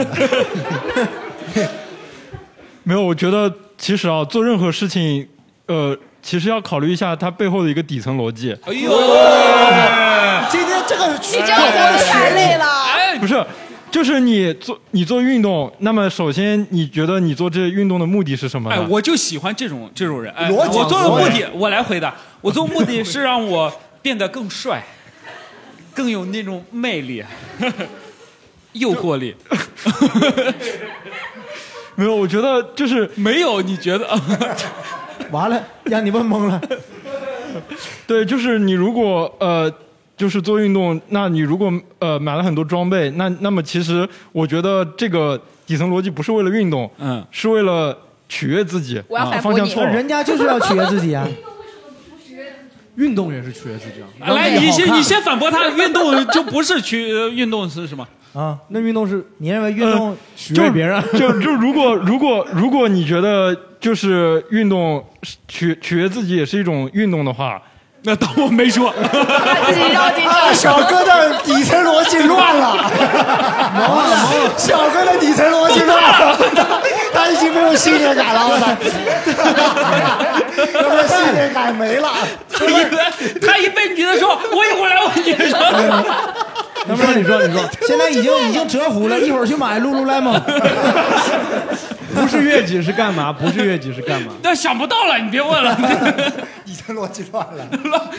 L: 没有，我觉得其实啊，做任何事情，呃，其实要考虑一下它背后的一个底层逻辑。
A: 哎
L: 呦，
F: 今天这个
P: 你这样活得太累了。
A: 哎
L: 不是，就是你做你做运动，那么首先你觉得你做这运动的目的是什么呢？
A: 哎，我就喜欢这种这种人。哎，
L: 逻辑
A: 我做的目的
L: 逻，
A: 我来回答。我做的目的是让我变得更帅，更有那种魅力， 诱惑力。
L: 没有，我觉得就是
A: 没有，你觉 得？
E: 完了，让你问懵了。
L: 对，就是你如果呃，就是做运动，那你如果呃买了很多装备，那那么其实我觉得这个底层逻辑不是为了运动，
A: 嗯，
L: 是为了取悦自己。
E: 我要
L: 啊
E: 反驳
L: 方向
E: 你
L: 错了，
E: 人家就是要取悦 自己啊。
G: 运动也是取悦自己啊。
A: 来，哎你先你先反驳他，运动就不是去呃运动是什么？
E: 啊，那运动是你认为运动取
L: 就
E: 悦别人？
L: 呃就就如果如果如果你觉得就是运动是取取悦自己也是一种运动的话，
A: 那当我没说。
F: 自己绕进去了啊 小哥的底层逻辑乱了，
E: 毛了毛了，
F: 小哥的底层逻辑乱了，他他已经没有信念感了，我操，他的信念感没了。
A: 他一他一被女的说，我一会儿来，我女的说。
E: 要不然你说你 说，现在已经已经折服了，一会儿去买露露 lemon。
G: 不是越级是干嘛？不是越级是干嘛？
A: 但想不到了，你别问 了。
F: 底层逻辑乱了，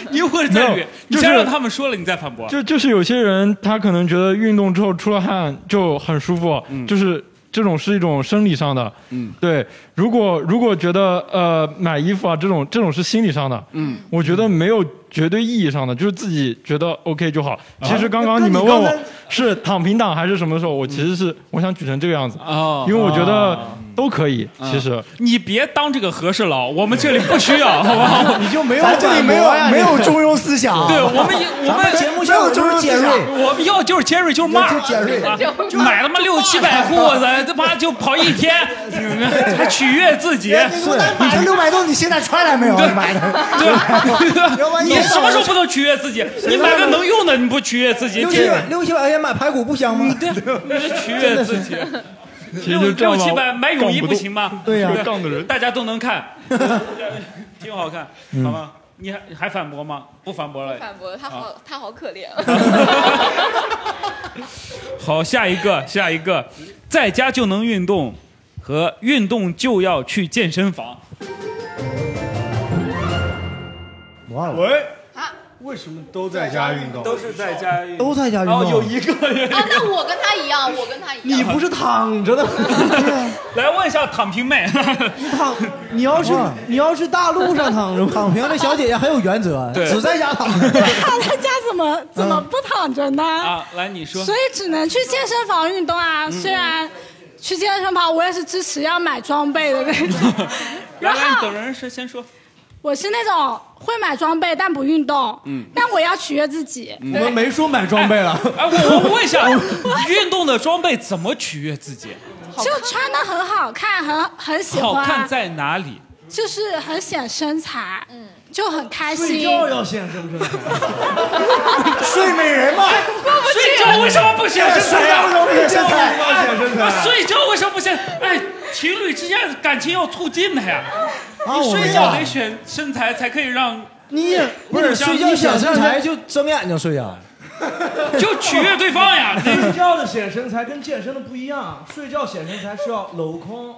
A: 你一会儿
L: 没
A: 再
L: 有
A: 捋，你
L: 就是
A: 先让他们说了，你再反驳。
L: 就就是有些人他可能觉得运动之后出了汗就很舒服，就是这种是一种生理上的。
A: 嗯，
L: 对，如果如果觉得呃买衣服啊这种这种是心理上的，
A: 嗯，
L: 我觉得没有绝对意义上的，就是自己觉得 OK 就好。其实刚刚
F: 啊
G: 那
L: 你
G: 你
L: 们问
G: 刚
L: 我
G: 才
L: 是躺平党还是什么的时候，我其实是我想举成这个样子，
A: 嗯哦
L: 因为我觉得
A: 哦嗯
L: 都可以，其实。
A: 你别当这个和事佬，我们这里不需 要，好不好？
E: 你就没
F: 咱这里没有
L: 啊
F: 没有中庸思想，
A: 对 我们也我们
F: 没有中庸思想，
A: 我们要就是杰瑞，就是骂
F: 就杰瑞
A: 啊
F: 就
A: 买他妈六七百裤 子，他妈就跑一天， 还取悦自己。
F: 你给我再买个六百多，你现在穿来没有？你买的， 要不
A: 对，
F: 然
A: 啊你
F: 一
A: 什么时候不能取悦 自己？你买个能用的，你不取悦自己，
E: 六七
A: 这
E: 百六七百块钱买排骨不香吗？
A: 对，取悦自己。
L: 其
A: 六
L: 实就这
A: 六
L: 样吧
A: 七百买泳衣
L: 杠不
A: 不
L: 动
A: 行吗？
L: 对呀
A: 是不是
L: 杠的人
A: 大家都能看，挺好看，好吗？你还还反驳吗？不反驳了。
D: 反驳他好，他好可 怜。啊
A: 好，下一个，下一个，在家就能运动和运动就要去健身房。
R: 喂，
P: 啊
R: 为什么都在家运动？
A: 都是在家运
E: 都在家运动
A: 哦有一个人。
D: 啊， 那我跟他一样，我跟他一样。
A: 是躺着的？ 来问一下躺平妹。
E: 你躺，你要是你要是大路上躺着，躺平的小姐姐很有原则，
A: 对
E: 只在家躺着。
C: 他在家怎么怎么不躺着呢？
A: 啊， 来你说。嗯
C: 所以只能去健身房运动啊。虽然去健身房，我也是支持要买装备的那 种。
A: 来来，等人是先说。
C: 我是那种会买装备但不运动，
A: 嗯
C: 但我要取悦自己。
A: 嗯
C: 对
A: 我们没
G: 说买装备了。
A: 哎，我我问一下，运动的装备怎么取悦自己？
C: 就穿的很好看，很很喜欢
A: 好
C: 啊。
A: 看在哪里？
C: 就是很显身材，嗯，就很开心。
B: 睡觉要显身材，
F: 睡美人嘛。
A: 睡觉为什么不显身材呀、
B: 哎
A: 睡觉为什么不显？哎，情侣之间感情要促进的呀。
E: 啊
A: 你
E: 我
A: 睡
E: 明
A: 觉
E: 白
A: 得选身材，才可以让
E: 你也不
A: 互
E: 是
A: 相
E: 睡觉显身材
A: 就
E: 就睁眼睛睡啊 呀、
A: 就取悦对方呀。你
B: 睡觉的显身材跟健身的不一样，睡觉显身材是要镂空。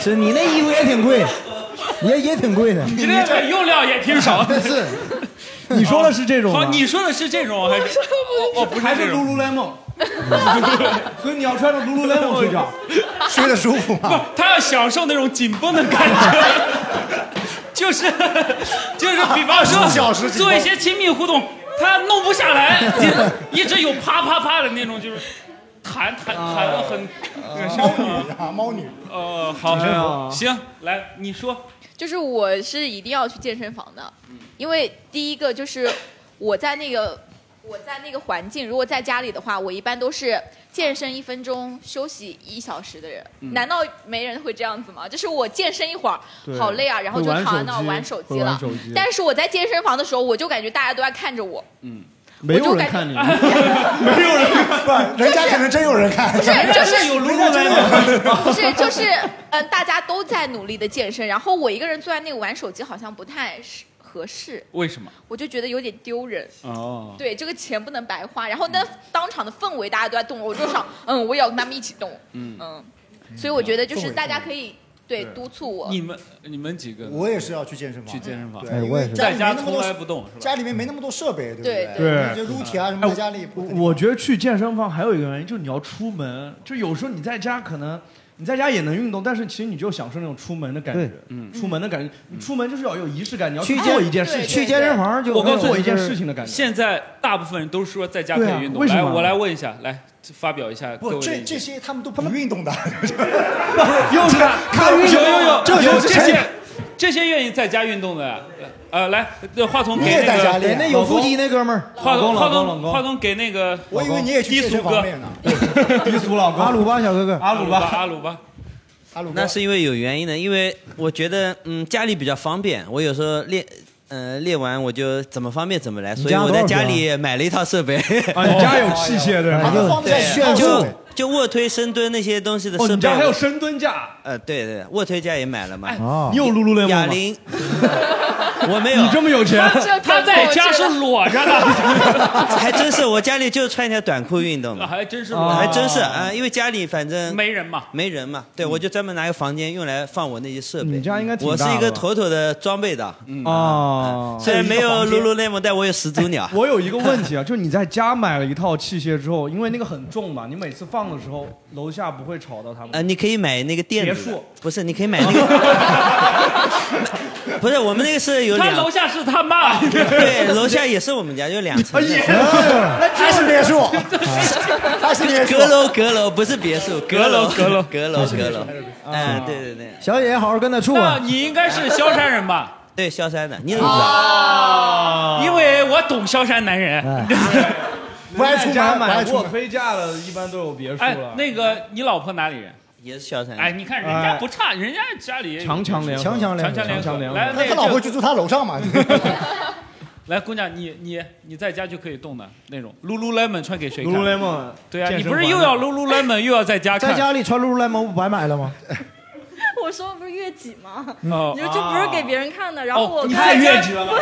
E: 是你那衣服也挺贵，也也挺贵的。
A: 你那个用料也 挺少
E: 是，
B: 你说的是这种
A: 好，
B: 吗
A: 你说的是这种还是？哦，不是
B: 还
A: 这
B: 是
A: 种
B: Lululemon，所以你要穿着 Lululemon 睡 觉，
F: 睡得舒服
A: 不，他要享受那种紧绷的感觉， 就是就是，
G: 啊
A: 比方说
F: 四小时紧绷
A: 做一些亲密互动，他弄不下来， 一直有啪啪啪的那种，就是弹弹
G: 啊
A: 弹的很。
F: 猫女啊，猫女。
A: 呃，好
F: 哎呀，
A: 行，来你说，
D: 就是我是一定要去健身房的，
Q: 嗯
D: 因为第一个就是我在那个我在那个环境，如果在家里的话，我一般都是健身一分钟，休息一小时的人。
Q: 嗯
D: 难道没人会这样子吗？就是我健身一会儿
Q: 对，
D: 好累啊，然后就
Q: 会玩
D: 躺在那
Q: 手
D: 儿
Q: 机
D: 玩手机
Q: 会玩
D: 了
Q: 手机
D: 但是我在健身房的时候，我就感觉大家都在看着我。
Q: 嗯，
B: 没有人看 你，没有人看，
F: 不，人家可能真有人看
D: 不是，就是
B: 有 Lululemon，
D: 不是， 就是呃，大家都在努力的健身，然后我一个人坐在那里玩手机，好像不太适合适，
A: 为什么？
D: 我就觉得有点丢人。
A: 哦，
D: 对，这个钱不能白花。然后那当场的氛围，大家都在动，我就想，嗯，我也要跟他们一起动。
A: 嗯
D: 嗯，所以我觉得就
A: 氛
D: 是
A: 围
D: 大家可以对督促我。
A: 你们你们几个，
F: 我也是要去健身房，
A: 去健身房，
F: 对哎我也是
A: 在家
F: 因为家里没那么多
A: 从来不动是吧？
F: 家里面没那么多设备，对不对？
G: 对
F: 这 r u t 啊什么，在家里不可
A: 哎
F: 能
G: 我觉得去健身房还有一个原因，就是你要出门，就有时候你在家可能。你在家也能运动，但是其实你就享受那种出门的感觉
E: 对，
G: 嗯，出门的感觉，你出门就是要有仪式感，你要
E: 去
G: 做
E: 健
G: 一件事情，
E: 去健身房就
G: 我告诉
E: 有
G: 你一件
E: 就是
G: 事情的感觉。
A: 现在大部分人都说在家可
G: 对啊
A: 以运动，
G: 为什
A: 来
G: 么
A: 我来问一下，来发表一下
F: 不，
A: 各位的
F: 这
A: 意见
F: 这些他们都不运动的，
A: 又是他
F: 看
A: 有
F: 运动
A: 有有
F: 这
A: 有
F: 是
A: 这
F: 谁
A: 些这些愿意在家运动的，呃，来，这话筒给
E: 你也在家
A: 那
E: 里，啊
A: 个
E: 那有腹肌那哥们儿，
A: 话筒话筒话筒给那个，
E: 我以为你也去
A: 低
E: 健
A: 俗
E: 身
A: 哥
E: 房练呢，
G: 低 俗老
E: 公，阿鲁巴小哥哥，
G: 阿鲁巴
A: 阿鲁巴，
F: 阿鲁
H: 那是因为有原因的，因为我觉得嗯家里比较方便，我有时候练。呃，练完我就怎么方便怎么来，所以
G: 家
H: 我
G: 多
H: 在
G: 少
H: 家
G: 平
H: 里买了一套设备。
G: 啊你家有器械对吧
H: 对
G: 还能放得下哎炫
H: 就
G: 富
H: 就卧推、深蹲那些东西的
G: 哦，
H: 设备。
G: 你家还有深蹲架，
H: 呃，对对，卧推架也买了嘛。
G: 哦你有 Lululemon 吗
H: 哑 铃， 我没有。
G: 你这么有钱 他这
A: 他在家是裸着的，
H: 还真是，我家里就穿一条短裤运动嘛。
A: 还真是裸着的，
H: 还真是啊，因为家里反正
A: 没人嘛，嗯
H: 没人嘛，对我就专门拿个房间用来放我那些设备。
G: 你家应该挺
H: 我是
G: 大
H: 一个
G: 的吧
H: 妥妥的装备的，嗯
G: 哦哎
H: 啊虽然没有
G: 还有一个。
H: lululemon，但我有始祖鸟
G: 我有一个问题啊，就是你在家买了一套器械之后，因为那个很重嘛，你每次放的时候，楼下不会吵到他们。
H: 呃，你可以买那个垫
G: 别
H: 子的
G: 墅，
H: 不是，你可以买那个， 不是我们那个是有
A: 他
H: 两，
A: 楼下是他
H: 哎
A: 妈，
H: 对，楼下也是嗯我们家，就两层的，
A: 哎
F: 还是别墅，还是别墅
H: 阁。楼阁楼不是别墅，阁楼
E: 阁楼
H: 阁
E: 还
H: 楼
E: 是
H: 阁
E: 别墅
H: 楼
E: 还是别，
H: 嗯，对对对，
E: 小姐姐好好跟他处啊。
A: 你应该是萧山人吧？ 哦
H: 对，萧山的，你怎么知道？
A: 哎因为我懂萧山男人。
G: 不爱出门
A: 家
G: 买卧推架的，一般都有别墅
A: 哎
G: 了，。
A: 那个你老婆哪里人？
H: 也是萧山
A: 哎，你看人家不差，人家家里也有
G: 哎强强联合
A: 强
G: 强
A: 强
G: 强联合
A: 合。
G: 强强联合
A: 来，那
F: 他老婆就
A: 个
F: 住他楼上 嘛，
A: 来，姑娘，你你你在家就可以动的那种，Lululemon 穿给谁看
G: Lululemon
A: 对啊，
E: 健
A: 你
E: 身
A: 不是
E: 环
A: 又要
P: 哎
A: Lululemon 又要在家看？
E: 在家里穿 Lululemon 不白买了吗？
P: 我说的不是悦己吗？
E: 哦
P: 你说这不是给别人看的，然后我
E: 哦
P: 看
E: 你太悦 己
G: 了吧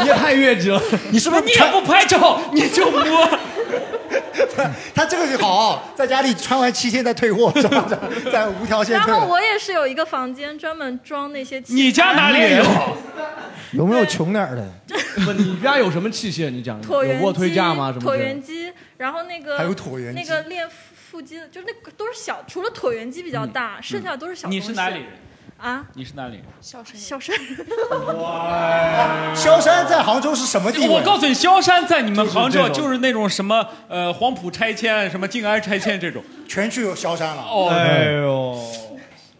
G: 你也太越级了，
F: 你是不是
A: 你也不拍照，你就摸？
F: 他这个就好，在家里穿完七天再退货，是吧？再无条件
P: 然
F: 退。
P: 后我也是有一个房间专门装那些器材。
A: 你家哪里有？
E: 有没有穷点儿的？
G: 不，你家有什么器械？你讲，
P: 椭圆
G: 有
P: 机、
G: 卧推架吗？什么
P: 椭
G: 之类的？
P: 圆机，然后那个
G: 还有椭圆机
P: 那个练腹肌的，就是那个都是小，除了椭圆机比较
G: 嗯
P: 大，剩下的都是小
A: 你
P: 东西
A: 是哪里人？
P: 啊？
A: 你是哪里人？
P: 萧山，萧山。
F: 萧山在杭州是什么地位？
A: 我告诉你，萧山在你们杭州
F: 就是这种
A: 就是那种什么呃黄埔拆迁、什么静安拆迁这种，
F: 全去萧山了。
A: 哦，
G: 哎呦，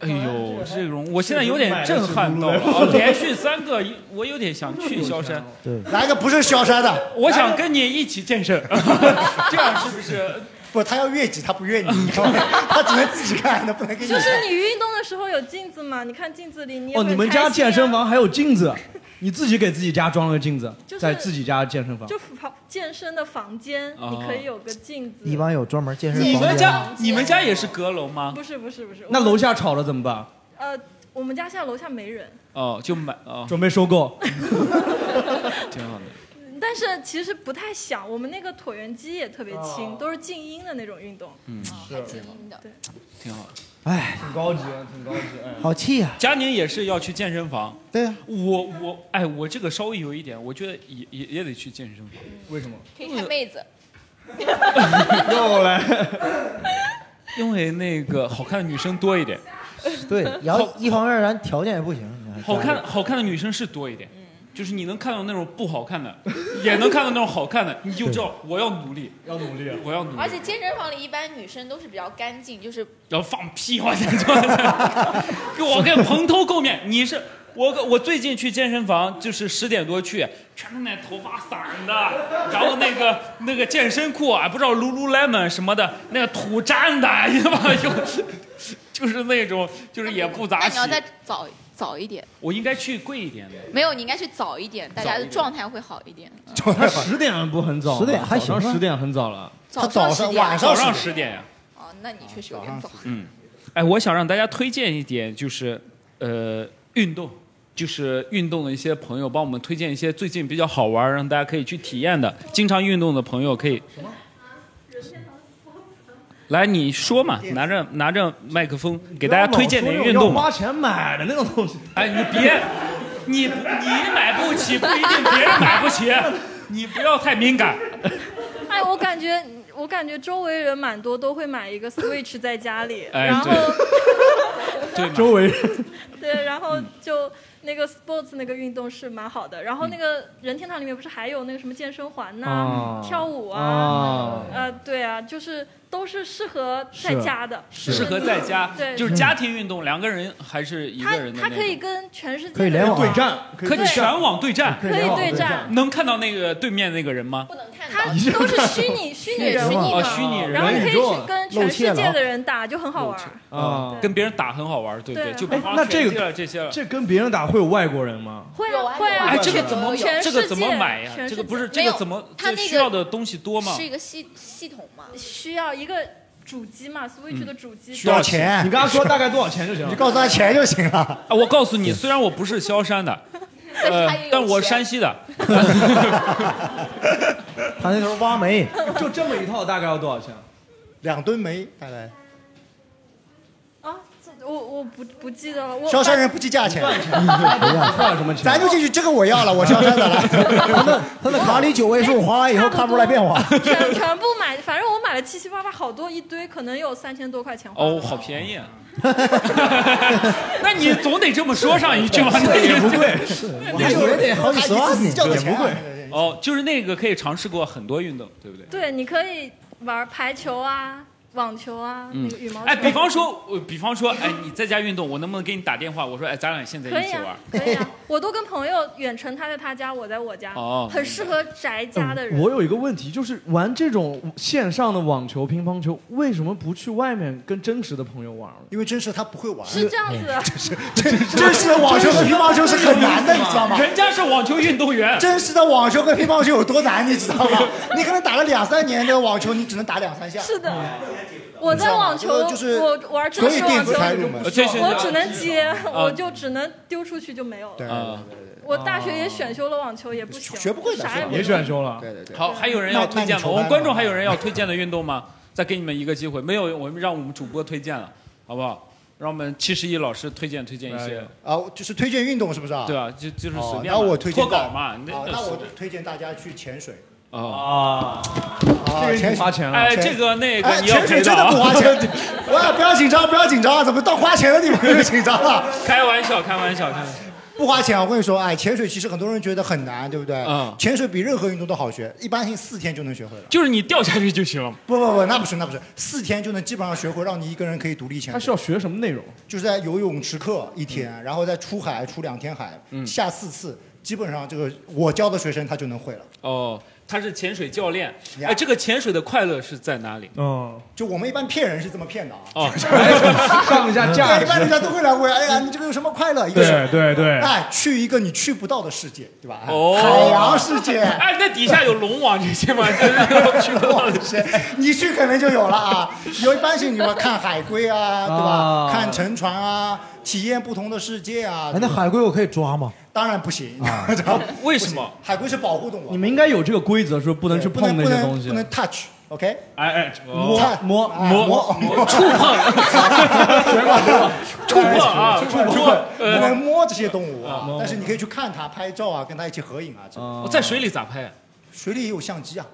A: 哎呦，这种我现在有点震撼到了，哦连续三个，我有点想去萧山。
E: 对，
F: 来个不是萧山的，
A: 我想跟你一起健身，这样是不是
F: 不，他要越级，他不越你，你知道吗？他只能自己看，他不能给你
P: 就
F: 看。
P: 是你运动的时候有镜子嘛，你看镜子里你也
G: 哦，
P: 会
G: 你们
P: 开心
G: 家
P: 啊
G: 健身房还有镜子，你自己给自己家装了个镜子，
P: 就是
G: 在自己家健身房。
P: 就跑健身的房间，
G: 哦
P: 你可以有个镜子。
E: 一般有专门健身
P: 你
E: 房
P: 们
E: 的
P: 家
E: 人。
A: 你们家也是阁楼吗？
P: 不是不是不是，
G: 那楼下吵了怎么办？
P: 呃，我们家现在楼下没人，
A: 哦，就买哦，
G: 准备收购，
A: 挺好的。
P: 但是其实不太响。我们那个椭圆机也特别
A: 哦
P: 轻，都是静音的那种运动。
A: 嗯，
P: 是静音的。对，
A: 挺好的。
E: 哎，
G: 挺高级啊，挺高级。哎
E: 好气呀、
A: 佳宁也是要去健身房。
E: 对
G: 啊
E: 呀、
A: 我我哎，我这个稍微有一点，我觉得也也也得去健身房。
G: 为 什么？
D: 可以看妹子。
G: 又 来，
A: 因为那个好看的女生多一点，
E: 对，然
A: 哦
E: 后哎一方面咱条件也不行，
A: 好看好看的女生是多一点，
G: 嗯
A: 就是你能看到那种不好看的，也能看到那种好看的，你就知道我要努力，
G: 要努力，
A: 我要努力。
D: 而且健身房里一般女生都是比较干净，就是
A: 然后放屁，我天，给我给蓬头垢面。你是我我最近去健身房就是十点多去，全是那头发散的，然后那个那个健身裤啊，不知道 lululemon 什么的，那个土粘的，哎你知道吗？就 就是那种就是也不
D: 那
A: 咋
D: 你
A: 洗
D: 要。再早早一点，
A: 我应该去贵一点的。
D: 没有，你应该去早一点，大
A: 早
D: 家
A: 一
D: 的
A: 点
D: 状态会好一点。嗯
G: 他十点啊不很早
E: 10
G: 吗？
E: 点还
G: 早上
E: 行吧
G: 十点很早了。
D: 他早上10点晚
A: 早
D: 上
A: 上
D: 10
A: 十点呀、
D: 哦，那你确实有点早。
A: 嗯，哎，我想让大家推荐一点，就是呃，运动，就是运动的一些朋友帮我们推荐一些最近比较好玩儿，让大家可以去体验的。经常运动的朋友可以来，你说嘛，拿着拿着麦克风给大家推荐点运动
G: 要花
A: 嘛。
G: 钱买的那种东西。
A: 哎，你别，你你买不 起，不一定别人买不起，你不要太敏感。
P: 哎，我感觉我感觉周围人蛮多都会买一个 Switch 在家里，
A: 哎
P: 然 后
A: 对，
G: 周围
P: 对，然
A: 嗯
P: 后就那个 sports 那个运动是蛮好的。然
A: 嗯
P: 后那个任天堂里面不是还有那个什么健身环呐、
A: 哦
G: 啊
P: 跳舞啊，
G: 啊
P: 呃，对啊，就是都是适合在
A: 是啊
P: 家的，
A: 适合在家，
P: 对，
A: 就是家庭运动，两个人还是一个
P: 他
A: 人的那
P: 他
A: 种。
P: 可以跟全世界
A: 嗯可以联
P: 的人
A: 网对啊战可以全网对战，
P: 可以对战，
A: 能看到那个对面那个人吗？
P: 他 都是虚拟虚拟人物
A: 哦
P: 嘛，
A: 虚拟人物
P: 然后你可以
A: 元宇宙
P: 去跟全世界的人打，就很好玩。
A: 啊，跟别人打很好玩，对不对？
P: 对
A: 就不光
G: 那这
A: 全世界
G: 个
A: 了这些了。
G: 这跟别人打会有外国人吗？
P: 会啊会啊，
A: 哎，这个
P: 有
A: 怎么
P: 有有
A: 这个怎么买呀
P: 全？世界
A: 这个不是
P: 全世界
A: 这个怎么
P: 它
A: 这
P: 那个
A: 需要的东西多吗？
D: 是一个系系统吗？
P: 需要一个主机嘛，Switch 的主机
A: 嗯需要钱
G: 你跟他说大概多少钱就行了。
A: 你告诉
F: 他钱就行了。
A: 啊，我告诉你，虽然我不是 萧山的，呃
E: 他也有，
A: 但我是山西的，
E: 他那头挖煤，
G: 就这么一套大概要多少钱？
F: 两吨煤大概。
P: 啊，这我我不不记得了，我
F: 萧山人不计价钱，
G: 算什么钱？
F: 咱就进去，这个我要了，我萧山的了。他
E: 那他那卡里九位数，花完以后看不出来变化。
P: 全全部买，反正我买了七七八八好多一堆，可能有三千多块钱花。
A: 哦，好便宜。啊。 那你总得这么说上一句吧？那
G: 也不 贵，
A: 那
E: 我还以为得好几十万呢
A: 这
E: 也不贵。
A: 哦，就是那个可以尝试过很多运动，对不对？
P: 对，你可以玩排球啊、网球啊、
A: 嗯
P: 那个羽毛球。
A: 哎，比方说，我比方说，哎，你在家运动，我能不能给你打电话？我说，哎，咱俩现在
P: 可
A: 一
P: 以
A: 起
P: 啊
A: 玩。，
P: 可以啊，我都跟朋友远程，他在他家，我在我家，
G: 哦
P: 很适合宅家的人。
G: 嗯我有一个问题，就是玩这种线上的网球、乒乓球，为什么不去外面跟真实的朋友玩？
F: 因为真实他不会玩。
P: 是这样子
A: 嗯
P: 的，
F: 真实的网球和乒乓球是很难的，你知道吗？
A: 人家是网球运动员。
F: 真实的网球和乒乓球有多难，你知道吗？ 你可能打了两三年的网球，你只能打两三下。
P: 是的，
F: 嗯
P: 我在网球，
F: 这个就是
P: 我玩真实网球，
F: 所以电子才入门这是
P: 啊我只能接，
A: 呃啊
P: 我就只能丢出去就没有了。
A: 啊，
P: 我大学也选修了网球，也不行，学不
F: 会
P: 啥也不
G: 也选修了。
F: 对对对。
A: 好，还有人要推荐
F: 那
A: 吗？
F: 那你崇拜
A: 我们
F: 吗
A: 观众还有人要推荐的运动吗？ 再给你们一个机会，没有，我们让我们主播推荐了，好不好？让我们七十一老师推荐推荐一些，
F: 啊，就是推荐运动是不是啊？
A: 对啊，就就是随便
F: 哦那
A: 嘛。
F: 我推荐
A: 脱稿嘛，那
F: 好，那我推荐大家去潜水。
A: 啊
F: 啊，潜水
A: 哎，这个那个
F: 哎
A: 你要
F: 潜水
A: 赔
F: 真
A: 的
F: 的
A: 啊
F: 不花 钱， 哇，不要紧张，不要紧张，怎么到花钱的地方就紧张了？
A: 开玩笑，开玩笑，开玩笑。
F: 不花钱，我跟你说，哎，潜水其实很多人觉得很难，对不对？
A: 嗯
F: 潜水比任何运动都好学，一般性四天就能学会了。
A: 就是你掉下去就行了。
F: 不不不，那不是那不是，四天就能基本上学会，让你一个人可以独立潜水。
G: 他是要学什么内容？嗯
F: 就是在游泳池课一天，然后再出海出两天海，下四次，基本上这个我教的学生他就能会了。
A: 哦，他是潜水教练。哎，这个潜水的快乐是在哪里？
G: 哦，
F: 就我们一般骗人是这么骗的啊？
A: 哦
G: 哎上一下价
F: 对
G: 值
F: 一般人家都会来问，哎呀，你这个有什么快乐？一个是
G: 对对对
F: 哎，去一个你去不到的世界，对吧？哎
A: 哦
F: 海洋世界，
A: 哎，那底下有龙王这 些吗？就是去不到的
F: 世界，你去可能就有了啊。有一般性你们看海龟啊，对吧
E: 啊？
F: 看沉船啊，体验不同的世界啊。
E: 哎，那海龟我可以抓吗？
F: 当然不行，
G: 啊
A: 为什么？
F: 海龟是保护动物，
G: 你们应该有这个规则，说不能去
F: 不能
G: 碰那
F: 不
G: 些
F: 能
G: 东西
F: 不。能 touch。OK，
A: 哎哎，
G: 摸
F: 看
G: 摸
F: 啊
G: 摸
F: 摸
G: 摸触碰
F: 全
G: 管不管
A: 触碰啊
F: 哎触碰
A: 触碰
F: 触碰
A: 呃
F: 不能摸这些动物啊，但是你可以去看它、拍照啊，跟它一起合影啊。这
G: 哦
A: 我在水里咋拍啊？
F: 水里也有相机啊，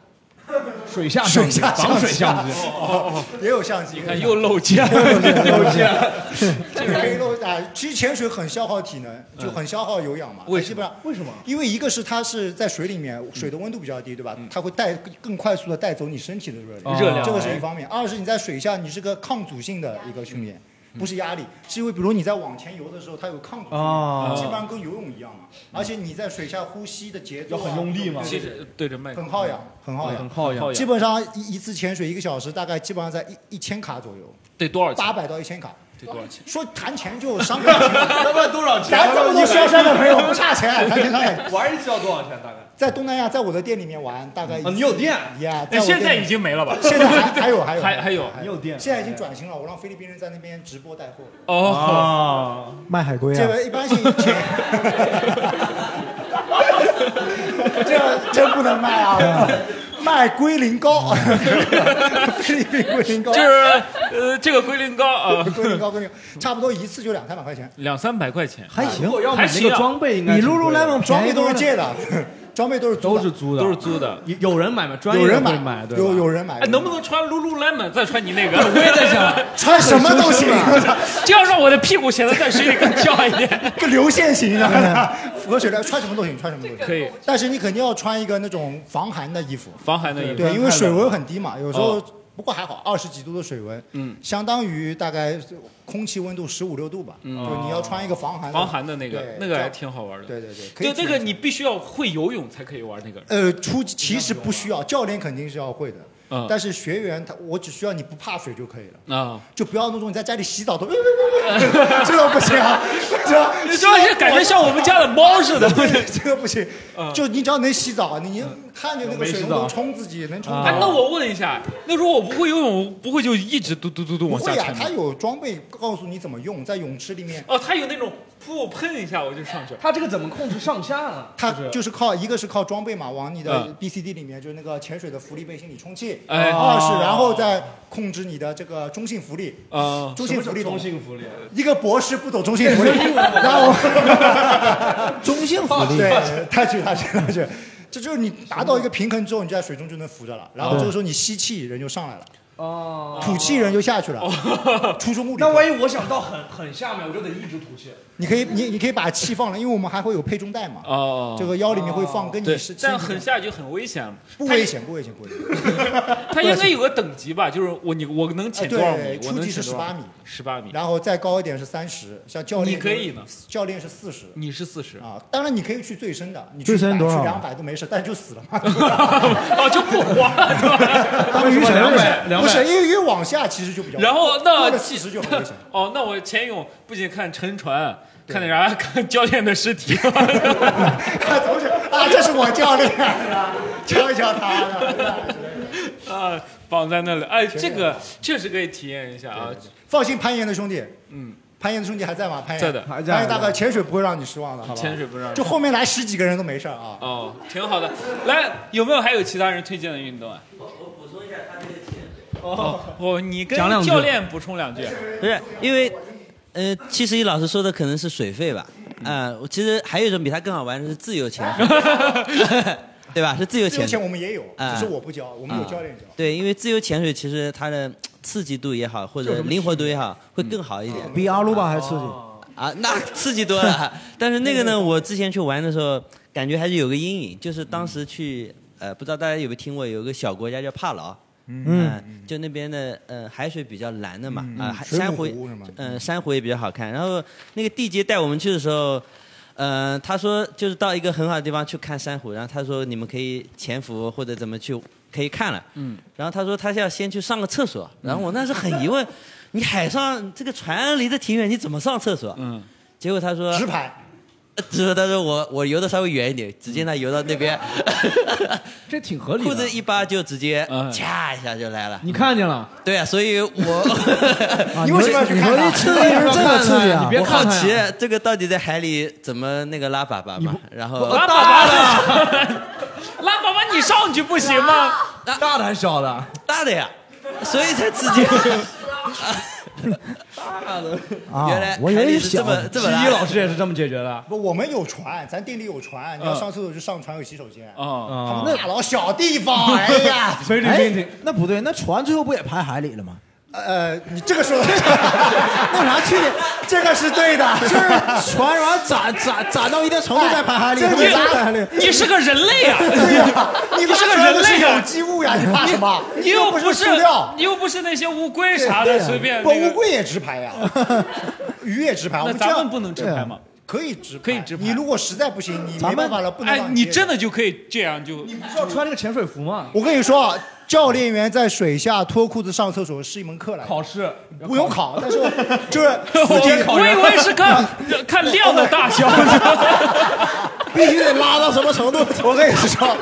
G: 水下
F: 水下
G: 相机防水相机
F: 哦哦也有相机。你
A: 看又露怯
G: 露怯
F: 这个可以露啊。其实潜水很消耗体能，就很消耗有氧嘛。
A: 为什么
F: 基本上
G: 为什么？
F: 因为一个是它是在水里面，水的温度比较低，对吧？它会带更快速的带走你身体的热量，
A: 热量
F: 这个是一方面。二是你在水下，你是个抗阻性的一个训练。不是压力，是因为比如你在往前游的时候，它有抗阻性，
G: 哦
F: 基本上跟游泳一样嘛。而且你在水下呼吸的节奏、
G: 要
F: 啊、
G: 很用力吗
F: 对
A: 其
F: 对对
A: 实对着麦克
F: 很耗氧，
E: 嗯
F: 很耗氧，
G: 很耗氧
F: 基本上一一次潜水一个小时，大概基本上在一一千卡左右，
A: 得多少钱？
F: 八百到一千卡。
A: 得多少 钱？
F: 说谈钱就伤感情，要
G: 不然多少钱
F: 咱这么多萧山的朋友不差 钱，谈钱伤感情。
G: 玩一次要多少钱？大概？
F: 在东南亚，在我的店里面玩，大概一次
G: 哦你有店
F: 呀？
A: 那
F: 我
A: 现
F: 店
A: 在
F: 里
A: 已经没了吧？
F: 现在还还有还有
A: 还还有
F: 还有店，现在已经转型了，我让菲律宾人在那边直播带货。
A: 哦，
E: 卖海龟
F: 这
E: 啊？
F: 个一般性钱，这这不能卖啊！卖龟苓膏，菲律宾龟苓膏
A: 就是呃，这个龟苓膏啊，
F: 龟苓膏，龟苓膏，差不多一次就两三百块钱。
A: 两三百块钱，
F: 哎还行
A: 还行啊。
F: 你 Lululemon 装备都是借
G: 借
F: 的，装备都是
G: 啊都是租的，
A: 都是租的。
G: 有人买吗？专
F: 有
G: 业
F: 人
G: 会
F: 买
G: 买，对吧
F: 有有人买
A: 哎，，能不能穿 Lululemon 再穿你那个？
G: 我也在 想
F: 穿什么都行
A: 这样让我的屁股显得在水里更翘一点。
F: 个流线型的，
E: 嗯
F: 符合水量，穿什么都行，穿什么都行。
A: 可以，
F: 但是你肯定要穿一个那种 防寒的衣服。
A: 防寒的衣服，
F: 对，因为水温很低嘛，有时候
A: 哦
F: 不过还好，二十几度的水温，
A: 嗯
F: 相当于大概空气温度十五六度吧。
A: 嗯
F: 就你要穿一个防寒
A: 防寒的那个
F: 对，
A: 那个还
F: 这样
A: 挺好玩的。
F: 对对对，可以
A: 就那
F: 体
A: 个
F: 验
A: 你必须要会游泳才可以玩那个。
F: 呃，初级其实不需要，教练肯定是要会的。
A: 嗯
F: 但是学员他，我只需要你不怕水就可以了，
A: 啊，
F: 就不要那种你在家里洗澡 都，这个不行啊，这个
A: 你 这样就感觉像我们家的猫似 的 嗯
F: 这个不行。就你只要能洗澡，你看着那个水龙头冲自己，能冲
A: 哎，那我问一下，那如果我不会游泳，我不会就一直嘟嘟嘟嘟
F: 不
A: 往下
F: 会啊，
A: 沉
F: 他
A: 吗？
F: 有装备告诉你怎么用，在泳池里面，
A: 哦，它有那种噗，我喷一下我就上去了。
G: 它这个怎么控制上啊下呢？
F: 它就是靠一个是靠装备嘛，往你的
A: 嗯
F: BCD 里面就是那个潜水的浮力背心里充气，
A: 哎
F: 二是然后再控制你的这个中性浮力
G: 嗯
A: 啊
F: 中性浮力懂吗
G: 中性浮力，，
F: 一个博士不懂中性浮力 然后
E: 中性浮力
F: 对，他去他去他去，这就是你达到一个平衡之后，你就在水中就能浮着了，然后这个时候你吸气人就上来了，
G: 哦
F: 吐气人就下去了，初中物理课。
G: 那万一我想到很很下面，我就得一直吐气。
F: 你可以你你可以把气放了，因为我们还会有配重带嘛，
A: 哦
F: 这个腰里面会放跟你
A: 对
F: 是，
A: 但很下就很危险了。
F: 不危险不危险不危险。
A: 它应该有个等级吧？就是我你我能潜多少米
F: 呃对？
A: 我能
F: 初级
A: 潜
F: 是
A: 多少
F: 18米，
A: 十八米。
F: 然后再高一点是三十，像教练
A: 你可以呢，
F: 教练是四十。
A: 你是四十
F: 啊？当然你可以去最深的，你
E: 最深多少
F: 两百都没事，但就死了 嘛。
A: 哦，就不滑了是吧？
F: 当鱼神
G: 为什么200
F: 不是因为越往下其实就比较。
A: 然后
F: 过
A: 那
F: 了四十就很危险。
A: 哦，那我潜泳不仅看沉船，看那啥， 看教练的尸体。
F: 同学啊，这是我教练， 教一教他。
A: 啊，绑在那里。哎，这个确实可以体验一下啊。
F: 放心，攀岩的兄弟，
A: 嗯，
F: 攀岩的兄弟还在吗？攀岩
A: 在的还在
F: 攀岩大哥，潜水不会让你失望的，好吧？
A: 潜水不让人
F: 就后面来十几个人都没事儿啊。
A: 哦，挺好的。来，有没有还有其他人推荐的运动啊？哦，哦，你跟
H: 讲两句
A: 教练补充两句。
H: 不是因为，呃，七十一老师说的可能是水费吧？啊、我其实还有一种比它更好玩的是自由潜水， 对吧？啊是自由
F: 自由潜
H: 潜水
F: 我们也有，
H: 啊
F: 只是我不教，我们有教练教。
H: 对，因为自由潜水其实它的刺激度也好，或
E: 有
H: 者
E: 什么
H: 灵活度也好，会
F: 嗯
H: 更好一点。
E: 比阿鲁巴还刺激。
A: 哦
H: 啊，那刺激多了。 但是那个呢，我之前去玩的时候，感觉还是有个阴影，就是当时去，呃，不知道大家有没有听过，有个小国家叫帕劳。
E: 嗯
H: 呃就那边的呃海水比较蓝的嘛，
E: 嗯
H: 啊、
E: 嗯
H: 海
E: 水母
H: 珊瑚
E: 湖是吗，，
H: 嗯、珊瑚也比较好看。然后那个地接带我们去的时候，呃，他说就是到一个很好的地方去看珊瑚，然后他说你们可以潜伏或者怎么去可以看了。
X: 嗯，
H: 然后他说他要先去上个厕所，然后我那时候很疑问，你海上这个船离得挺远，你怎么上厕所？嗯，结果他说直排，直排。他说我我游的稍微远一点，只见他游到那边，
G: 这挺合理的嗯
H: 裤子一扒就直接掐一下就来了。
G: 你看见了？
H: 对啊，所以我
G: 你为什么要去看它你说这刺激是这个刺激啊你别
H: 我
G: 看
H: 好
G: 它
H: 奇
G: 呀
H: 这个到底在海里怎么那个拉粑粑嘛？然后
A: 拉粑粑了，拉粑粑你上去不行吗？
G: 大的还是小的？
H: 大的呀，所以 才直 接。大的
G: 啊
H: 原来我以为海里是是这么小的这么来
G: 十一老师也是这么解决 的。
F: 不，我们有船，咱店里有船，你要上厕所就上船有洗手间。
G: 啊
F: 他们大老小地方，哦哎呀
E: 哦 哎，那不对，那船最后不也排海里了吗？
F: 呃，你这个说的， 那
E: 啥去？
F: 这个是对的，
E: 就是船完攒攒攒到一定程度再排海里，
F: 哎
E: 不
F: 这
E: 也
F: 你
E: 排海里
A: 你是个人类呀、
E: 对呀
F: 你
A: 你是个
F: 拉出来
A: 人
F: 的
A: 类
F: 是
A: 呀、
F: 有机物呀你怕什么
A: 你又
F: 又不是
A: 是
F: 塑料，
A: 你又不是那些乌龟啥的，
F: 对
A: 随便
F: 不，
A: 那
F: 乌
H: 啊
A: 个。
F: 龟也直排呀，鱼也直排。我
A: 那
F: 们这样
A: 咱们不能直排吗？
F: 可以直可以直排。你如果实在不行，你
A: 咱
F: 没办
A: 们
F: 法了，不能
A: 哎
F: 让，
A: 你
F: 接
A: 真的就可以这样就。你不
G: 是要穿那个潜水服吗？
F: 我跟你说啊，教练员在水下脱裤子上厕所是一门课来的，
G: 考试
F: 不用考，但是我就是 四节
A: 我我以为 是看看量的大小，
F: 必须得拉到什么程度。我跟你说，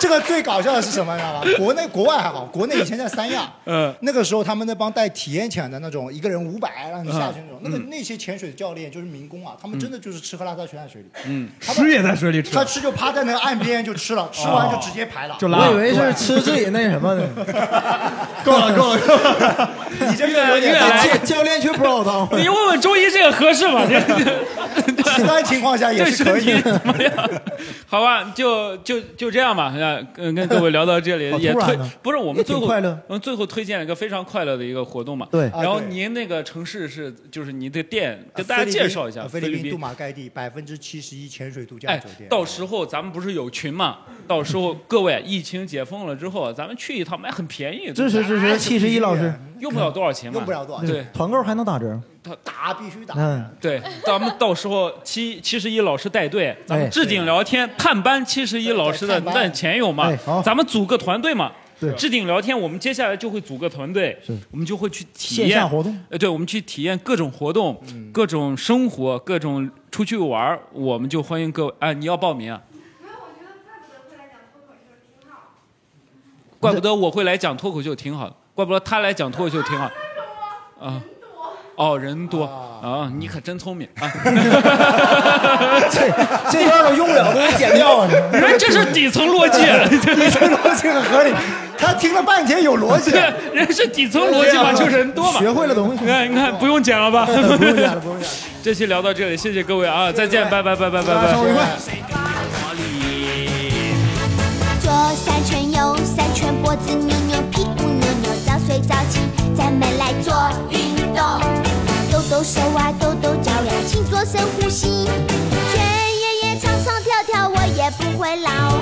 F: 这个最搞笑的是什么，你知道吗？国内国外还好，国内以前在三亚，
A: 嗯，
F: 那个时候他们那帮带体验潜的那种，一个人五百让你下去那种，
G: 嗯
F: 那个那些潜水教练就是民工啊，他们真的就是吃喝拉撒全在水里。
G: 嗯，吃也在水里吃。
F: 他吃就趴在那个岸边就吃了，吃完就直接排了。
G: 啊哦就拉
E: 我以为是吃自己那什么呢？
F: 够了够了够了！你这个有点
A: 越来越
E: 教教练却不好当。
A: 你问问中医这个合适吗？这
F: 极端情况下也是可以。
A: 怎么样？ 好吧，就就就这样吧。那跟跟各位聊到这里
E: 好，突
A: 也
E: 然
A: 推
E: 呢
A: 不是我们
E: 也
A: 最
E: 挺
A: 后
E: 快乐
A: 我们最后推荐了一个非常快乐的一个活动嘛。
E: 对
A: 然后
F: 啊对
A: 您那个城市是就是您的店，
F: 给
A: 跟大家介绍一下
F: 菲
A: 律
F: 律宾
A: 宾
F: 杜马盖地百分之七十一潜水度假
A: 哎
F: 酒 店，。
A: 到时候咱们不是有群嘛？到时候各位疫情解封了之后，咱们去一趟，买很便 宜，
E: 支持支持，七十一老师，
A: 哎用不了多少钱嘛，
F: 用不了多少
A: 对
E: 对，团购还能打折。
F: 打必须打。
E: 嗯，
A: 对，咱们到时候七七十一老师带队，咱
E: 哎
A: 们置顶聊天探班七十一老师的那前友嘛
E: 哎，
A: 咱们组个团队嘛。
E: 对
A: 置顶聊天，我们接下来就会组个团队，我们就会去体验
E: 线下活动。
A: 呃，对，我们去体验各种活动、各种生活、各种出去玩儿我们就欢迎各位。哎，你要报名啊？怪不得我会来讲脱口秀，挺好的。怪不得他来讲脱口秀挺好。啊，哦，人多啊，你可真聪明啊！
E: 这这段我用不了，都得剪掉啊。
A: 你说这是底层逻辑，啊
F: 底层逻辑很合理。他听了半天有 逻辑，
A: 人是底层逻辑嘛，就是人多嘛。
F: 学会了东西
A: 你看，你看，不用剪 了吧？不
F: 用剪了
A: 不用剪。这期聊到这里，谢谢各位啊，再见，拜拜，拜拜，拜拜。
I: 生活愉快左三圈右三圈，脖子扭扭，屁股扭扭，早睡早起，咱们来做运动，抖抖手啊，抖抖脚呀，请做深呼吸，全爷爷唱唱跳跳，我也不会老。